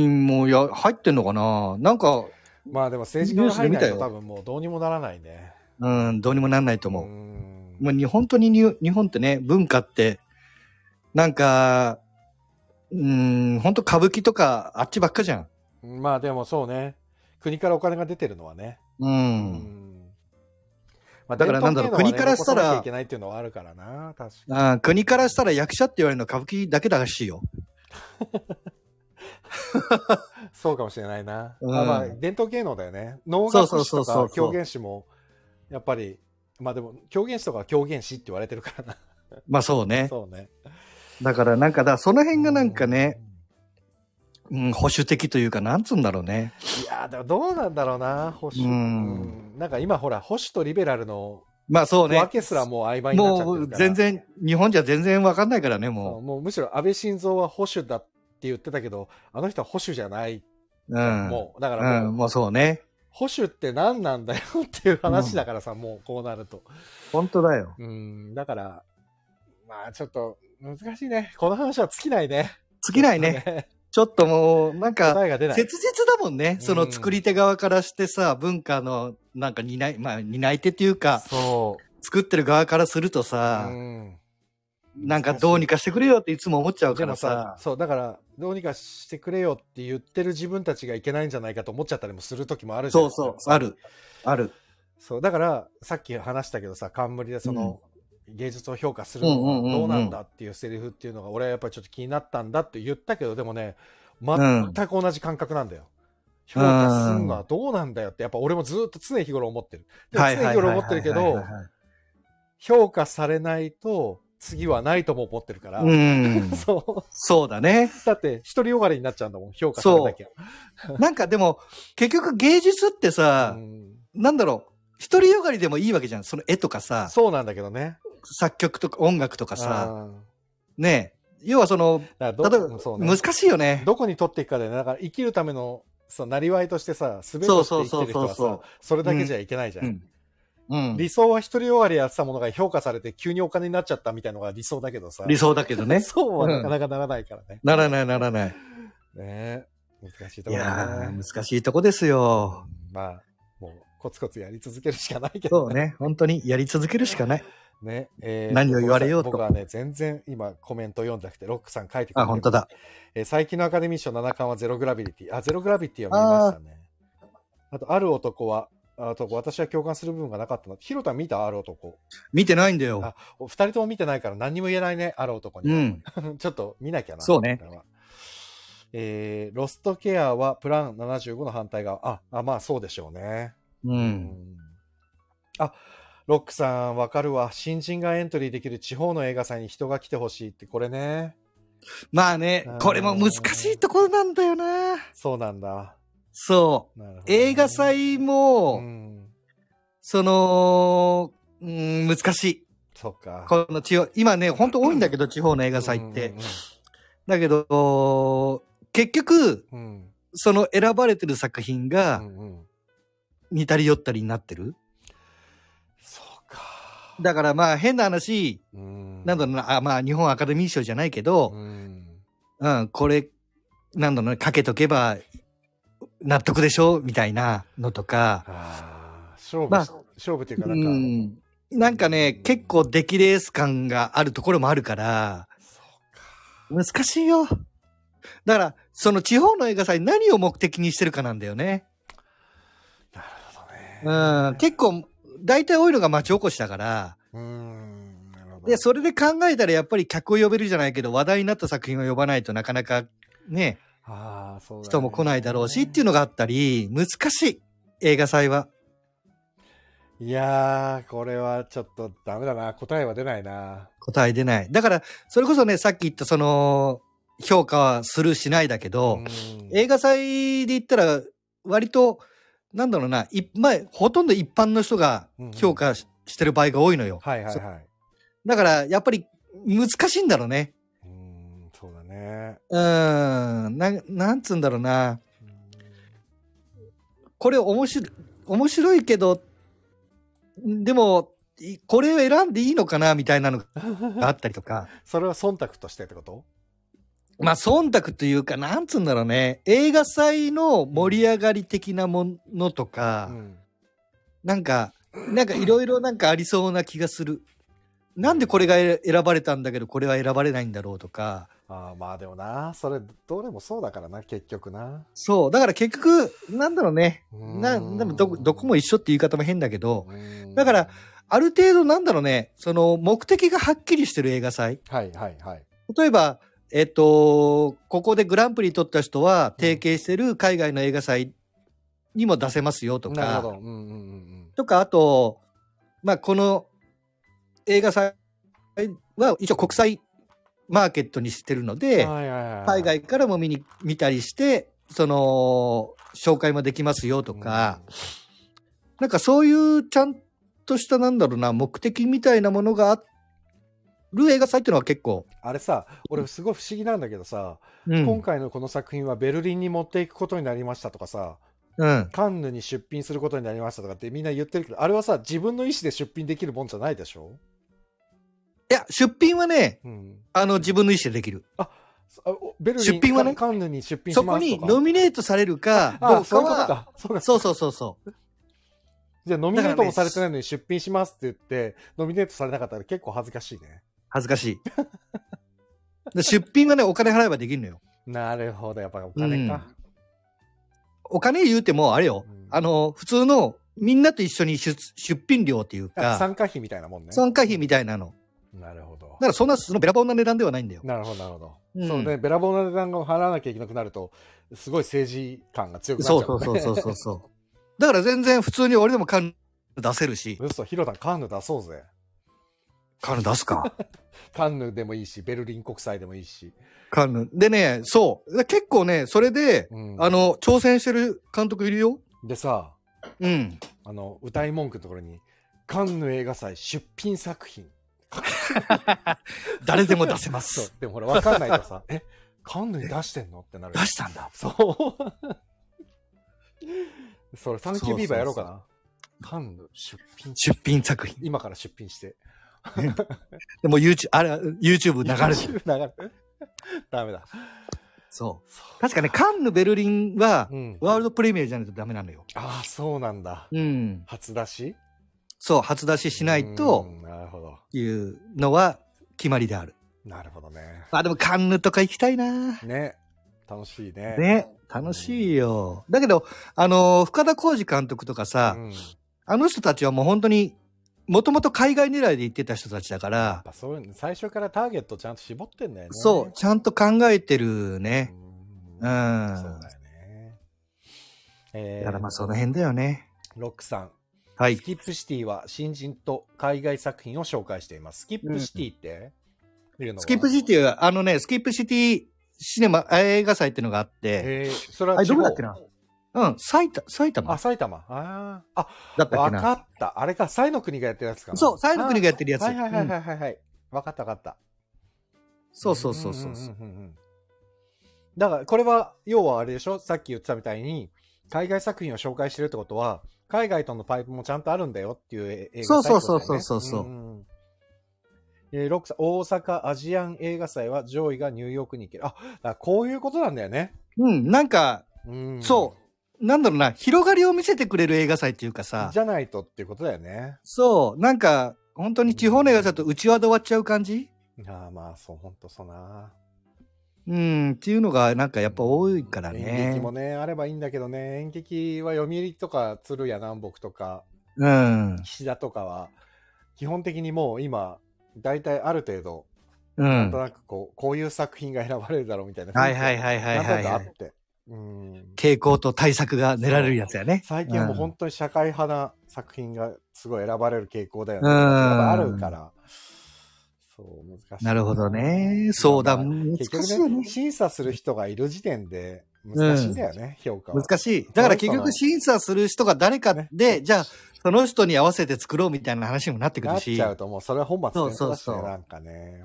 B: 員もや入ってんのかななんか、
A: まあでも政治家が入らない
B: ニュース
A: と
B: で見た
A: 多
B: よ
A: 分もうどうにもならないね。
B: うん、どうにもなんないと思う。
A: ん
B: もうに本当にに日本ってね、文化って、なんか、うん、本当歌舞伎とかあっちばっかじゃん。
A: まあでもそうね。国からお金が出てるのはね。
B: う。
A: うんんまあ
B: だからなんだろう
A: 伝統芸能はね
B: 国からしたら
A: 残さなきゃいけないっていうのはあるからな、確かに。
B: あー国からしたら役者って言われるのは歌舞伎だけだらしいよ。
A: そうかもしれないな。
B: うん
A: まあまあ、伝統芸能だよね。能楽師と
B: そうそうそうそう
A: か狂言師も、やっぱり、まあでも、狂言師とかは狂言師って言われてるからな。
B: まあそうね。
A: そうね。
B: だからなんかだ、その辺がなんかね、うん、保守的というか、なんつうんだろうね。
A: いやーでもどうなんだろうな、保守。
B: うん
A: うんなんか今ほら、保守とリベラルの
B: まあそうね
A: わ。けすらもう曖昧になっちゃって
B: も
A: る
B: う
A: から。
B: 全然、日本じゃ全然わかんないからね、
A: も
B: も
A: う。もうむしろ安倍晋三は保守だって言ってたけど、あの人は保守じゃない。
B: う。うん。
A: もう、だから
B: う
A: もう、
B: ん、もうそうね。
A: 保守って何なんだよっていう話だからさ、もうこうなると。
B: 本当だよ。
A: うん、だから、まあちょっと難しいね。この話は尽きないね。
B: 尽きないね。ちょっともう、なんか、
A: 答えが出ない。
B: 切実だもんね。そうの
A: ん
B: 作り手側からしてさ、文化の、なんか担い、まあ担い手っていうか、
A: そう。
B: 作ってる側からするとさ
A: う、ん
B: なんかどうにかしてくれよっていつも思っちゃう
A: で
B: から
A: もさ
B: さ、。
A: そう、だから、どうにかしてくれよって言ってる自分たちがいけないんじゃないかと思っちゃったりもする時もあるじゃん
B: そうそう、ある。ある。
A: そう、だから、さっき話したけどさ、冠でその、芸術を評価するの
B: うんうんうんう
A: は
B: ん
A: どうなんだっていうセリフっていうのが、俺はやっぱりちょっと気になったんだって言ったけど、でもね、全く同じ感覚なんだよ。評価するのはどうなんだよって、やっぱ俺もずっと常日頃思ってる。でも常日頃思ってるけ
B: はいはい
A: ど
B: はい、はい
A: 評価されないと、次はないとも思ってるから。
B: はいうん。
A: そ
B: そうだね
A: う。。だって、独りよがりになっちゃうんだもん、評価されなきゃ。
B: なんかでも、結局芸術ってさ
A: う、ん
B: なんだろう、独りよがりでもいいわけじゃん。その絵とかさ、
A: そうなんだけどね。
B: 作曲とか音楽とかさ、
A: うん
B: ねえ要はその、
A: だか
B: 例え
A: らど
B: ば、
A: そうね
B: 難しいよね。
A: どこに取っていくかで、ね、だから生きるための、そのなりわいとしてさ、すべてをして生きてる人はさ、
B: そうそうそうそう
A: それだけじゃいけないじゃん。
B: うん。うん
A: 理想は一人終わりやってたものが評価されて急にお金になっちゃったみたいのが理想だけどさ。
B: 理想だけ どね。
A: そうはなかなかならないからね。
B: ならないならない。
A: ねえ難しいと
B: い
A: ころ
B: や
A: だね
B: ー、。難しいとこですよ。
A: まあ、もう、コツコツやり続けるしかないけ
B: そ
A: ど
B: うね。本当にやり続けるしかない。
A: ね。えー
B: 何を言われようと
A: 僕はね、全然今コメント読んだくて、ロックさん書いてくれてる
B: あ、本当だ。。
A: えー最近のアカデミー賞七冠はゼログラビリティ。あ、ゼログラビティは見ましたね。あと、ある男は、あと私は共感する部分がなかったの。ヒロタ見たある男。
B: 見てないんだよ
A: あ。お二人とも見てないから何にも言えないね、ある男
B: う
A: に。
B: ん。
A: ちょっと見なきゃな。
B: そうね
A: これは。えーロストケアはプラン75の反対側。あ、あまあそうでしょうね。
B: う。。
A: うんあ、ロックさん、わかるわ。新人がエントリーできる地方の映画祭に人が来てほしいって、これね。
B: まあね
A: うん、
B: これも難しいところなんだよな。
A: そうなんだ。
B: そう。
A: なるほどね
B: 映画祭も、
A: うん。
B: その、うん、難しい。
A: そっか。
B: この地方、今ね、本当多いんだけど、地方の映画祭って。だけど、結局、
A: うんうん
B: その選ばれてる作品
A: うん。う
B: が
A: んうん。
B: 似たり寄ったりになってる。
A: そうか。
B: だからまあ変な話、
A: うん
B: なんだろうな、あまあ日本アカデミー賞じゃないけ
A: う
B: ど、
A: ん。
B: うん、これ、なんだろうな、かけとけば納得でしょみたいなのとか。
A: ああ、勝負、
B: まあ
A: 勝負っていうか、な
B: う
A: んか、
B: ん。なんかね、結構出来レース感があるところもあるから、
A: そうか。
B: 難しいよ。だから、その地方の映画祭何を目的にしてるかなんだよね。
A: なるほどね。
B: うん、結構、大体多いのが町おこしだから、
A: うん。なるほど。
B: で、それで考えたらやっぱり客を呼べるじゃないけど、話題になった作品を呼ばないとなかなかね、
A: ああ、そうだね
B: 人も来ないだろうしっていうのがあったり、難しい。映画祭は。
A: いやー、これはちょっとダメだな。答えは出ないな。
B: 答え出ない。だから、それこそね、さっき言ったその、評価はするしないだけど、
A: うん
B: 映画祭で言ったら、割と、なんだろうな、い前、ほとんど一般の人が評価し,、てる場合が多いのよ。
A: はいはいはい。
B: だから、やっぱり難しいんだろうね。
A: うん、そうだね。
B: うーん、なん、なんつうんだろうな。これ面白い、面白いけど、でも、いこれを選んでいいのかなみたいなのがあったり とか。
A: それは忖度としてってこと
B: まあ、忖度というか、なんつうんだろうね。映画祭の盛り上がり的なものとか、
A: うん
B: なんか、なんかいろいろなんかありそうな気がする。なんでこれがえ選ばれたんだけど、これは選ばれないんだろうとか。
A: あーまあでもな、それ、どれもそうだからな、結局な。
B: そう。だから結局、なんだろうね。
A: うん
B: な、でもど、どこも一緒っていう言い方も変だけど、
A: うん
B: だから、ある程度なんだろうね、その目的がはっきりしてる映画祭。
A: はいはいはい。
B: 例えば、えっと、ここでグランプリ取った人は提携してる海外の映画祭にも出せますよと
A: なるほ
B: か、
A: ど。うんうんうん
B: とか、あと、まあ、この映画祭は一応国際マーケットにしてるの
A: う
B: で
A: ん。、はいはいはい。
B: 海外からも見に、見たりして、その、紹介もできますよとか、なんかそういうちゃんとしたなんだろうな、目的みたいなものがある映画祭っていうのは結構、
A: あれさ、俺すごい不思議なんだけどさ、
B: うん
A: 今回のこの作品はベルリンに持っていくことになりましたとかさ、
B: うん。
A: カンヌに出品することになりましたとかってみんな言ってるけど、あれはさ、自分の意思で出品できるもんじゃないでしょ
B: いや、出品はね、
A: うん。
B: あの、自分の意思でできる。
A: あおベルリン
B: 出品はね
A: カンヌに出品し
B: そ
A: ま
B: こ
A: すと
B: に
A: か
B: ノミネートされるか、
A: あ
B: どうか
A: そういうこと
B: は、
A: か。そうか。
B: そうそうそうそう。
A: じゃあノミネートも
B: だか
A: さ
B: らね
A: れてないのに出品しますって言って、ノミネートされなかったら結構恥ずかしいね。
B: 恥ずかしい。で出品はね、お金払えばできるのよ。
A: なるほど、やっぱお金か。
B: お金言うても、あれよ
A: うん、
B: あの、普通の、みんなと一緒に出出品料っていう
A: あ
B: か、
A: 参加費みたいなもんね。
B: 参加費みたいなの。
A: なるほど
B: だか。らそんな、そのべらぼうな値段ではないんだよ。
A: なるほど、なるほど。
B: うん
A: そうね、べらぼうな値段を払わなきゃいけなくなると、すごい政治感が強くなっちゃう、
B: そう
A: ね。
B: そうそうそうそうそう。だから全然普通に俺でもカンヌ出せるし。
A: 嘘、ヒロタンカンヌ出そうぜ。
B: カンヌ出すか。
A: カンヌでもいいし、ベルリン国際でもいいし。
B: カンヌ。でね、そう。で結構ね、それで、
A: うん
B: あの、挑戦してる監督いるよ。
A: でさ、
B: うん。
A: あの、歌い文句のところに、カンヌ映画祭出品作品。
B: 誰でも出せま
A: そう
B: す。。
A: でもほら、わかんないと さ、え、カンヌに出してんのってなる
B: 出。したんだ。
A: そう。それ、サンキュービーバーやろうかな。カンヌ出品。
B: 出品作品。
A: 今から出品して。
B: でも YouTube、あれ、YouTube 流れてる。
A: る。流れる。 ダメだ。
B: そう。確かね、カンヌ、ベルリンは、
A: うん。
B: ワールドプレミアじゃないとダメなのよ。
A: ああ、そうなんだ。
B: うん。
A: 初出し
B: そう、初出ししないと
A: う、んなるほど。
B: いうのは決まりである。
A: なるほどね。
B: あ、でもカンヌとか行きたいな。
A: ね。楽しいね。
B: ね。楽しいよ。だけど、あの、深田浩二監督とかさ、
A: うん。や
B: あの人たちはもう本当に、もともと海外狙いで行ってた人たちだから
A: っ、ぱそういうの最初からターゲットちゃんと絞ってんだよね。
B: そう、ちゃんと考えてる
A: う
B: ね。
A: ん。そ
B: うん。
A: う
B: だ
A: だよね。えー
B: からまあその辺だよね。
A: ロックさん。
B: はい
A: ス。キップシティは新人と海外作品を紹介しています。スキップシティって、見るの
B: スキップシ
A: ィ
B: ティは、あのね、スキップシティシネマ、映画祭っていうのがあって、
A: えー、それは
B: あれ
A: 地
B: ど
A: 方
B: こだっけなうん、埼玉、埼玉
A: あ、埼玉。あー
B: だった
A: あ、
B: っ
A: わ
B: けな。
A: かった。あれか、サイの国がやってるやつかな。
B: そう、サイの国がやってるやつ。
A: はいはいは
B: う
A: い
B: ん
A: はいはいはい。わかったわかった。
B: そうそうそうそう。
A: んんんんだから、これは、要はあれでしょさっき言ってたみたいに、海外作品を紹介してるってことは、海外とのパイプもちゃんとあるんだよっていう映映画
B: そうそう
A: タイトルだよね
B: そうそうそうそう
A: うんうんえーロックさん大阪アジアン映画祭は上位がニューヨークに行ける。あ、だからこういうことなんだよね。
B: うん、なんか、
A: うん
B: そう、なんだろうな、広がりを見せてくれる映画祭っていうかさ
A: じ、ゃないとっていうことだよね。
B: そう、なんか、本当に地方の映画祭と内輪で終わっちゃう感じ
A: ああ、まあ、そう、ほんとそうな。
B: うん、っていうのが、なんかやっぱ多いから
A: 演劇
B: ね
A: も。ね、あればいいんだけどね、演劇は読売とか鶴屋南北とか、
B: うん、
A: 岸田とかは、基本的にもう今、大体ある程度、
B: う
A: なん
B: ん
A: と。なくこう、こういう作品が選ばれるだろうみたいな。
B: はいはいはいはいはい
A: なんとな
B: は
A: くあ
B: い
A: っ。て。うん。
B: 傾向と対策が練られるやつやね。
A: 最近はもう本当に社会派な作品がすごい選ばれる傾向だよね。
B: うん
A: やっぱあるから。そう、難しい。
B: なるほど。ね。そうだ、
A: まあ
B: 難
A: 結
B: しいよ
A: 局ね、
B: ね。
A: 審査する人がいる時点で難しいんだよね、評価は。
B: 難しい。だから結局審査する人が誰かで、じゃあ、その人に合わせて作ろうみたいな話にもなってく
A: な
B: る
A: っ
B: し
A: ち。ゃうともうそれは本末転倒だし
B: そうそう
A: ね、
B: そう
A: なんかね。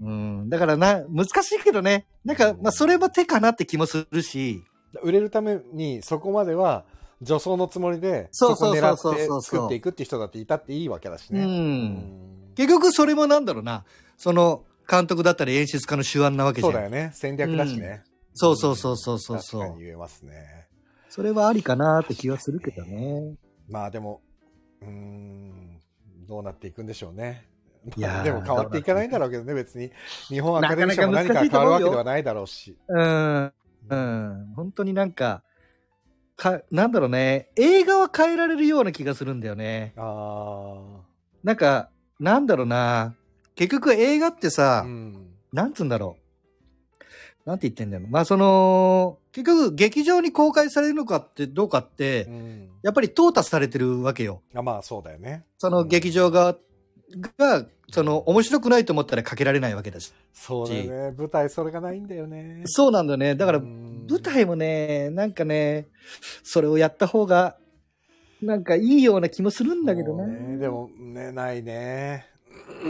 A: う
B: うんん。だからな、難しいけどね。なんか、まあ、それも手かなって気もするし。
A: 売れるためにそこまでは助走のつもりで
B: そうそうそう
A: こ
B: そう
A: 狙
B: そ
A: っ
B: う
A: て作っていくって人だっていたっていいわけだしね。
B: う。
A: うんん
B: 結局それもなんだろうな。その、監督だったり演出家の手腕なわけじ
A: そ
B: ゃ
A: うだ
B: ん
A: よ。ね戦略だしね。
B: そうそうそうそうそうそ
A: 確か
B: う
A: に。言えますね。
B: それはありかなって気はするけどね。
A: まあでもうーんどうなっていくんでしょうね。
B: いやー
A: でも変わっていかないんだろうけどね別に日本アカデミー賞も
B: な
A: 何
B: かな
A: か
B: か難し
A: 変
B: いと
A: わ
B: 思う
A: るわけ
B: よ
A: ではないだろうし。
B: うん。うん、本当になんか、か、なんだろうね、映画は変えられるような気がするんだよね。
A: あ
B: なんか、なんだろうな、結局映画って
A: あ。
B: さ、
A: うん。
B: なんつうんだろう。なんて言ってんだよ。まあその、結局劇場に公開されるのかってどうかって、
A: うん、
B: やっぱり淘汰されてるわけよ。
A: あまあそうだよね。
B: その劇場側が、その面白くないと思ったらかけられないわけだし。
A: そうだよね。舞台それがないんだよね。
B: そうなんだよね。だから
A: 舞
B: 舞台もね、なんかね、それをやった方が、なんかいいような気もするんだけど
A: もうね
B: ね。
A: でもね、ないね。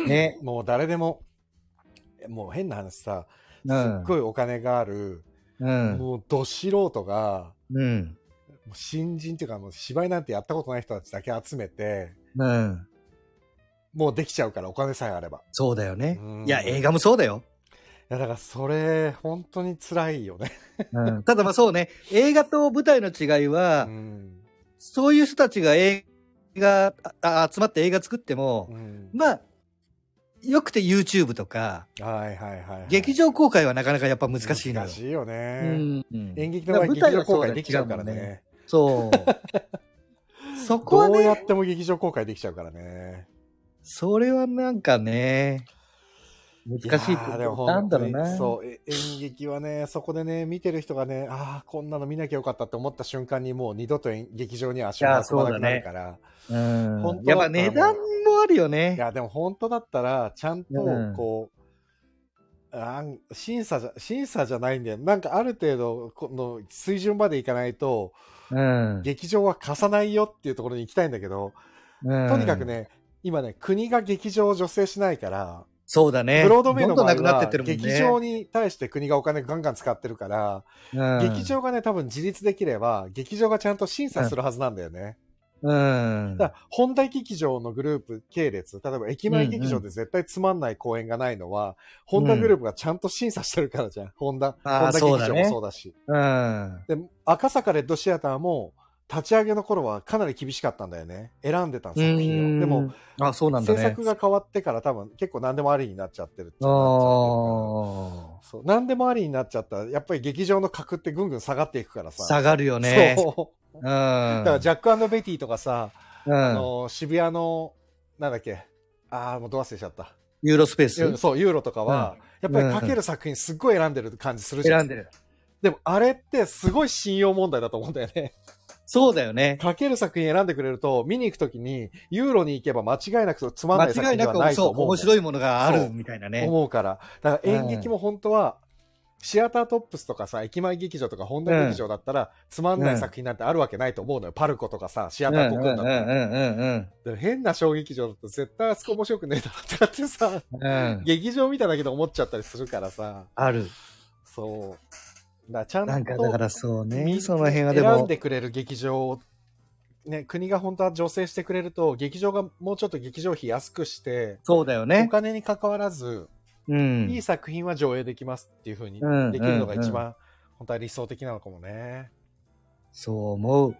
B: ね。
A: もう誰でも、もう変な話さ、す
B: う
A: っ
B: ん。
A: ごいお金がある、
B: うん。
A: もうど素人が、
B: うん。
A: もう新人っていうかもう芝居なんてやったことない人たちだけ集めて、
B: うん。
A: もうできちゃうからお金さえあれば。
B: そうだよね
A: うん。
B: いや、映画もそうだよ。
A: いやだからそれ、本当に辛いよね。
B: うん、ただまあそうね、映画と舞台の違いは、
A: うん
B: そういう人たちが映画、ああ集まって映画作っても
A: う、ん
B: まあ、よくて YouTube とか、
A: はいはいはいはい。
B: 劇場公開はなかなかやっぱ難しいのよ
A: 難。しいよね。
B: うん
A: 演劇の場合、
B: 舞
A: 劇
B: 台
A: 場
B: は
A: 公
B: そうだ
A: 開
B: よ
A: できちゃうから
B: 違うもん
A: ね。
B: そう。 そこは
A: ど
B: ね、
A: うやっても劇場公開できちゃうからね。
B: それはなんかね、難しい
A: や
B: と
A: ーでも
B: こ
A: 本当に
B: なんだろうな。
A: そう、え演劇はね、そこでね、見てる人がね、ああ、こんなの見なきゃよかったって思った瞬間にもう二度と演劇場には足を運ばなくなるから。
B: う。ん
A: 本。当
B: やっぱ値段もあるよね
A: い。や、でも本当だったら、ちゃんと
B: うん、
A: こう、あん審査じゃ、審査じゃないんだよ。なんかある程度、この水準までいかないと、
B: うん。
A: 劇場は貸さないよっていうところに行きたいんだけど、と
B: と
A: にかく。ね、今ね、国が劇場を助成しないから、
B: そうだね。
A: ブロードウェイの
B: ど
A: 場
B: んど
A: 合
B: んなくなって
A: は
B: ってるもんね。
A: 劇場に対して国がお金ガンガン使ってるから、
B: うん
A: 劇。場がね、多分自立できれば、劇場がちゃんと審査するはずなんだよね。
B: うん。
A: だから、本題劇場のグループ系列、例えば駅前劇場で絶対つまんない公演がないのは、
B: うん
A: ホンダグループがちゃんと審査してるからじゃん。ホンダ、ホン
B: あ
A: ダ
B: ー
A: 劇
B: そうだ
A: 場
B: ね
A: もそうだし。
B: うん。
A: で、赤坂レッドシアターも、立ち上げの頃はかなり厳しかったんだよね。選んでたん作品を。でも、
B: うん、あ、そうなんだ
A: 制
B: ね。
A: 作が変わってから多分結構何でもありになっちゃってるっちゃなっちゃってるから
B: ああ。
A: そう何でもありになっちゃったらやっぱり劇場の格ってぐんぐん下がっていくからさ
B: 下がるよね。
A: そう
B: うん。
A: だからジャックベティとかさ、あ
B: うん。
A: の渋谷のなんだっけああもうど忘れしちゃった
B: ユーロスペース
A: そうユーロとかは、やっぱりかける作品すっごい選んでる感じするじゃん、
B: 選んでる。
A: でもあれってすごい信用問題だと思うんだよね
B: そうだよね。
A: 書ける作品選んでくれると、見に行くときに、ユーロに行けば間違いなくつまん
B: 間
A: ない作
B: 違い
A: 品で
B: な
A: はな
B: く、
A: い
B: そ
A: と
B: う、
A: 思う。
B: 面白いものがあ
A: そう
B: るみたいなね。
A: 思うから。だから演劇も本当は、シアタートップスとかさ、駅前劇場とか本田劇場だったら、つまんない作品なんてあるわけないと思うのよ。パルコとかさ、シ
B: う
A: ア
B: ん
A: タ
B: う
A: ー
B: ん
A: ト
B: う
A: ッ
B: ん
A: プだっ
B: う
A: たら。
B: ん
A: で変な小劇場だと絶対あそこ面白くねえだろとかってさ、
B: うんうん。
A: 劇場見ただけで思っちゃったりするからさ、
B: ある。
A: そう。だからちゃんと。
B: なんかだからそうね、
A: み
B: その辺はでも。
A: 選んでくれる劇場を、ね、国が本当は助成してくれると、劇場がもうちょっと劇場費安くして、
B: そうだよ
A: お
B: ね。
A: 金に関わらず、い
B: う
A: い
B: ん。
A: 作品は上映できますっていう風に
B: うん
A: できるのが一
B: う
A: 番、本当は理想的なのかもね。
B: そう思う。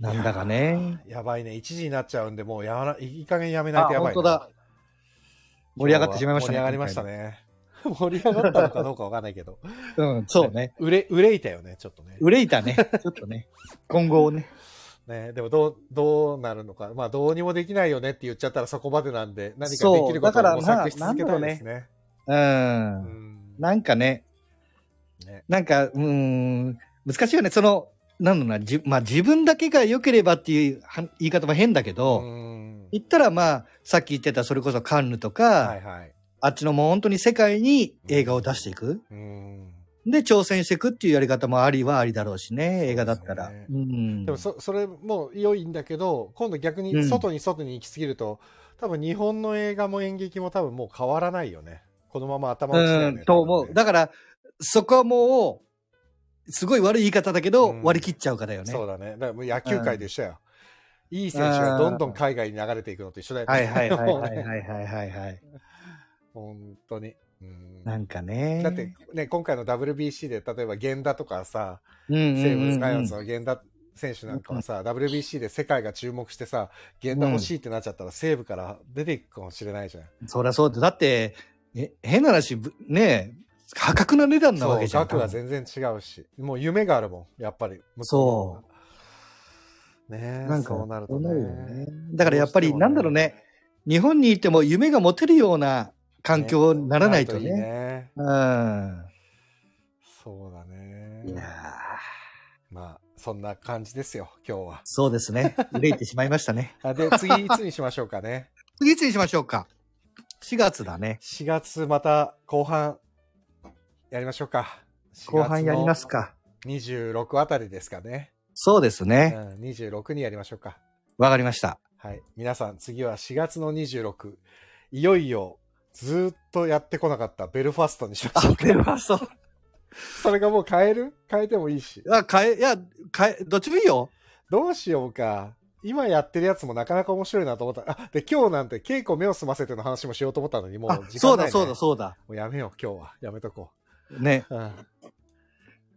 B: なんだかね。
A: やばいね。1時になっちゃうんで、もうやら、いい加減やめない
B: あ、
A: とやば
B: 本
A: いな
B: 当だ。盛り上がってしまいました
A: 盛
B: ね。
A: り上がりましたね。盛り上がったのかどうかわかんないけど。
B: 今回。うん、そうね。
A: 憂憂いたよね、ちょっとね。
B: 憂い たね。ちょっとね。今後をね。
A: ね、でもどう、どうなるのか。まあ、どうにもできないよねって言っちゃったらそこまでなんで、何かできること
B: そうだから
A: を模索し続けたいですね。
B: う。
A: うんん。
B: なんかね、
A: ね
B: なんか、うーん、難しいよね。その、なんだろうな、じまあ自分だけが良ければっていうは言い方も変だけど、
A: うん
B: 言ったらまあ、さっき言ってたそれこそカンヌとか、
A: はいはい。
B: あっちのもう本当に世界に映画を出していく。
A: うん。
B: で、挑戦していくっていうやり方もありはありだろうしね、映画だったら。
A: そうですね
B: うん。
A: でもそ、それも良いんだけど、今度逆
B: う
A: に
B: ん
A: 外に外に行き過ぎると、多分日本の映画も演劇も多分もう変わらないよね。このまま頭打ちだよ
B: う
A: ね。
B: ん、と思う。だから、そこはもう、すごい悪い言い方だけど、
A: うん
B: 割り切っちゃうかだよね。
A: そうだね。だからもう野球界と一緒や。いい選手がどんどん海外に流れていくのと一緒だよね。
B: はいはいはい
A: もう
B: はい
A: ね
B: はいはいはいはい。
A: 本当に。うん
B: なんかね。
A: だって、ね、今回の WBC で例えば源田とかさ、
B: うんうんうんうん、
A: 西武スライオンズの源田選手なんかはさ、WBC で世界が注目してさ、源田欲しいってなっちゃったら西武から出ていくかもしれないじゃん。
B: そりゃそうだ。だって、え変な話、ぶねえ、破格な値段なわ
A: そう
B: けじゃん。
A: 額は全然違うし、もう夢があるもん、やっぱり。。
B: そう
A: ねえ、
B: なんか
A: そうなると
B: そうなるよ
A: ね
B: ね。だからやっぱり、
A: どうしてもね
B: なんだろうね、日本にいても夢が持てるような環境にならないとね。
A: なるね
B: うん。
A: そうだ
B: いやー
A: ね。まあ、そんな感じですよ、今日は。
B: そうですね。憂いてしまいましたね。
A: あで、次、いつにしましょうかね。
B: 次いつにしましょうか。4月だね。
A: 4月、また後半、やりましょうか。
B: 後半やります。か。
A: 26あたりですかね。
B: そうです
A: うん
B: ね。、
A: 26にやりましょうか。
B: わかりました。
A: はい。皆さん、次は4月の26。いよいよ、ずーっとやってこなかったベルファストにしましょうか。
B: ベルファスト。
A: それがもう変える変えてもいいし。
B: あ、変え、いや、変え、どっちもいいよ。
A: どうしようか。今やってるやつもなかなか面白いなと思った。あ、で、今日なんて稽古目を済ませての話もしようと思ったのに、もう
B: あ、
A: 時
B: そ
A: 間
B: う
A: ない、
B: だ
A: ね。
B: そうだそうだ。
A: もうやめよう、今日は。やめとこ
B: ね。
A: う。うん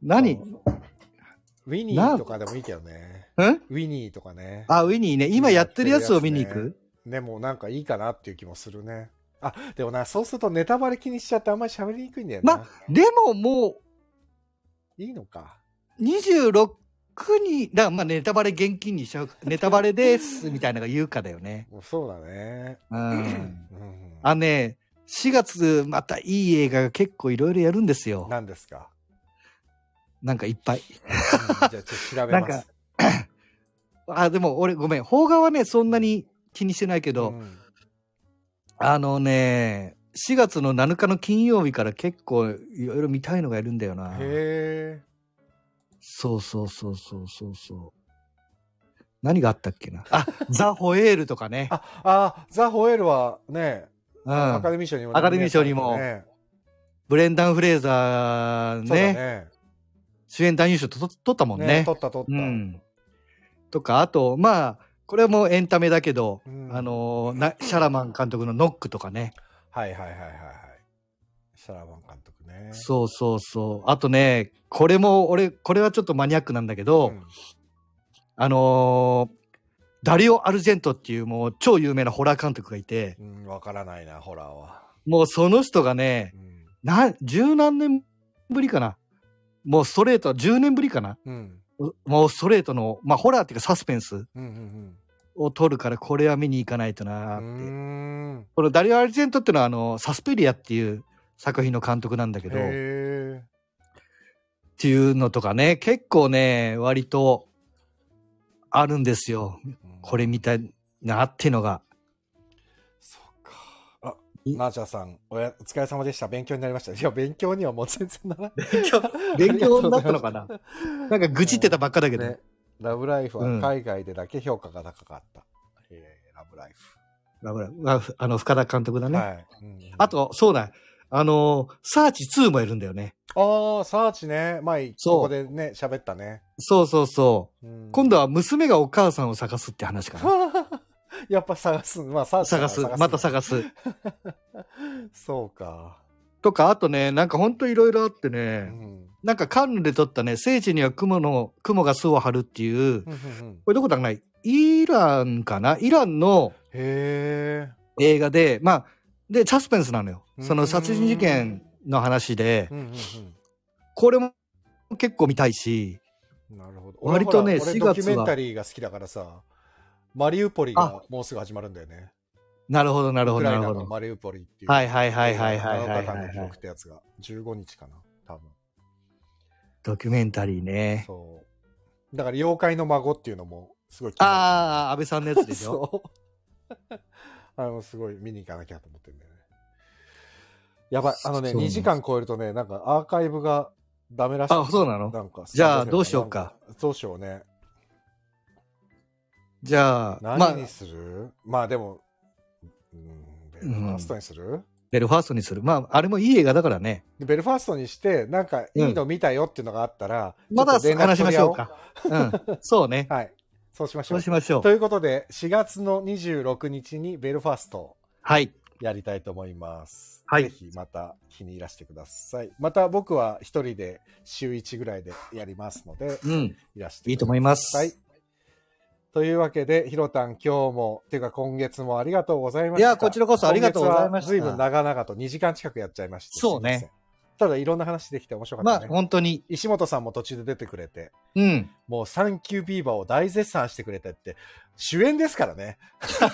B: 何
A: そウィニーとかでもいいけどね。
B: うん
A: ウィニーとかね。
B: あ、ウィニーね。今やってるやつを見に行
A: やってるや
B: く
A: でもなんかいいかなっていう気もするね。あ、でもな、そうするとネタバレ気にしちゃってあんまり喋りにくいんだよな。
B: までもも
A: いいのか。
B: う、26に、だからまあネタバレ現金にしち ゃう、ネタバレです、みたいなのが言うかだよね。
A: もうそうだね。
B: うん。
A: うん。
B: あ、ね、4月またいい映画が結構いろいろやるんですよ。
A: 何です か。
B: なんかいっぱい。
A: うんじゃあちょっと調べ
B: なん
A: ます。
B: か、あ、でも俺ごめん。邦画はね、そんなに気にしてないけど、
A: うん
B: あのね、4月の7日の金曜日から結構いろいろ見たいのがいるんだよな。
A: へえ。
B: そうそうそうそうそうそう。何があったっけな。あ、ザ・ホエールとかね。
A: あ、あ、ザ・ホエールはね、
B: う
A: アカ
B: ん。
A: デミー賞にも、
B: アカデミー賞にも
A: ね、
B: ブレンダン・フレーザー
A: そうだ
B: ね、
A: ね。
B: 主演男優賞と取ったもんね。
A: 取った取った。
B: うん。とか、あと、まあ、これもエンタメだけど、
A: うん
B: あのーな、シャラマン監督のノックとかね。
A: はいはいはいはいはい。サラマン監督ね。
B: そうそうそう。あとね、これも、俺、これはちょっとマニアックなんだけど、
A: ん
B: あのーダリオ・アルジェントっていうもう超有名なホラー監督がいて、
A: うん、わからないな、ホラーは。
B: もうその人がね
A: う、ん。
B: な、十何年ぶりかな。もうストレート、10年ぶりかな。
A: うん。
B: うもうストレートの、まあホラーっていうかサスペンス
A: うんうん
B: を撮るから、これは見に行かないと
A: う
B: なーって。
A: ん。う
B: このダリオ・アルジェントっていうのは、あの、サスペリアっていう作品の監督なんだけ
A: ーん。
B: ど、っ
A: へえ。
B: ていうのとかね、結構ね、割とあるんですよ。これみたいなっていうのが。
A: そっか。あ、ナーチャーさん、おやお疲れ様でした。勉強になりました。いや、勉強にはもう全然ならない。
B: 勉強、勉強になったの かななんか愚痴ってたばっかだけど。
A: ね、ラブライフは海外でだけ評価が高かった。えーラブライフ。
B: ラブライブああの、深田監督だね。
A: はい。うん
B: あ、と、そうだ。あの、サーチ2もいるんだよね。
A: ああ、サーチね。前、こ
B: そう
A: こでね、喋ったね。
B: そうそうそう。
A: うん
B: 今度は娘がお母さんを探すって話かな。
A: やっぱ探す。まあ、サーチ
B: 探す。また探す。
A: す。そうか。
B: とか、あとね、なんかほんといろいろあって
A: う
B: ね、
A: ん。
B: なんかカンヌで撮ったね、聖地には雲の、雲が巣を張るっていう、
A: うんうんうん
B: これどこだかないイランかなイランの
A: へえ。
B: 映画で、まあ、で、サスペンスなのよ。
A: うん
B: その殺人事件の話で
A: う、んうんう
B: これも結構見たいし、
A: ん。なるほど。
B: 割とね
A: 俺ほら
B: 4月
A: 俺ド
B: は
A: キュメンタリーが好きだからさ、マリウポリがもうすぐ始まるんだよね。
B: なるほど、なる
A: ウ
B: ほ
A: ク
B: ど、
A: ラ
B: な
A: イナ
B: るほ
A: の
B: ど。
A: マリウポリっていう。
B: はいはいはいはいはいはい
A: 7日間の
B: は
A: 記
B: い、はい
A: 録っ。てやつが、15日かな、多分。
B: ドキュメンタリーね。
A: そう。だから、妖怪の孫っていうのも、すごい気にな
B: ああ、安倍さんのやつで
A: る
B: しょ。
A: そう。あ の、すごい見に行かなきゃと思ってるんだよね。やばい。あのね、
B: そうなん
A: 2
B: です
A: 時間超えるとね、なんかアーカイブがダメらしい。
B: あ、そうなの
A: なんか
B: じゃあどうしようか。
A: どうしようね。
B: じゃあ、まあ
A: 何、にするまあでも、うん、ベルファストにする、
B: ベルファーストにする。まあ、あれもいい映画だからね。
A: でベルファーストにして、なんかいいの見たよっていうのがあったら、
B: まだ
A: ちょっと連絡
B: 話しましょう
A: 取り
B: か。うん。そうね。
A: 合おう。はい。 そうしまし
B: そ
A: ょう
B: う。しましょ
A: と
B: う。
A: いうことで、4月の26日にベルファーストを
B: はい。
A: やりたいと思います。
B: はい
A: ぜひまた気にいらしてください。また僕は一人で週1ぐらいでやりますので、
B: うん。
A: いらしてくださ
B: いいと思います。
A: はい。というわけで、ひろたん、今日も、ていうか今月もありがとうございました。
B: いやこちらこそありがとうございました
A: ずいぶん長々と2時間近くやっちゃいました。
B: そうね
A: すいません。ただ、いろんな話できて面白か
B: ま
A: っ
B: あ
A: た、ね。
B: 本当に。
A: 石本さんも途中で出てくれて、
B: うん。
A: もうサンキュービーバーを大絶賛してくれてって、主演ですからね。
B: だ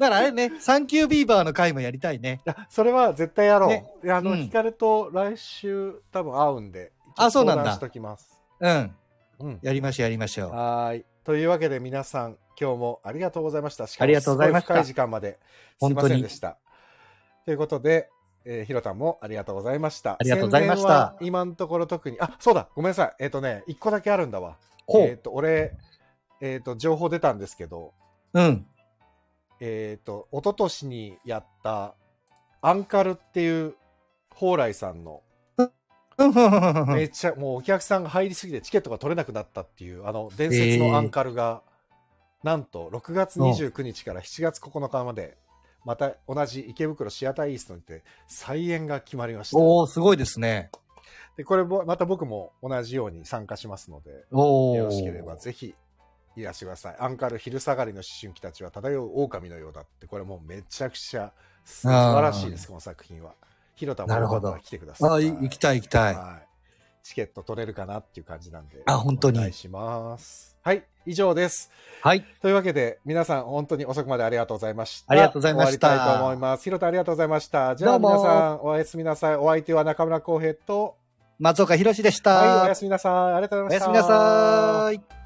B: からあれね、サンキュービーバーの回もやりたいね。
A: いやそれは絶対やろう。
B: ね
A: いやあの、
B: うん
A: ヒカルと来週多分会うんで。
B: あそうなんだ
A: 相談しときます。
B: うん。
A: うん。
B: やりましょう、やりましょう。
A: はーい。というわけで皆さん、今日もありがとうございました。しかも
B: ありがとうございました
A: すご深い時間まで。すい
B: 本
A: ま
B: 当に
A: せんでした。ということで、えー、ひろたんもありがとうございました。
B: ありがとうございまし
A: 宣
B: た
A: 伝は今のところ特に、あ、そうだ、ごめんなさい。えっ、とね、一個だけあるんだわ。
B: ほ
A: えっ、
B: う。
A: と、俺、えっ、と、情報出たんですけど、
B: うん。
A: えっ、と、一昨年にやった、アンカルっていう、蓬莱さんの
B: うんふんふんふんふ
A: め
B: ん
A: っちゃもうお客さんが入りすぎてチケットが取れなくなったっていうあの伝説のアンカルが、なんと6月29日から7月9日までまた同じ池袋シアターイーストにて再演が決まりました
B: おー、すごいですね。
A: でこれもまた僕も同じように参加しますので
B: おー。
A: よろしければぜひいらしてくださいアンカル昼下がりの思春期たちは漂う狼のようだってこれもうめちゃくちゃ素晴らしいですこの作品は広田もよかった
B: なるほ
A: ら
B: ど
A: 来てください
B: あ、い行きたい、行きたい。
A: はい。チケット取れるかなっていう感じなんで。
B: あ本当に
A: お願いします。はい、以上です。
B: はい。
A: というわけで、皆さん本当に遅くまでありがとうございました。
B: ありがとうございました
A: 終わりたいと思います。ひろたありがとうございました。じゃあ
B: どうも
A: 皆さん、おやすみなさい。お相手は中村浩平と、
B: 松岡弘でした。
A: はい、おやすみなさい。ありがとうご
B: お
A: ざい
B: や
A: ました。
B: すみなさーい。